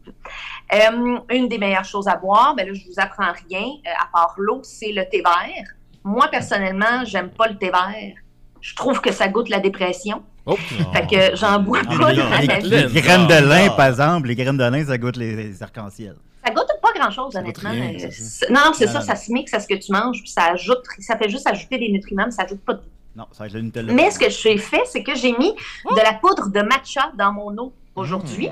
[SPEAKER 6] Euh, une des meilleures choses à boire, ben là, je vous apprends rien, euh, à part l'eau, c'est le thé vert. Moi, personnellement, j'aime pas le thé vert. Je trouve que ça goûte la dépression. [laughs]
[SPEAKER 2] Oh.
[SPEAKER 6] Fait que j'en bois
[SPEAKER 3] Ah,
[SPEAKER 6] pas
[SPEAKER 3] mais
[SPEAKER 6] dans
[SPEAKER 3] là,
[SPEAKER 2] [laughs]
[SPEAKER 6] ma
[SPEAKER 3] les,
[SPEAKER 6] vie.
[SPEAKER 3] les graines de lin, par exemple, les graines de lin, ça goûte les, les arcs-en-ciel.
[SPEAKER 6] Ça goûte pas grand-chose, honnêtement.
[SPEAKER 3] rien,
[SPEAKER 6] Euh,
[SPEAKER 3] ça.
[SPEAKER 6] c'est- non, non, c'est
[SPEAKER 3] Ah,
[SPEAKER 6] ça,
[SPEAKER 3] non.
[SPEAKER 6] ça se mixe à ce que tu manges, puis ça ajoute, ça fait juste ajouter des nutriments, mais ça ajoute pas de
[SPEAKER 3] Non, ça va être le Oh! Nutella.
[SPEAKER 6] Mais ce que j'ai fait, c'est que j'ai mis de la poudre de matcha dans mon eau aujourd'hui.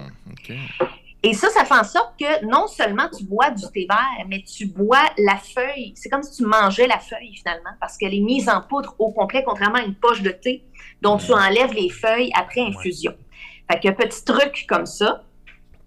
[SPEAKER 6] Et ça, ça fait en sorte que non seulement tu bois du thé vert, mais tu bois la feuille. C'est comme si tu mangeais la feuille finalement, parce qu'elle est mise en poudre au complet, contrairement à une poche de thé dont tu enlèves les feuilles après infusion. Fait que petit truc comme ça.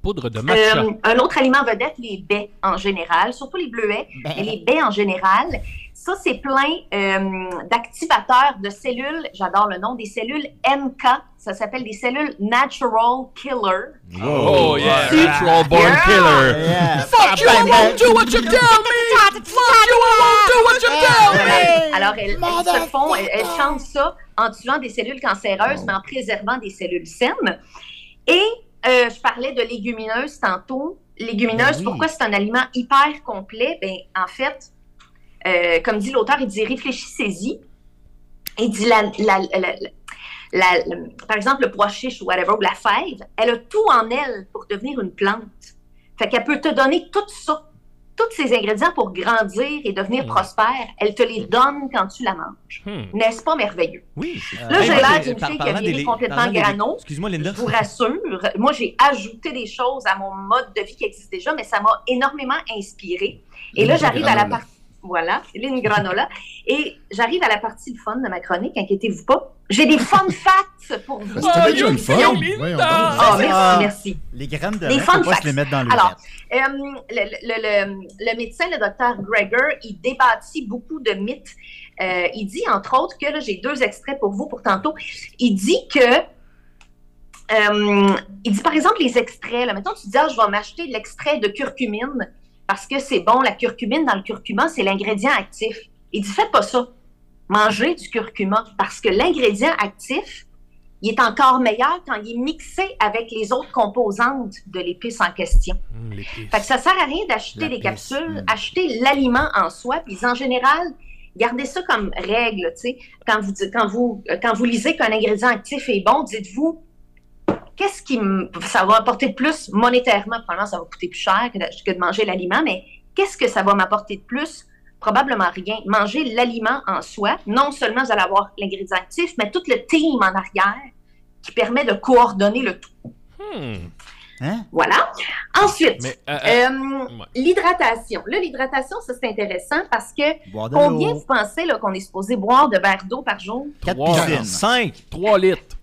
[SPEAKER 2] Poudre de matcha.
[SPEAKER 6] Euh, un autre aliment vedette, les baies en général, surtout les bleuets,
[SPEAKER 3] Ben,
[SPEAKER 6] mais les baies en général. Ça, c'est plein euh, d'activateurs de cellules. J'adore le nom des cellules NK. Ça s'appelle des cellules Natural Killer.
[SPEAKER 2] Oh, yeah,
[SPEAKER 6] Super.
[SPEAKER 2] natural born killer.
[SPEAKER 3] euh,
[SPEAKER 6] Fuck you, I won't do what you tell me! Fuck you, I won't do what you tell me! Alors, elles, elles se font, elles, elles chantent ça en tuant des cellules cancéreuses, mais en préservant des cellules saines. Et euh, je parlais de légumineuses tantôt. Légumineuses,
[SPEAKER 12] Ben oui.
[SPEAKER 6] pourquoi c'est un aliment hyper complet? Ben, en fait, euh, comme dit l'auteur, il dit réfléchissez-y. Il dit la, la- la- la- la- la- par exemple, le pois chiche ou whatever, ou la fève, elle a tout en elle pour devenir une plante. Fait qu'elle peut te donner tout ça, tous ces ingrédients pour grandir et devenir prospère. Elle te les donne quand tu la manges. N'est-ce pas merveilleux?
[SPEAKER 4] Oui.
[SPEAKER 6] Euh, Là, j'ai l'air d'une fille qui a viré complètement grano.
[SPEAKER 4] Excuse-moi, Linda.
[SPEAKER 6] Je vous rassure, moi, j'ai ajouté des choses à mon mode de vie qui existe déjà, mais ça m'a énormément inspirée. Et là,
[SPEAKER 12] Lynn
[SPEAKER 6] j'arrive à la
[SPEAKER 12] Granola.
[SPEAKER 6] partie. Voilà, Lynn Granola. Et j'arrive à la partie fun de ma chronique, inquiétez-vous pas. J'ai des fun facts pour vous.
[SPEAKER 3] Ben, c'était Oh, déjà le you fun. feel me Voyons donc. down.
[SPEAKER 6] Ah, merci, merci.
[SPEAKER 3] Les graines de
[SPEAKER 6] Des
[SPEAKER 3] lin,
[SPEAKER 6] fun
[SPEAKER 3] faut pas
[SPEAKER 6] facts.
[SPEAKER 3] se les mettre dans le
[SPEAKER 6] Alors, euh, le, le- le- le médecin, le docteur Greger, il débattit beaucoup de mythes. Euh, il dit, entre autres, que là, j'ai deux extraits pour vous pour tantôt. Il dit que. euh, il dit, par exemple, les extraits. Là, mettons, tu dis, ah, je vais m'acheter l'extrait de curcumine parce que c'est bon, la curcumine dans le curcuma, c'est l'ingrédient actif. Il dit, faites pas ça. Mangez du curcuma parce que l'ingrédient actif, il est encore meilleur quand il est mixé avec les autres composantes de l'épice en question.
[SPEAKER 2] Hmm,
[SPEAKER 6] Fait que ça sert à rien d'acheter des capsules, acheter l'aliment en soi, puis en général, gardez ça comme règle, tu sais. Quand vous, di- quand vous, euh, quand vous lisez qu'un ingrédient actif est bon, dites-vous, qu'est-ce qui m- ça va apporter de plus monétairement? Probablement, ça va coûter plus cher que, d'ach- que de manger l'aliment, mais qu'est-ce que ça va m'apporter de plus? Probablement rien. Manger l'aliment en soi, non seulement vous allez avoir l'ingrédient actif, mais tout le team en arrière qui permet de coordonner le tout.
[SPEAKER 3] Hein?
[SPEAKER 6] Voilà. Ensuite,
[SPEAKER 12] Mais,
[SPEAKER 2] Hmm, euh,
[SPEAKER 6] euh, l'hydratation. Là, l'hydratation, ça, c'est intéressant parce que
[SPEAKER 2] Boire de
[SPEAKER 6] combien
[SPEAKER 2] l'eau.
[SPEAKER 6] vous pensez là, qu'on est supposé boire de verre d'eau par jour?
[SPEAKER 2] euh,
[SPEAKER 4] 5.
[SPEAKER 2] 3 litres.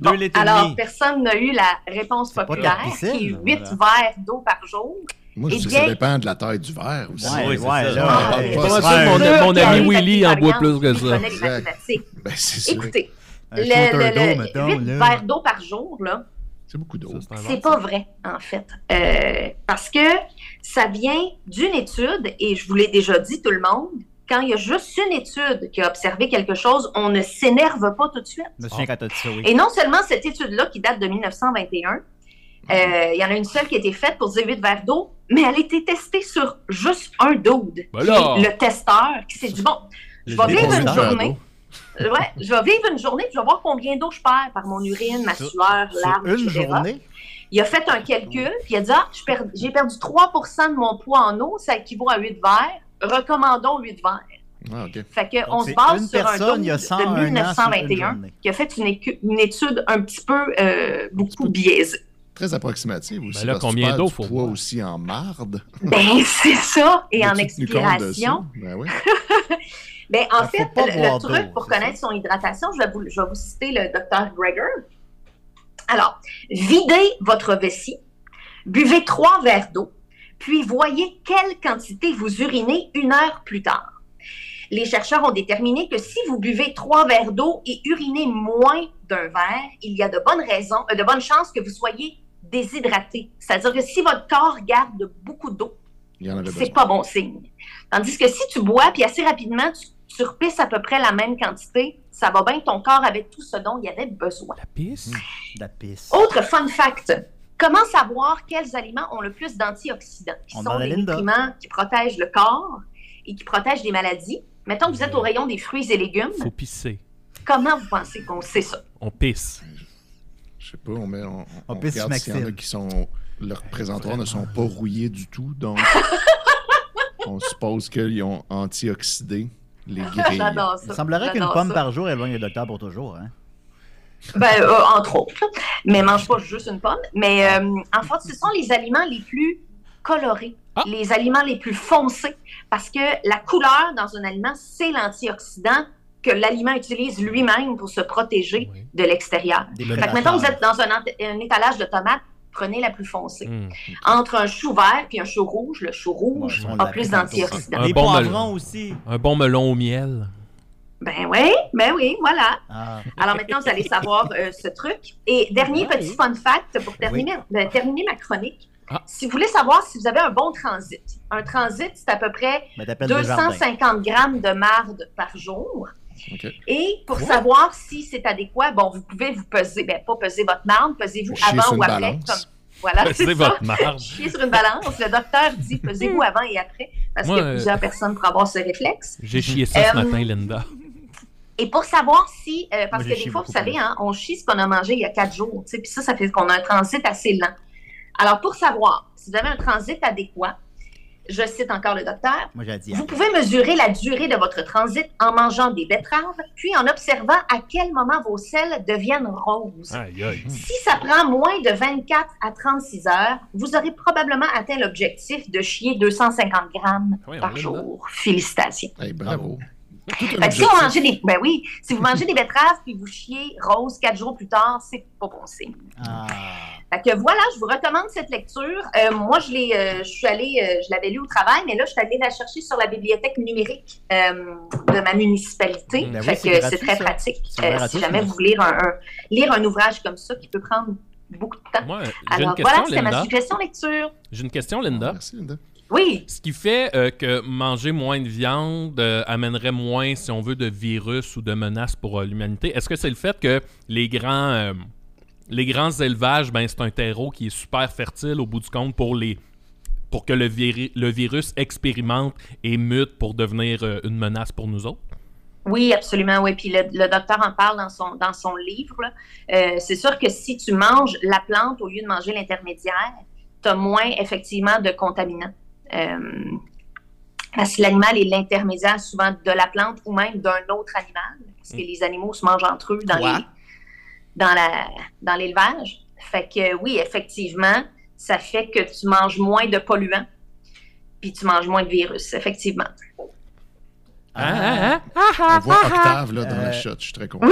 [SPEAKER 4] 2 litres et
[SPEAKER 6] Alors,
[SPEAKER 4] demi.
[SPEAKER 6] personne n'a eu la réponse
[SPEAKER 5] pas de
[SPEAKER 6] populaire,
[SPEAKER 5] la piscine,
[SPEAKER 6] qui est 8
[SPEAKER 5] voilà.
[SPEAKER 6] verres d'eau par jour.
[SPEAKER 5] Moi,
[SPEAKER 6] Eh
[SPEAKER 5] je dis que
[SPEAKER 6] bien-
[SPEAKER 5] ça dépend de la taille du verre aussi.
[SPEAKER 2] Ouais, Oui,
[SPEAKER 5] Oui,
[SPEAKER 2] c'est ouais, ça. là,
[SPEAKER 3] euh,
[SPEAKER 2] Ah, ouais. pas sûr que mon- mon ami Willy en boit plus que ça. Exact.
[SPEAKER 5] Ben, c'est sûr.
[SPEAKER 6] Écoutez,
[SPEAKER 5] Un
[SPEAKER 6] le,
[SPEAKER 5] shooter
[SPEAKER 6] le-
[SPEAKER 5] d'eau,
[SPEAKER 6] le-
[SPEAKER 5] mettons,
[SPEAKER 6] 8
[SPEAKER 5] là.
[SPEAKER 6] verres d'eau par jour, là,
[SPEAKER 5] C'est beaucoup d'eau.
[SPEAKER 6] C'est pas vrai, en fait. Euh, parce que ça vient d'une étude, et je vous l'ai déjà dit, tout le monde, quand il y a juste une étude qui a observé quelque chose, on ne s'énerve pas tout de suite.
[SPEAKER 3] Je me souviens quand t'as dit ça, oui.
[SPEAKER 6] Et non seulement cette étude-là, qui date de 1921, euh,
[SPEAKER 12] Mhm.
[SPEAKER 6] il y en a une seule qui a été faite pour 18 verres d'eau, mais elle a été testée sur juste un dude,
[SPEAKER 12] Ben là!
[SPEAKER 6] qui est le testeur, qui s'est dit, bon, je vais
[SPEAKER 12] Le
[SPEAKER 6] vivre une
[SPEAKER 12] dépositaire
[SPEAKER 6] journée. Ouais, je vais vivre une journée, puis je vais voir combien d'eau je perds par mon urine, ma
[SPEAKER 12] Sur-
[SPEAKER 6] sueur,
[SPEAKER 12] sur
[SPEAKER 6] larmes,
[SPEAKER 12] une
[SPEAKER 6] etc.
[SPEAKER 12] journée?
[SPEAKER 6] Il a fait un calcul, puis il a dit Ah, je perds- j'ai perdu 3 de mon poids en eau, ça équivaut à 8 verres. Recommandons 8 verres.
[SPEAKER 5] Ah, OK.
[SPEAKER 6] Fait que
[SPEAKER 3] Donc,
[SPEAKER 6] on
[SPEAKER 3] c'est
[SPEAKER 6] se base
[SPEAKER 3] une
[SPEAKER 6] sur un
[SPEAKER 3] personne,
[SPEAKER 6] dôme
[SPEAKER 3] il y a 101 ans
[SPEAKER 6] de
[SPEAKER 3] sur une
[SPEAKER 6] 1921
[SPEAKER 3] journée.
[SPEAKER 6] qui a fait une, écu- une étude un petit peu euh, beaucoup biaisée.
[SPEAKER 5] très approximative aussi.
[SPEAKER 2] Ben là,
[SPEAKER 5] parce que tu
[SPEAKER 2] combien
[SPEAKER 5] perds
[SPEAKER 2] d'eau
[SPEAKER 5] du
[SPEAKER 2] faut
[SPEAKER 5] poids
[SPEAKER 2] boire?
[SPEAKER 5] aussi en marde.
[SPEAKER 6] Ben, [laughs] c'est ça. Et
[SPEAKER 5] Mais
[SPEAKER 6] en
[SPEAKER 5] tu te tenais compte de ça?
[SPEAKER 6] expiration.
[SPEAKER 5] Ben oui.
[SPEAKER 6] Ben, en
[SPEAKER 5] Ben, faut
[SPEAKER 6] fait,
[SPEAKER 5] pas
[SPEAKER 6] le,
[SPEAKER 5] boire
[SPEAKER 6] le truc
[SPEAKER 5] d'eau,
[SPEAKER 6] pour
[SPEAKER 5] c'est
[SPEAKER 6] connaître son hydratation, je vais, vous, je vais vous citer le docteur Greger. Alors, videz votre vessie, buvez trois verres d'eau, puis voyez quelle quantité vous urinez une heure plus tard. Les chercheurs ont déterminé que si vous buvez trois verres d'eau et urinez moins d'un verre, il y a de bonnes raisons, euh, de bonnes chances que vous soyez déshydraté. C'est-à-dire que si votre corps garde beaucoup d'eau,
[SPEAKER 5] Il y en avait
[SPEAKER 6] c'est
[SPEAKER 5] besoin.
[SPEAKER 6] pas bon signe. Tandis que si tu bois, puis assez rapidement, tu, tu repisses à peu près la même quantité, ça va bien ton corps avec tout ce dont il avait besoin.
[SPEAKER 3] Pisse.
[SPEAKER 2] Hmm.
[SPEAKER 3] La pisse.
[SPEAKER 6] Autre fun fact. Comment savoir quels aliments ont le plus d'antioxydants, qui
[SPEAKER 3] On
[SPEAKER 6] sont
[SPEAKER 3] demande à
[SPEAKER 6] des
[SPEAKER 3] Linda.
[SPEAKER 6] nutriments qui protègent le corps et qui protègent des maladies? Mettons que vous
[SPEAKER 3] Mmh.
[SPEAKER 6] êtes au rayon des fruits et légumes.
[SPEAKER 2] Faut pisser.
[SPEAKER 6] Comment vous pensez qu'on sait ça?
[SPEAKER 2] On pisse.
[SPEAKER 5] Je sais pas, on, met, on, on
[SPEAKER 3] pisse
[SPEAKER 5] regarde
[SPEAKER 3] Maxime.
[SPEAKER 5] s'il y en a qui sont. Leurs présentoirs ne sont pas rouillés du tout,
[SPEAKER 6] [laughs]
[SPEAKER 5] donc on suppose qu'ils ont antioxydé
[SPEAKER 6] [laughs]
[SPEAKER 5] les grilles.
[SPEAKER 6] J'adore ça.
[SPEAKER 3] Il semblerait qu'une
[SPEAKER 6] J'adore
[SPEAKER 3] pomme
[SPEAKER 6] ça.
[SPEAKER 3] par jour éloigne le docteur pour toujours. Hein?
[SPEAKER 6] Ben, euh, entre autres. là. Mais mange pas juste une pomme. Mais euh, en fait, ce sont les aliments les plus colorés,
[SPEAKER 3] Ah.
[SPEAKER 6] les aliments les plus foncés, parce que la couleur dans un aliment, c'est l'antioxydant que l'aliment utilise lui-même pour se protéger de l'extérieur.
[SPEAKER 3] Des
[SPEAKER 6] Fait que
[SPEAKER 3] prédateurs.
[SPEAKER 6] maintenant, vous êtes dans un, ant- un étalage de tomates, prenez la plus foncée.
[SPEAKER 3] Mm.
[SPEAKER 2] Hmm.
[SPEAKER 6] Entre un chou vert et un chou rouge, le chou rouge
[SPEAKER 3] on
[SPEAKER 6] a
[SPEAKER 3] l'a Ah.
[SPEAKER 6] plus
[SPEAKER 3] appris tantôt, ça.
[SPEAKER 6] d'antioxydants.
[SPEAKER 2] Un
[SPEAKER 4] Les
[SPEAKER 2] bon melon.
[SPEAKER 4] poivrons aussi.
[SPEAKER 2] Un bon melon au miel.
[SPEAKER 6] Ben oui, ben oui, voilà.
[SPEAKER 3] Ah.
[SPEAKER 6] Alors maintenant, vous allez savoir euh, ce truc. Et dernier
[SPEAKER 3] Oui.
[SPEAKER 6] petit fun fact pour terminer, ben, terminer ma chronique.
[SPEAKER 2] Ah.
[SPEAKER 6] Si vous voulez savoir si vous avez un bon transit, un transit, c'est à peu près
[SPEAKER 3] Ben, t'appelles Desjardins.
[SPEAKER 6] 250 grammes de marde par jour.
[SPEAKER 5] OK.
[SPEAKER 6] Et pour savoir si c'est adéquat, bon, vous pouvez vous peser, ben pas peser votre marde, pesez-vous
[SPEAKER 5] Chier
[SPEAKER 6] avant
[SPEAKER 5] sur une
[SPEAKER 6] ou après.
[SPEAKER 5] balance.
[SPEAKER 6] Comme... Voilà, Ah, c'est ça.
[SPEAKER 2] C'est votre marge.
[SPEAKER 6] Chier sur une balance. Le docteur dit pesez-vous avant et après, parce
[SPEAKER 2] Moi,
[SPEAKER 6] que
[SPEAKER 2] euh,
[SPEAKER 6] plusieurs personnes pourraient avoir ce réflexe.
[SPEAKER 2] J'ai chié ça ce
[SPEAKER 6] Euh,
[SPEAKER 2] matin, Linda.
[SPEAKER 6] Et pour savoir si, euh,
[SPEAKER 3] Moi,
[SPEAKER 6] parce
[SPEAKER 3] je
[SPEAKER 6] que des
[SPEAKER 3] chie
[SPEAKER 6] fois, vous
[SPEAKER 3] beaucoup
[SPEAKER 6] savez,
[SPEAKER 3] plus.
[SPEAKER 6] hein, on chie ce qu'on a mangé il y a quatre jours, tu sais, puis ça, ça fait qu'on a un transit assez lent. Alors, pour savoir si vous avez un transit adéquat, je cite encore le docteur,
[SPEAKER 3] Moi, j'ai dit.
[SPEAKER 6] vous pouvez mesurer la durée de votre transit en mangeant des betteraves, puis en observant à quel moment vos selles deviennent roses.
[SPEAKER 3] Ah.
[SPEAKER 2] Aïe, aïe.
[SPEAKER 6] Si ça prend moins de 24 à 36 heures, vous aurez probablement atteint l'objectif de chier 250 grammes
[SPEAKER 3] Eh
[SPEAKER 2] Oui, on
[SPEAKER 6] par
[SPEAKER 2] l'a,
[SPEAKER 6] jour. Félicitations.
[SPEAKER 5] Hey, bravo. Tout un
[SPEAKER 6] Fait que si
[SPEAKER 5] objectif.
[SPEAKER 6] vous mangez des. Ben oui, si vous mangez des betteraves puis vous chiez rose quatre jours plus tard, c'est pas bon signe.
[SPEAKER 3] Ah.
[SPEAKER 6] Fait que voilà, je vous recommande cette lecture. Euh, moi, je l'ai, euh, je suis allée, euh, je l'avais lu au travail, mais là, je suis allée la chercher sur la bibliothèque numérique euh, de ma municipalité.
[SPEAKER 3] Ben oui,
[SPEAKER 6] fait
[SPEAKER 3] c'est
[SPEAKER 6] que
[SPEAKER 3] gratuit,
[SPEAKER 6] c'est très
[SPEAKER 3] ça.
[SPEAKER 6] pratique.
[SPEAKER 3] C'est ouvert
[SPEAKER 6] euh,
[SPEAKER 3] à
[SPEAKER 6] si
[SPEAKER 3] tous,
[SPEAKER 6] jamais
[SPEAKER 3] mais-
[SPEAKER 6] vous voulez lire un, un- lire un ouvrage comme ça qui peut prendre beaucoup de temps.
[SPEAKER 2] Moi, j'ai une
[SPEAKER 6] Alors
[SPEAKER 2] question,
[SPEAKER 6] voilà, c'était ma
[SPEAKER 2] Linda.
[SPEAKER 6] suggestion lecture.
[SPEAKER 2] J'ai une question, Linda.
[SPEAKER 5] Ah, Merci, Linda.
[SPEAKER 6] Oui,
[SPEAKER 2] Ce qui fait euh, que manger moins de viande euh, amènerait moins, si on veut, de virus ou de menaces pour euh, l'humanité. Est-ce que c'est le fait que les grands, euh, les grands élevages, ben, c'est un terreau qui est super fertile au bout du compte pour les pour que le, viri- le virus expérimente et mute pour devenir euh, une menace pour nous autres?
[SPEAKER 6] Oui, absolument, oui. Puis le, le docteur en parle dans son, dans son livre. là. Euh, c'est sûr que si tu manges la plante au lieu de manger l'intermédiaire, tu as moins effectivement de contaminants. Euh, parce que l'animal est l'intermédiaire souvent de la plante ou même d'un autre animal, parce que les animaux se mangent entre eux dans
[SPEAKER 4] Ouais.
[SPEAKER 6] les, dans la dans l'élevage. Fait que oui, effectivement, ça fait que tu manges moins de polluants, puis tu manges moins de virus, effectivement.
[SPEAKER 2] Hein, hein, hein?
[SPEAKER 5] On voit Octave là, dans
[SPEAKER 3] Euh,
[SPEAKER 5] la shot, je suis très content.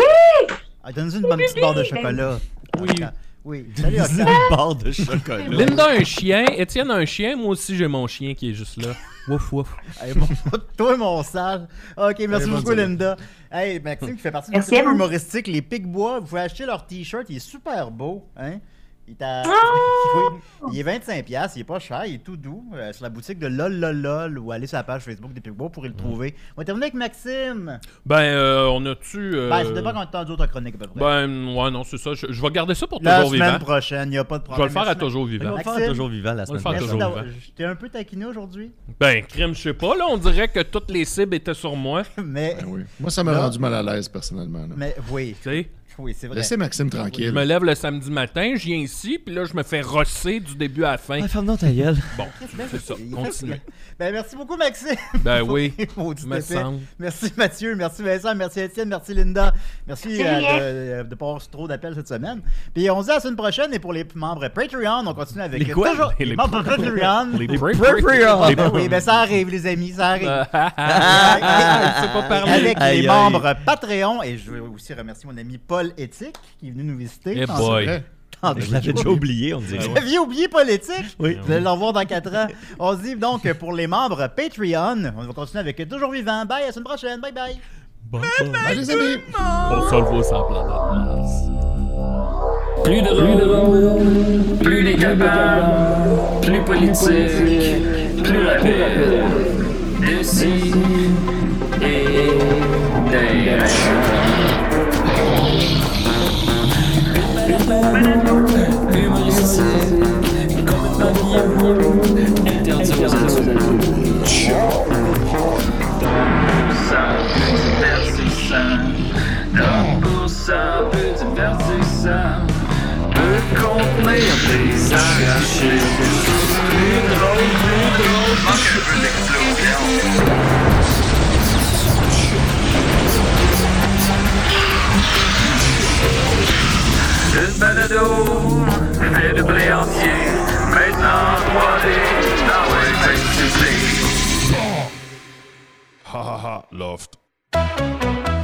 [SPEAKER 3] Ah, Donne-nous une bonne petite barre de chocolat.
[SPEAKER 6] ben
[SPEAKER 2] Oui.
[SPEAKER 3] Octave. Oui. Salut, Octave.
[SPEAKER 4] Une barre de chocolat.
[SPEAKER 2] Linda a un chien, Étienne a un chien, moi aussi j'ai mon chien qui est juste là. Wouf wouf.
[SPEAKER 3] Hey, bon, toi, [laughs] mon sage. Ok, merci
[SPEAKER 5] Hey,
[SPEAKER 3] beaucoup,
[SPEAKER 5] bonne journée.
[SPEAKER 3] Linda. Hey, Maxime, qui fait partie du
[SPEAKER 6] Merci
[SPEAKER 3] groupe
[SPEAKER 6] à vous.
[SPEAKER 3] humoristique Les Picbois. Vous pouvez acheter leur t-shirt, il est super beau. Hein? Il, est à- Oui,
[SPEAKER 6] Ah!
[SPEAKER 3] il est 25$, piastres, il est pas cher, il est tout doux. euh, sur la boutique de LOL LOL LOL ou aller sur la page Facebook des Picbois
[SPEAKER 2] Mm.
[SPEAKER 3] pour y le trouver. On va terminer avec Maxime.
[SPEAKER 2] Ben, euh, on a-tu. euh,
[SPEAKER 3] Ben, ça dépend quand t'as d'autres chroniques à peu près.
[SPEAKER 2] ben, ouais, non, c'est ça. Je, je vais garder ça pour
[SPEAKER 3] la
[SPEAKER 2] toujours
[SPEAKER 3] semaine
[SPEAKER 2] vivant.
[SPEAKER 3] prochaine, il n'y a pas de
[SPEAKER 2] Je vais
[SPEAKER 3] problème.
[SPEAKER 2] le faire à
[SPEAKER 3] Merci,
[SPEAKER 2] toujours
[SPEAKER 4] On
[SPEAKER 2] vivant.
[SPEAKER 4] va
[SPEAKER 3] Maxime.
[SPEAKER 4] faire toujours vivant la
[SPEAKER 2] On va
[SPEAKER 4] semaine
[SPEAKER 2] le faire
[SPEAKER 4] prochaine.
[SPEAKER 3] Merci
[SPEAKER 2] toujours
[SPEAKER 3] d'avoir-
[SPEAKER 2] vivant.
[SPEAKER 3] J'étais un peu taquiné aujourd'hui, [laughs]
[SPEAKER 2] Ben, crime, je sais pas. Là, on dirait que toutes les cibles étaient sur moi. Tu
[SPEAKER 3] mais,
[SPEAKER 5] Ben oui. Moi, ça m'a
[SPEAKER 3] Là-
[SPEAKER 5] rendu mal à l'aise personnellement. là.
[SPEAKER 3] mais oui.
[SPEAKER 2] sais,
[SPEAKER 3] Oui, c'est vrai.
[SPEAKER 5] Laissez Maxime tranquille.
[SPEAKER 2] Je me lève le samedi matin, je viens ici, puis là, je me fais rosser du début à la fin.
[SPEAKER 4] Ah, ferme donc ta gueule.
[SPEAKER 2] Bon, c'est ça. Continue.
[SPEAKER 3] Ben, merci beaucoup, Maxime. [laughs]
[SPEAKER 2] Ben oui. [laughs]
[SPEAKER 3] Maudit
[SPEAKER 2] me
[SPEAKER 3] épais.
[SPEAKER 2] semble.
[SPEAKER 3] Merci Mathieu, merci Vincent, merci Étienne, merci Linda. Merci
[SPEAKER 6] Merci,
[SPEAKER 3] euh,
[SPEAKER 6] Juliette.
[SPEAKER 3] de- euh, de ne pas avoir trop d'appels cette semaine. Puis on se dit à la semaine prochaine et pour les membres Patreon, on continue avec
[SPEAKER 2] Les quoi?
[SPEAKER 3] toujours-
[SPEAKER 2] Les
[SPEAKER 3] les membres
[SPEAKER 2] pr-
[SPEAKER 3] Patreon.
[SPEAKER 2] les
[SPEAKER 3] Patreon.
[SPEAKER 2] Patreon.
[SPEAKER 3] Ben Oui, ben ça arrive les amis, ça arrive.
[SPEAKER 2] Ah, ah, ah, ah, il sait pas parler.
[SPEAKER 3] Avec
[SPEAKER 4] Aïe, aïe.
[SPEAKER 3] les membres Patreon et je veux aussi remercier mon ami Paul Éthique qui est venu nous visiter.
[SPEAKER 2] Eh
[SPEAKER 3] tantôt.
[SPEAKER 2] boy.
[SPEAKER 5] Vrai.
[SPEAKER 3] Tantôt.
[SPEAKER 4] Ah, Je l'avais déjà oublié, on
[SPEAKER 2] Ah
[SPEAKER 4] dirait.
[SPEAKER 3] Vous aviez oublié politique?
[SPEAKER 4] Oui.
[SPEAKER 3] Vous allez le revoir dans 4 ans. On se dit donc que pour les membres Patreon, on va continuer avec Toujours Vivant. Bye, à la semaine prochaine. Bye bye.
[SPEAKER 5] Bye, les amis.
[SPEAKER 2] On se le vaut sans planète Mars.
[SPEAKER 1] Plus de rôle, plus décapable, plus politique, plus rapide. D'ici et d'ailleurs. Humoristique, comme un vieux, interdit aux adultes. Donc pour ça, un peu divertissant, peut contenir des arrachés. Plus drôle, plus drôle, manque un peu d'explosion. Une balado fait de blé entier, maintenant Ah 3D dans le Facebook.
[SPEAKER 8] Ha ha ha, loft.